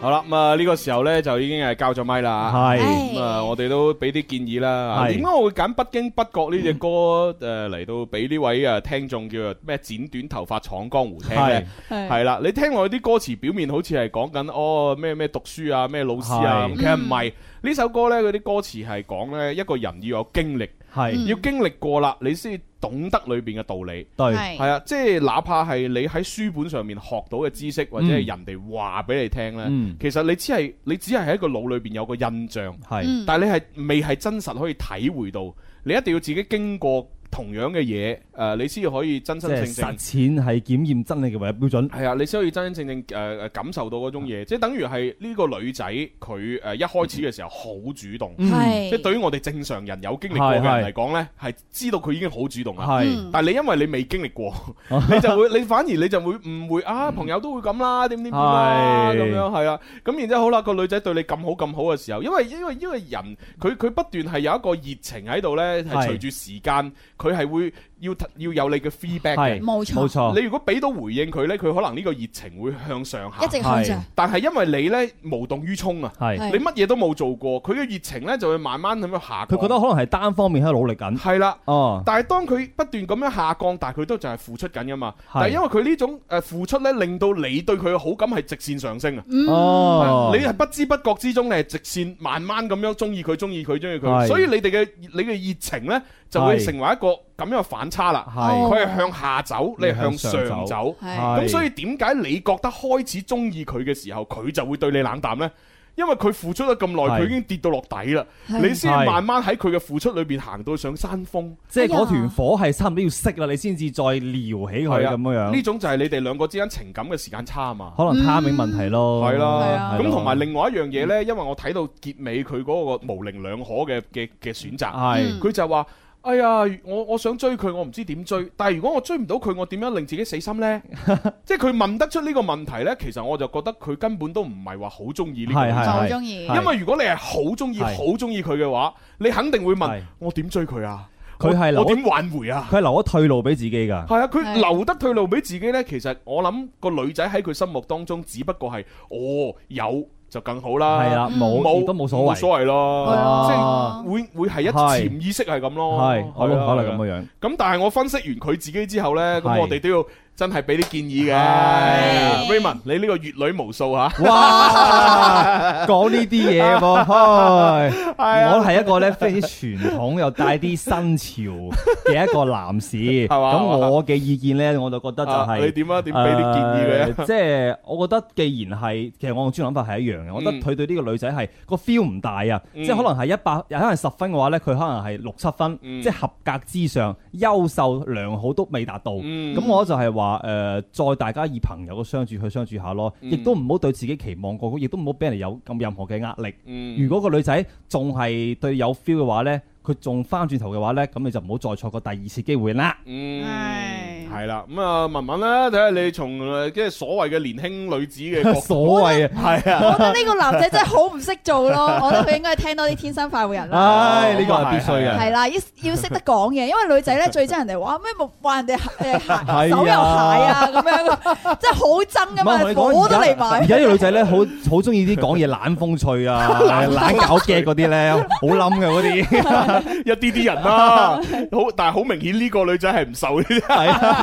S6: 好啦，咁啊呢個時候呢，就已經係交咗咪啦。
S14: 係
S6: 咁啊，我哋都俾啲建議啦。
S14: 係
S6: 點解我會揀不經不覺呢只歌誒嚟到俾呢位啊聽眾叫做咩剪短頭髮闖江湖聽呢？
S14: 係
S6: 係啦，你聽我啲歌詞表面好似係講緊哦咩咩讀書啊咩老師啊，
S14: 係
S6: 咁其實唔係呢首歌呢，佢啲歌詞係講呢一個人要有經歷，
S14: 係
S6: 要經歷過啦，你先懂得裏邊嘅道理。
S14: 對係
S6: 係啊，即係哪怕係你喺書本上面學到嘅知識，或者係人哋話俾你聽呢。
S14: 嗯
S6: 其實你只係你只係喺個腦裏邊有個印象，
S14: 係嗯
S6: 但係你係未係真實可以體會到，你一定要自己經過同樣嘅嘢，誒、你先可以真
S14: 即
S6: 真
S14: 係
S6: 正正
S14: 實。踐係檢驗真理嘅唯一標準。
S6: 係啊，你先可以真真正正誒誒、呃感受到嗰
S14: 嗯
S6: 種嘢，即係等於係呢個女仔佢誒一開始嘅時候好主動，
S14: 嗯係
S6: 即係對於我哋正常人有經歷過嘅
S14: 係
S6: 人
S14: 係
S6: 嚟講呢，係知道佢已經好主動啦
S14: 係嗯。
S6: 但係你因為你未經歷 過，你就會你反而你就會誤會啊，
S8: 嗯
S6: 朋友都會咁啦，點點點啦
S14: 係
S6: 咁樣係啊。咁然之後好啦，個女仔對你咁好咁好嘅時候，因為因為因為人佢佢不斷係有一個熱情喺度呢，係
S14: 係
S6: 隨住時間佢係會要要有你嘅 feedback
S8: 係哦
S6: 嘅，
S8: 冇錯冇錯
S6: 你如果俾到回應佢呢，佢可能呢個熱情會向上行，
S1: 一直向上係。
S6: 但係因為你呢無動於衷啊，
S8: 係
S6: 你乜嘢都冇做過，佢嘅熱情呢就會慢慢咁樣下降。
S8: 佢覺得可能係單方面喺度努力緊。
S6: 係啦，
S8: 哦，
S6: 但係當佢不斷咁樣下降，但係佢都就係付出緊噶嘛。
S8: 係
S6: 但係因為佢呢種誒付出咧，令到你對佢嘅好感係直線上升啊。
S8: 嗯哦
S6: 係你係不知不覺之中，你係直線慢慢咁樣中意佢，中意佢，中意佢。
S8: 係
S6: 所以你哋嘅你嘅熱情呢，就會
S8: 係
S6: 成為一個咁樣嘅反差啦。
S8: 係
S6: 佢係向下走，你係向上
S8: 向
S6: 走
S8: 上走。
S6: 咁
S8: 係
S6: 所以點解你覺得開始中意佢嘅時候，佢就會對你冷淡呢？因為佢付出咗咁耐，
S8: 係
S6: 佢已經跌到落底啦，
S8: 係
S6: 你先
S8: 係
S6: 慢慢喺佢嘅付出裏邊行到上山峰。
S8: 即係嗰團火係差唔多要熄啦，你先至再撩起佢
S6: 係啊
S8: 咁樣樣。
S6: 呢種就係你哋兩個之間情感嘅時間差啊嘛。
S8: 可能 timing 問題咯。
S6: 嗯係啦，
S8: 係
S6: 咁同埋另外一樣嘢呢，因為我睇到結尾佢嗰個模棱兩可嘅嘅嘅選擇，
S8: 係
S6: 佢就話：哎呀，我我想追佢，我唔知點追。但係如果我追唔到佢，我點樣令自己死心 呢？即係佢問得出呢個問題呢，其實我就覺得佢根本都唔係話好中意呢個
S8: 係
S6: 女
S8: 係
S6: 仔，
S8: 係好鍾意
S6: 因為如果你係好中意、
S8: 係
S6: 好中意佢嘅話，你肯定會問：我點追佢啊？
S8: 佢係
S6: 我
S8: 留
S6: 我點挽回啊？
S8: 佢係留咗退路俾自己㗎。
S6: 係啊，佢留得退路俾自己呢。其實我諗個女仔喺佢心目當中，只不過係哦有就更好啦，
S8: 係啦冇亦都冇所謂
S6: 嗯冇所謂
S8: 係
S6: 咯
S8: 啊，
S6: 即係會會係一
S8: 係
S6: 潛意識係咁咯，
S8: 係我都
S6: 係啊
S8: 可能咁
S6: 係啊
S8: 樣樣
S6: 咁但係我分析完佢自己之後呢，咁
S8: 係
S6: 我哋都要真係俾啲建議嘅。Raymond，你呢個閱女無數嚇，
S8: 哇！講呢啲嘢 噃，唉
S6: 啊
S8: 我係一個咧非常之傳統又帶啲新潮嘅一個 男士，
S6: 嘛
S8: 咁我嘅意見咧，我就覺得就
S6: 啊
S8: 係
S6: 你點啊點俾啲建議佢啊
S8: 呃 誒即係我覺得既然係，其實我嘅專諗法係一樣嘅，我覺得佢對呢個女仔係個 feel 唔大啊，
S6: 嗯
S8: 即係可能係一百，可能十分嘅話咧，佢可能係六七分，
S6: 嗯
S8: 即係合格之上，優秀良好都未達到，
S6: 嗯
S8: 咁我就係話誒，再大家以朋友嘅相處去相處下咯，
S6: 嗯
S8: 亦都唔好對自己期望過高，亦都唔好俾人哋有咁任何嘅壓力。
S6: 嗯
S8: 如果個女仔仲係對有 feel 嘅話呢，佢仲翻轉頭嘅話呢，咁你就唔好再錯過第二次機會啦。
S6: 嗯，係啦，咁啊文文啦，睇下你從誒即係所謂嘅年輕女子嘅角度
S8: 所謂啊
S6: 係啊，
S1: 我覺得呢個男仔真係好唔識做咯，我覺得佢應該係聽多啲天生快活人啦。
S8: 唉，呢個 係必須嘅。
S1: 哦係啦，要要識得講嘢，因為女仔咧最憎人哋話咩冇話人哋誒鞋手有鞋啊咁樣，真係好憎噶
S8: 唔係
S1: 嘛，
S8: 我同你講
S1: 火都
S8: 而
S1: 嚟
S8: 家
S1: 埋
S8: 而。家啲女仔咧，好好中意啲講嘢懶風趣 啊、懶搞嘅嗰啲咧，好冧嘅嗰 啲。
S6: 一啲啲人 啦，好，但係好明顯呢個女仔係唔受呢啲，
S8: 係
S1: 因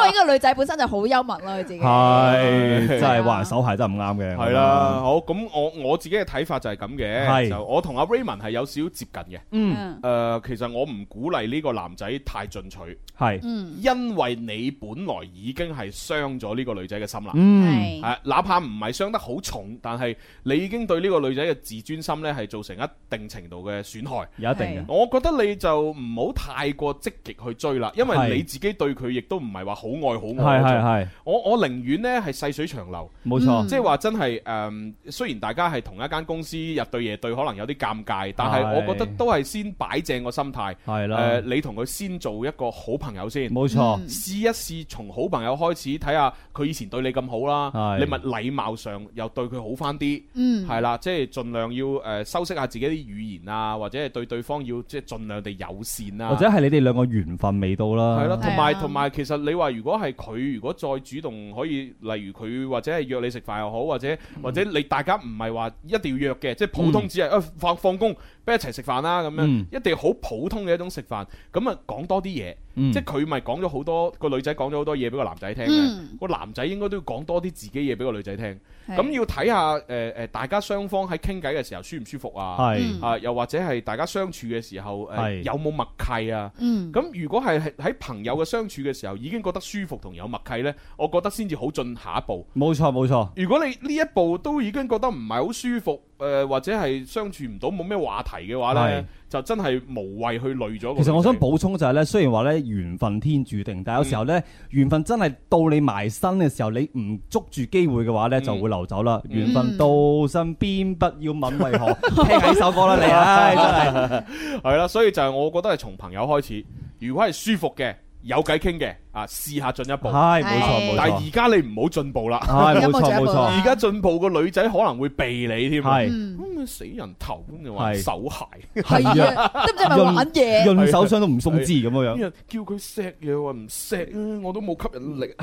S1: 為呢個女仔本身就好幽默啦，佢自己。
S8: 係真係話人手鞋真係唔啱嘅。
S6: 係啦，好，咁我我自己嘅睇法就係咁嘅，
S8: 係
S6: 就我同阿 Raymond 係有少少接近嘅，
S8: 嗯
S6: 誒，其實我唔鼓勵呢個男仔太進取，
S8: 係
S1: 嗯
S6: 因為你本來已經係傷咗呢個女仔嘅心啦，
S8: 嗯係
S6: 係哪怕唔係傷得好重，但係你已經對呢個女仔嘅自尊心呢係造成一定程度嘅損害，
S8: 有一定嘅係
S6: 我覺得你就唔好太過積極去追啦，因為
S8: 係
S6: 你自己對佢亦都唔係話好愛好愛嗰
S8: 係
S6: 種
S8: 係係。
S6: 我我寧願咧係細水長流，
S8: 冇錯嗯
S6: 即係話真係誒、嗯雖然大家係同一間公司日對夜對，可能有啲尷尬，但係
S8: 係
S6: 我覺得都係先擺正個心態，
S8: 係啦
S6: 誒你同佢先做一個好朋友先，
S8: 冇錯嗯
S6: 試一試從好朋友開始，睇下佢以前對你咁好啦，
S8: 係
S6: 你咪禮貌上又對佢好翻啲，
S8: 嗯
S6: 係啦，即係盡量要誒、呃修飾下自己啲語言啊，或者係對對方要即係盡量地友善啊，
S8: 或者係你哋兩個緣分未到啦。
S6: 係啦，同埋
S8: 係啊
S6: 同埋，其實你話如果係佢，如果再主動可以，例如佢或者係約你食飯又好，或者或者你大家唔係話一定要約嘅，即係普通
S8: 嗯
S6: 只係啊放放工，不如一齊食飯啦咁樣，
S8: 嗯
S6: 一定好普通嘅一種食飯。咁啊講多啲嘢，
S8: 嗯
S6: 即係佢咪講咗好多個女仔講咗好多嘢俾個男仔聽
S8: 嗯
S6: 嘅，個男仔應該都要講多啲自己嘢俾個女仔聽。
S8: 係
S6: 咁要睇下誒誒大家雙方喺傾偈嘅時候舒唔舒服啊
S8: 係嗯？
S6: 啊又或者係大家相處嘅時候誒
S8: 係
S6: 有冇默契啊？
S8: 嗯
S6: 咁如果係係喺朋友嘅相處嘅時候已經覺得舒服同有默契呢，我覺得先至好進下一步。
S8: 冇錯冇錯。
S6: 如果你呢一步都已經覺得唔係好舒服，誒、呃或者係相處唔到冇咩話題嘅話呢
S8: 係，
S6: 就真係無謂去累咗個。
S8: 其實我想補充就係嗯咧，雖然話咧緣分天注定，但係有時候咧緣分真係到你埋身嘅時候，你唔捉住機會嘅話咧，就會流走啦。
S6: 嗯
S8: 緣分到身邊，不要問為何。聽下呢首歌啦，你 唉真係。
S6: 係係啦，所以就係我覺得係從朋友開始，如果係舒服嘅。有偈傾嘅啊，試下進一步。
S8: 係冇錯冇錯
S6: 但係而家你唔好進步啦。
S8: 係冇錯冇錯
S6: 而家進步個女仔可能會避你添。啊
S8: 係
S6: 咁樣死人頭咁就話
S14: 係
S6: 手鞋，
S14: 係啊都唔知係咪玩嘢潤潤手霜都唔送枝咁樣樣
S6: 啲人叫佢錫嘢話唔錫啊，我都冇吸引力。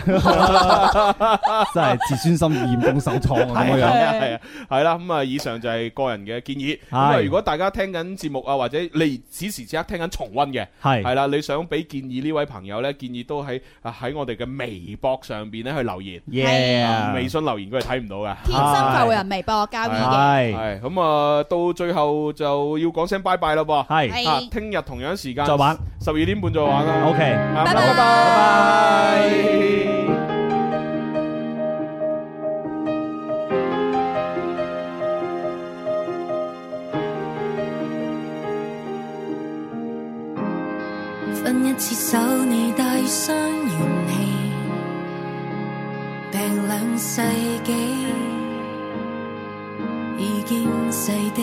S14: 真係自尊心嚴重受創啊咁
S6: 係啊係啊
S14: 樣
S6: 係啊，係啦，咁啊，以上就係個人嘅建議。咁啊，
S14: 係
S6: 如果大家聽緊節目啊，或者你此時此刻聽緊重温嘅，
S14: 係
S6: 係啦，你想俾建議呢位朋友呢，建議都喺啊喺我哋嘅微博上邊咧去留言。
S14: Yeah
S6: 啊微信留言佢係睇唔到噶。
S1: 天生快活人微博交易嘅，
S6: 係咁啊，到最後就要講聲拜拜啦噃。
S1: 係
S6: 啊，聽日同樣時間
S14: 再玩，
S6: 十二點半再玩啦。
S14: OK
S6: 啊
S1: 拜拜
S6: 拜拜。
S10: 分一次手，你帶傷元氣，病兩世紀，已經細的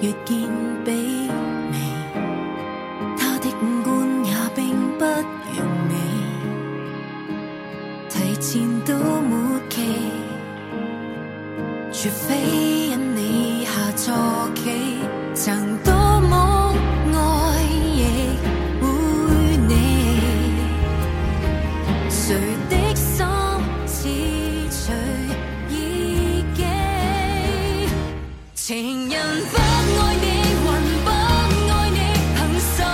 S10: 越見卑微，他的五官也並不完美，提前到末期，除非因你下錯棋，曾多麼愛亦。會你，誰的心似隨意記？情人不愛你，還不愛你，憑什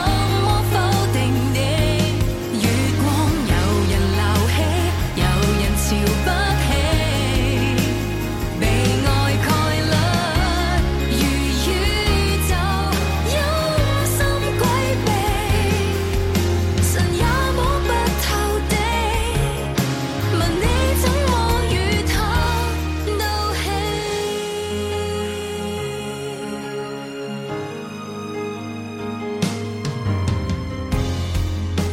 S10: 麼否定你？月光有人鬧起，有人瞧不起，被愛概率如宇宙陰森詭秘。神也摸不透的，問你怎麼與他鬥氣？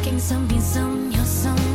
S10: 經心變心有心